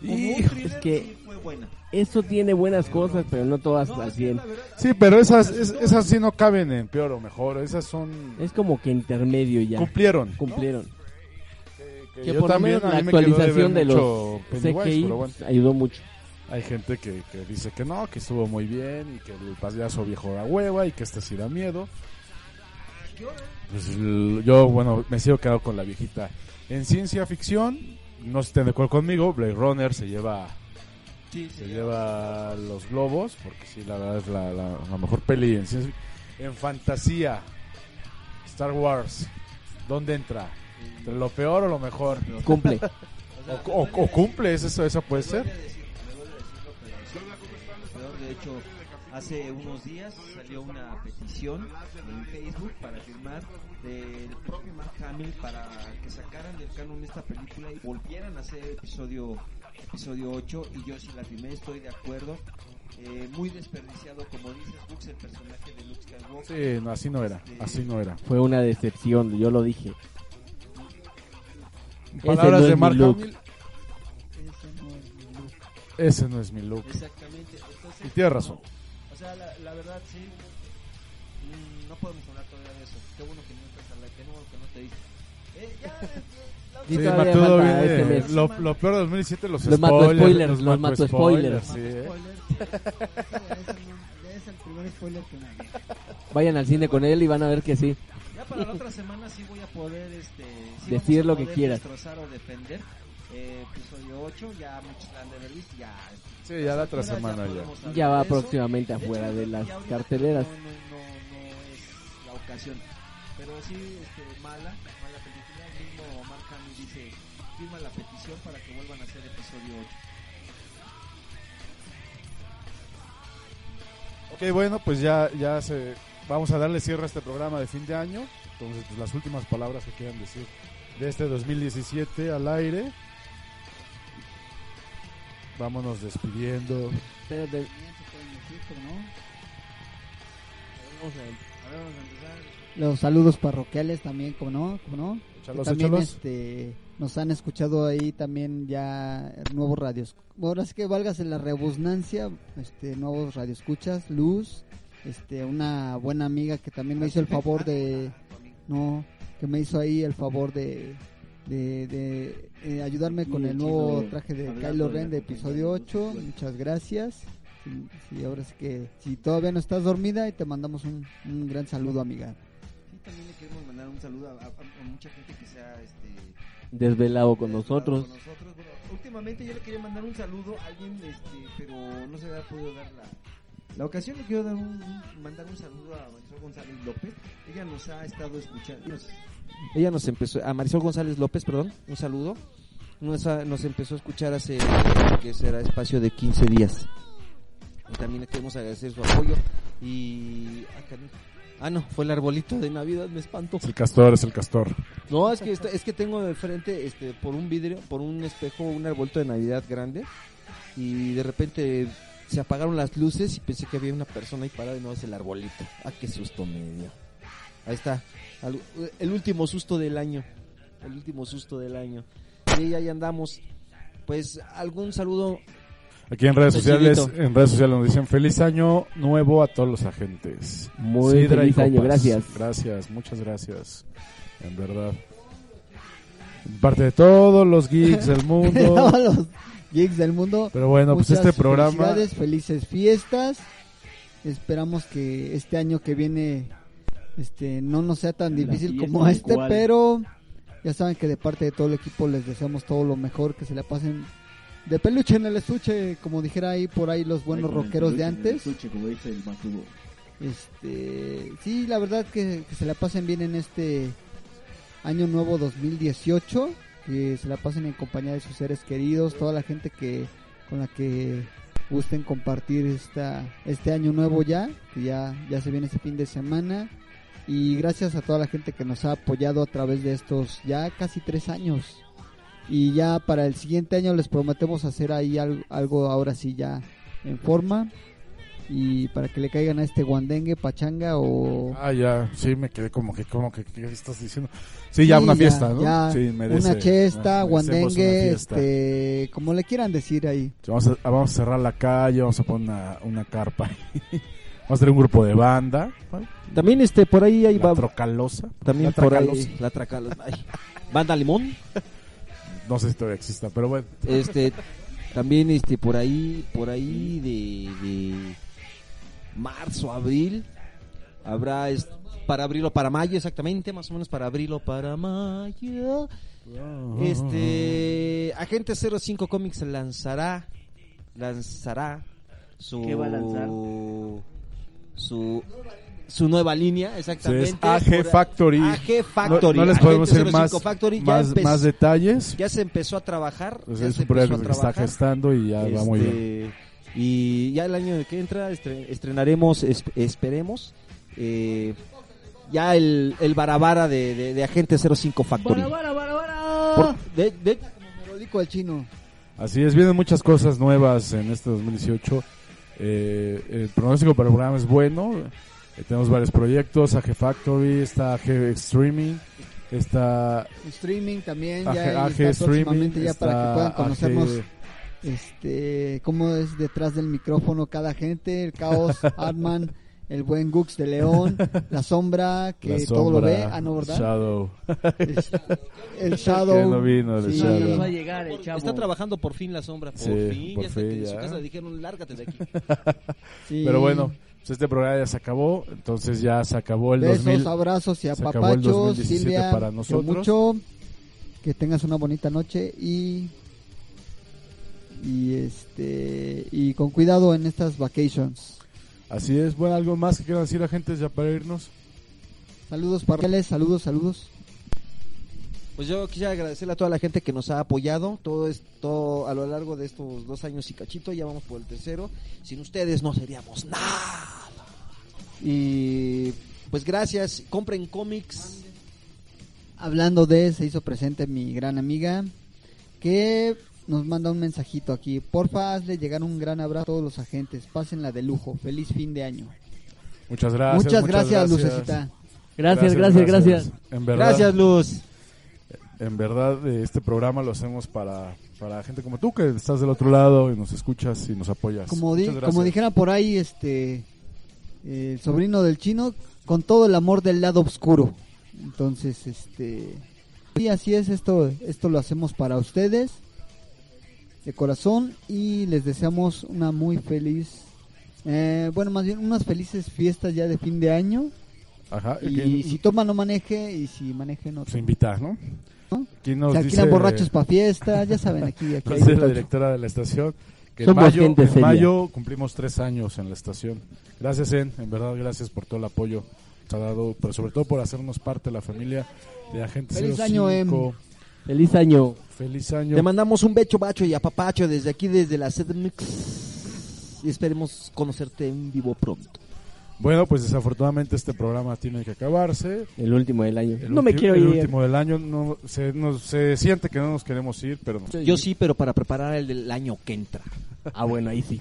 Speaker 2: como un
Speaker 1: Hijo,
Speaker 2: thriller
Speaker 3: es que-
Speaker 2: sí fue buena.
Speaker 3: Eso tiene buenas cosas, pero no todas
Speaker 2: No,
Speaker 3: las
Speaker 2: es que
Speaker 3: bien.
Speaker 2: la verdad,
Speaker 1: Sí, pero esas, es- esas sí no caben en peor o mejor. Esas son.
Speaker 3: Es como que intermedio Eh, ya.
Speaker 1: Cumplieron. ¿no?
Speaker 3: Cumplieron.
Speaker 1: Que, que
Speaker 3: Que
Speaker 1: yo
Speaker 3: por lo
Speaker 1: también,
Speaker 3: menos la
Speaker 1: a mí me quedó
Speaker 3: actualización
Speaker 1: ver
Speaker 3: de
Speaker 1: mucho Pennywise,
Speaker 3: CGI
Speaker 1: Pues pero bueno.
Speaker 3: ayudó mucho.
Speaker 1: Hay gente que, que dice que no, que estuvo muy bien y que el payaso viejo da hueva y que este sí da miedo. Pues, l- yo, bueno, me sigo quedando con la viejita. En ciencia ficción, no estén de acuerdo conmigo, Blade Runner se lleva
Speaker 2: sí,
Speaker 1: se
Speaker 2: sí.
Speaker 1: lleva los globos, porque sí, la verdad es la, la, la mejor peli en ciencia fic- En fantasía, Star Wars, ¿dónde entra? ¿Entre lo peor o lo mejor?
Speaker 3: Cumple.
Speaker 1: O, o- o cumple, ¿es eso, eso puede
Speaker 2: Me
Speaker 1: ser.
Speaker 2: duele decirlo, me duele decirlo, pero sí. Peor, de hecho, hace unos días salió una petición en Facebook para firmar del propio Mark Hamill para que sacaran del canon esta película y volvieran a hacer episodio episodio 8 y yo sí la firmé, estoy de acuerdo. Eh, muy desperdiciado, como dices, Bux, el personaje de Luke Skywalker.
Speaker 1: Sí, no, así no era, así no era.
Speaker 3: Fue una decepción, yo lo dije. Ese
Speaker 1: Palabras
Speaker 3: no es
Speaker 1: de
Speaker 3: mi
Speaker 1: Mark
Speaker 3: look.
Speaker 1: Hamill,
Speaker 4: frente. Ese no es mi look.
Speaker 1: ese no es mi look.
Speaker 2: Exactamente. Entonces,
Speaker 1: Y tienes razón.
Speaker 2: O sea, la, la verdad, sí. Mm, No podemos hablar todavía de eso. Qué bueno que no estás al que no, que no te dije. Eh, ya, eh, la
Speaker 3: Y
Speaker 1: Sí,
Speaker 3: todavía
Speaker 1: Mateo
Speaker 3: falta
Speaker 1: viene-
Speaker 3: este mes.
Speaker 1: lo, lo peor de 2017, los,
Speaker 3: Los mato
Speaker 1: spoilers.
Speaker 3: spoilers, los mato spoilers.
Speaker 1: sí, ¿eh?
Speaker 4: Spoiler. Ese no- Es el primer spoiler que me hagan.
Speaker 3: Vayan al cine con él y van a ver que sí.
Speaker 2: Ya para la otra semana sí voy a poder este, sí
Speaker 3: Decir
Speaker 2: vamos a
Speaker 3: lo que
Speaker 2: poder
Speaker 3: quieras.
Speaker 2: Destrozar o defender. Eh, episodio 8, ya muchos la han de haber visto, ya.
Speaker 1: Sí, ya la otra semana ya.
Speaker 2: podemos hablar
Speaker 3: Ya va
Speaker 2: de eso.
Speaker 3: próximamente
Speaker 2: De hecho,
Speaker 3: afuera
Speaker 2: yo
Speaker 3: de
Speaker 2: creo
Speaker 3: las
Speaker 2: que ahorita
Speaker 3: carteleras.
Speaker 2: No, no, no, no es la ocasión. Pero sí, este, mala, mala película. El mismo Mark Hamill dice, firma la petición para que vuelvan a hacer episodio 8.
Speaker 1: Ok, bueno, pues ya, ya se, vamos a darle cierre a este programa de fin de año. Entonces, pues, las últimas palabras que quieran decir de este 2017 al aire. Vámonos despidiendo.
Speaker 3: Espérate,
Speaker 4: También se pueden decir, pero no.
Speaker 3: vamos a-
Speaker 2: A ver, vamos a empezar.
Speaker 4: Los saludos parroquiales también, como no, como no.
Speaker 1: Échalos,
Speaker 4: también
Speaker 1: échalos.
Speaker 4: este nos han escuchado ahí también ya nuevos radios. Ahora sí que valgas en la rebusnancia, este nuevos radioescuchas, Luz, este una buena amiga que también me hizo el favor de no, que me hizo ahí el favor de de, de, eh, ayudarme con el nuevo traje de Kylo Ren de episodio 8. Muchas gracias. Sí, sí, ahora sí que si todavía no estás dormida y te mandamos un, un gran saludo, amiga.
Speaker 2: Y también le queremos mandar un saludo a, a- a mucha gente que sea este,
Speaker 3: Desvelado con
Speaker 2: Eh,
Speaker 3: nosotros.
Speaker 2: con nosotros, bueno, últimamente yo le quería mandar un saludo a alguien, este, pero no se había podido dar la, la ocasión. Le quiero dar un, un- mandar un saludo a Marisol González López. Ella nos ha estado escuchando. nos- ella nos empezó, a Marisol González López, perdón, un saludo. Nos, ha- nos empezó a escuchar hace que será espacio de 15 días. Y también le queremos agradecer su apoyo. Y. ah, canijo. Ah, no, fue el arbolito de Navidad, me espanto.
Speaker 1: Es el castor, es el castor.
Speaker 2: No, es que está- es que tengo de frente este por un vidrio, por un espejo, un arbolito de Navidad grande y de repente se apagaron las luces y pensé que había una persona ahí parada y no es el arbolito. Ah, qué susto me dio. Ahí está. Al- El último susto del año. El último susto del año. Y ahí andamos. Pues algún saludo
Speaker 1: Aquí en redes sociales,
Speaker 2: Besito.
Speaker 1: en redes sociales nos dicen feliz año nuevo a todos los agentes.
Speaker 3: Muy
Speaker 1: Sidra y
Speaker 3: feliz año,
Speaker 1: copas.
Speaker 3: gracias.
Speaker 1: Gracias, muchas gracias. En verdad. En parte de todos los geeks del
Speaker 4: a
Speaker 1: mundo.
Speaker 4: los geeks del mundo.
Speaker 1: Pero bueno, pues
Speaker 4: Muchas
Speaker 1: este programa
Speaker 4: felicidades, felices fiestas. Esperamos que este año que viene este no nos sea tan difícil como este, pero Ya saben que de parte de todo el equipo les deseamos todo lo mejor, que se la pasen de peluche en el estuche, como dijera ahí por ahí los buenos
Speaker 6: Ahí con el
Speaker 4: rockeros de
Speaker 6: peluche en el
Speaker 4: antes.
Speaker 6: estuche, como dice el Matudo.
Speaker 4: Este, sí, la verdad que, que se la pasen bien en este año nuevo 2018, que se la pasen en compañía de sus seres queridos, toda la gente que con la que gusten compartir esta este año nuevo ya, que ya ya se viene este fin de semana. Y gracias a toda la gente que nos ha apoyado a través de estos ya casi tres años. Y ya para el siguiente año les prometemos hacer ahí al- algo ahora sí ya en forma. Y para que le caigan a este guandengue, pachanga o...
Speaker 1: Ah, ya, sí, me quedé como que, como que, ¿qué estás diciendo? Sí, ya
Speaker 4: Sí,
Speaker 1: una
Speaker 4: ya,
Speaker 1: fiesta, ¿no?
Speaker 4: ya.
Speaker 1: sí, merece.
Speaker 4: una chesta,
Speaker 1: merecemos una
Speaker 4: guandengue,
Speaker 1: fiesta.
Speaker 4: este, como le quieran decir ahí.
Speaker 1: Sí, Vamos a, ah, vamos a cerrar la calle, vamos a poner una, una carpa. vamos a hacer un grupo de banda. ¿vale?
Speaker 7: También este por ahí ahí
Speaker 1: La
Speaker 7: va
Speaker 1: trocalosa.
Speaker 7: también
Speaker 1: la
Speaker 7: por ahí
Speaker 1: tracalosa.
Speaker 7: la tracalosa. Ay. Banda Limón.
Speaker 1: No sé si todavía exista, pero bueno.
Speaker 7: Este también este por ahí por ahí de, de marzo, abril habrá es- para abril o para mayo exactamente, más o menos para abril o para mayo. Este Agente 05 Comics lanzará lanzará su
Speaker 2: ¿Qué va a lanzar?
Speaker 7: su su nueva línea,
Speaker 1: Sí,
Speaker 7: exactamente.
Speaker 1: es AG
Speaker 7: Por-
Speaker 1: Factory.
Speaker 7: AG Factory.
Speaker 1: No, no les
Speaker 7: Agente
Speaker 1: podemos hacer
Speaker 7: 05
Speaker 1: más,
Speaker 7: Factory ya
Speaker 1: más,
Speaker 7: empezó-
Speaker 1: más detalles.
Speaker 7: ya se empezó a trabajar.
Speaker 1: Pues
Speaker 7: ya
Speaker 1: es
Speaker 7: se
Speaker 1: un proyecto
Speaker 7: empezó a
Speaker 1: que está
Speaker 7: trabajar.
Speaker 1: gestando y ya va muy
Speaker 7: Este,
Speaker 1: bien.
Speaker 7: Y ya el año que entra estre- estrenaremos, es- esperemos, eh, ya el, el Barabara de, de, de Agente 05 Factory. Por- de- de-
Speaker 4: Como lo dijo el chino.
Speaker 1: Así es, vienen muchas cosas nuevas en este 2018. Eh, el pronóstico para el programa es bueno. Eh, tenemos varios proyectos, AG Factory, está AG Streaming, está
Speaker 4: Streaming también,
Speaker 1: AG,
Speaker 4: ya ahí
Speaker 1: AG
Speaker 4: está
Speaker 1: Streaming,
Speaker 4: próximamente ya
Speaker 1: está
Speaker 4: para que puedan
Speaker 1: AG
Speaker 4: conocernos este, cómo es detrás del micrófono cada gente, el caos, Artman, el buen Gux de León, la sombra, que
Speaker 1: La
Speaker 4: todo lo ve,
Speaker 1: Sombra,
Speaker 4: ah, no, ¿verdad?
Speaker 1: Shadow.
Speaker 4: Es- el
Speaker 1: Que
Speaker 4: Shadow.
Speaker 1: no vino el
Speaker 4: sí.
Speaker 1: Shadow.
Speaker 2: va a llegar el chavo.
Speaker 7: está trabajando por fin la sombra, por
Speaker 1: Sí,
Speaker 7: fin.
Speaker 1: por
Speaker 7: ya hasta
Speaker 1: fin,
Speaker 7: que en su
Speaker 1: ya.
Speaker 7: casa le dijeron, lárgate de aquí.
Speaker 4: sí.
Speaker 1: Pero bueno, pues este programa ya se acabó, entonces ya se acabó el
Speaker 4: Besos,
Speaker 1: 2000.
Speaker 4: abrazos y
Speaker 1: se acabó el
Speaker 4: apapachos.
Speaker 1: 2017
Speaker 4: Silvia,
Speaker 1: para
Speaker 4: te
Speaker 1: nosotros.
Speaker 4: mucho. Que tengas una bonita noche y y este y con cuidado en estas vacations.
Speaker 1: Así es, bueno, algo más que quieran decir a gente ya para irnos.
Speaker 4: Saludos parroquiales, saludos, saludos.
Speaker 7: Pues yo quisiera agradecerle a toda la gente que nos ha apoyado todo esto a lo largo de estos dos años y cachito, ya vamos por el tercero. Sin ustedes no seríamos nada. Y pues gracias, compren cómics.
Speaker 4: Hablando de se hizo presente mi gran amiga que nos manda un mensajito aquí. Porfa, hazle llegar un gran abrazo a todos los agentes. Pásenla de lujo. Feliz fin de año.
Speaker 1: Muchas gracias.
Speaker 4: muchas gracias, Lucecita.
Speaker 3: Gracias, gracias, gracias.
Speaker 1: En verdad,
Speaker 7: Gracias, Luz.
Speaker 1: En verdad, eh, este programa lo hacemos para, para gente como tú, que estás del otro lado y nos escuchas y nos apoyas.
Speaker 4: como, di-
Speaker 1: Muchas gracias.
Speaker 4: como dijera por ahí este eh, el sobrino del chino con todo el amor del lado oscuro entonces este y así es esto esto lo hacemos para ustedes de corazón y les deseamos una muy feliz eh, bueno más bien unas felices fiestas ya de fin de año
Speaker 1: Ajá,
Speaker 4: y
Speaker 1: ¿quién
Speaker 4: si toma no maneje y si maneje no
Speaker 1: nos invita, ¿no?
Speaker 4: ¿No?
Speaker 1: ¿Quién
Speaker 4: O
Speaker 1: nos
Speaker 4: sea, aquí
Speaker 1: dice,
Speaker 4: eran borrachos para fiesta ya saben aquí, aquí
Speaker 1: nos
Speaker 4: hay
Speaker 1: dice la
Speaker 4: borrachos.
Speaker 1: directora de la estación que en
Speaker 3: Somos
Speaker 1: mayo,
Speaker 3: gente
Speaker 1: en
Speaker 3: seria.
Speaker 1: mayo cumplimos tres años en la estación. Gracias, En. En verdad, gracias por todo el apoyo que ha dado, pero sobre todo por hacernos parte de la familia de Agente
Speaker 4: Feliz
Speaker 1: 05.
Speaker 4: año, Em.
Speaker 3: Feliz año.
Speaker 1: Feliz año.
Speaker 7: Le mandamos un becho, bacho y apapacho desde aquí, desde la CDMX. Y esperemos conocerte en vivo pronto.
Speaker 1: Bueno, pues desafortunadamente este programa tiene que acabarse.
Speaker 3: El último del año.
Speaker 1: El
Speaker 3: no me
Speaker 1: ulti-
Speaker 3: quiero
Speaker 1: el
Speaker 3: ir.
Speaker 1: último del año. No, se, nos- se siente que no nos queremos ir, pero...
Speaker 7: Yo sí, pero para preparar el del año que entra.
Speaker 3: Ah, bueno, ahí sí.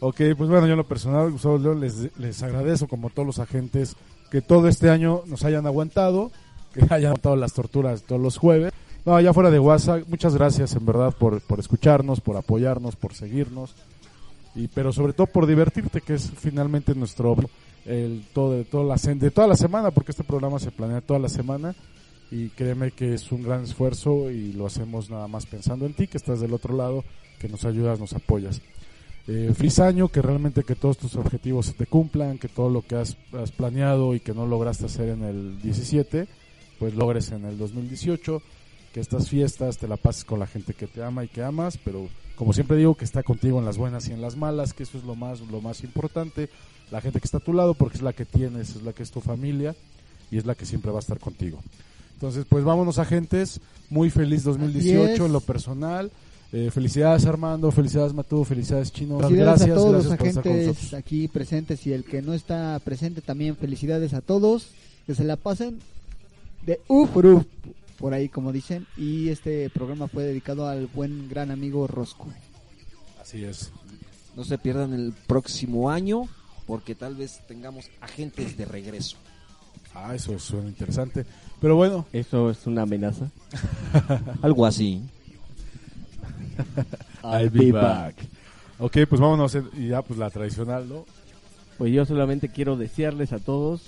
Speaker 1: Ok, pues bueno, yo en lo personal, Gustavo León, les, les agradezco como todos los agentes que todo este año nos hayan aguantado, que hayan aguantado las torturas todos los jueves. No, allá fuera de WhatsApp, muchas gracias en verdad por, por escucharnos, por apoyarnos, por seguirnos, y pero sobre todo por divertirte, que es finalmente nuestro el todo de toda la sen- de toda la semana, porque este programa se planea toda la semana y créeme que es un gran esfuerzo y lo hacemos nada más pensando en ti, que estás del otro lado, que nos ayudas, nos apoyas eh, feliz año, que realmente que todos tus objetivos se te cumplan, que todo lo que has, has planeado y que no lograste hacer en el 17, pues logres en el 2018 que estas fiestas te la pases con la gente que te ama y que amas, pero como siempre digo, que está contigo en las buenas y en las malas, que eso es lo más, lo más importante, la gente que está a tu lado, porque es la que tienes, es la que es tu familia y es la que siempre va a estar contigo. Entonces, pues vámonos agentes, muy feliz 2018 en lo personal. Eh, felicidades Armando, felicidades Matú, felicidades Chino.
Speaker 8: Felicidades
Speaker 1: gracias,
Speaker 8: a todos
Speaker 1: gracias
Speaker 8: los
Speaker 1: por estar con nosotros.
Speaker 8: agentes aquí presentes y el que no está presente también felicidades a todos. Que se la pasen de ufru por ahí como dicen. Y este programa fue dedicado al buen gran amigo Rosco.
Speaker 1: Así es.
Speaker 7: No se pierdan el próximo año porque tal vez tengamos agentes de regreso.
Speaker 1: Ah, eso suena interesante. Pero bueno,
Speaker 3: Eso es una amenaza.
Speaker 7: Algo así.
Speaker 1: I'll be back. Ok, pues vámonos eh, y ya pues la tradicional, ¿no?
Speaker 3: Pues yo solamente quiero desearles a todos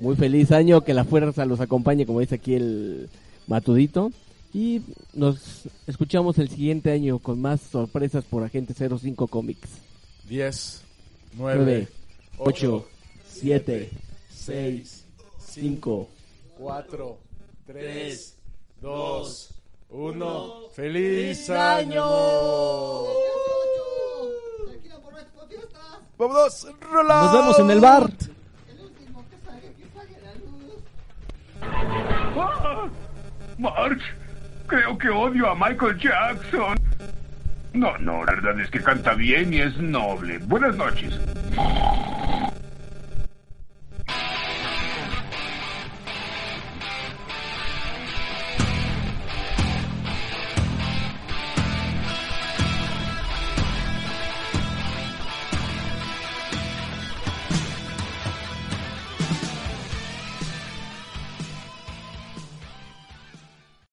Speaker 3: muy feliz año, que la fuerza los acompañe, como dice aquí el matudito. Y nos escuchamos el siguiente año con más sorpresas por Agente 05 Comics.
Speaker 1: 10,
Speaker 3: 9,
Speaker 1: 9,
Speaker 3: 8,
Speaker 1: 8,
Speaker 3: 7, 6, 5.
Speaker 1: 4, 3, 2, 1. ¡Feliz año! ¡Vámonos! ¡Rola!
Speaker 3: Nos vemos en el bar.
Speaker 9: ¡Ah! March, creo que odio a Michael Jackson. No, no, la verdad es que canta bien y es noble. Buenas noches.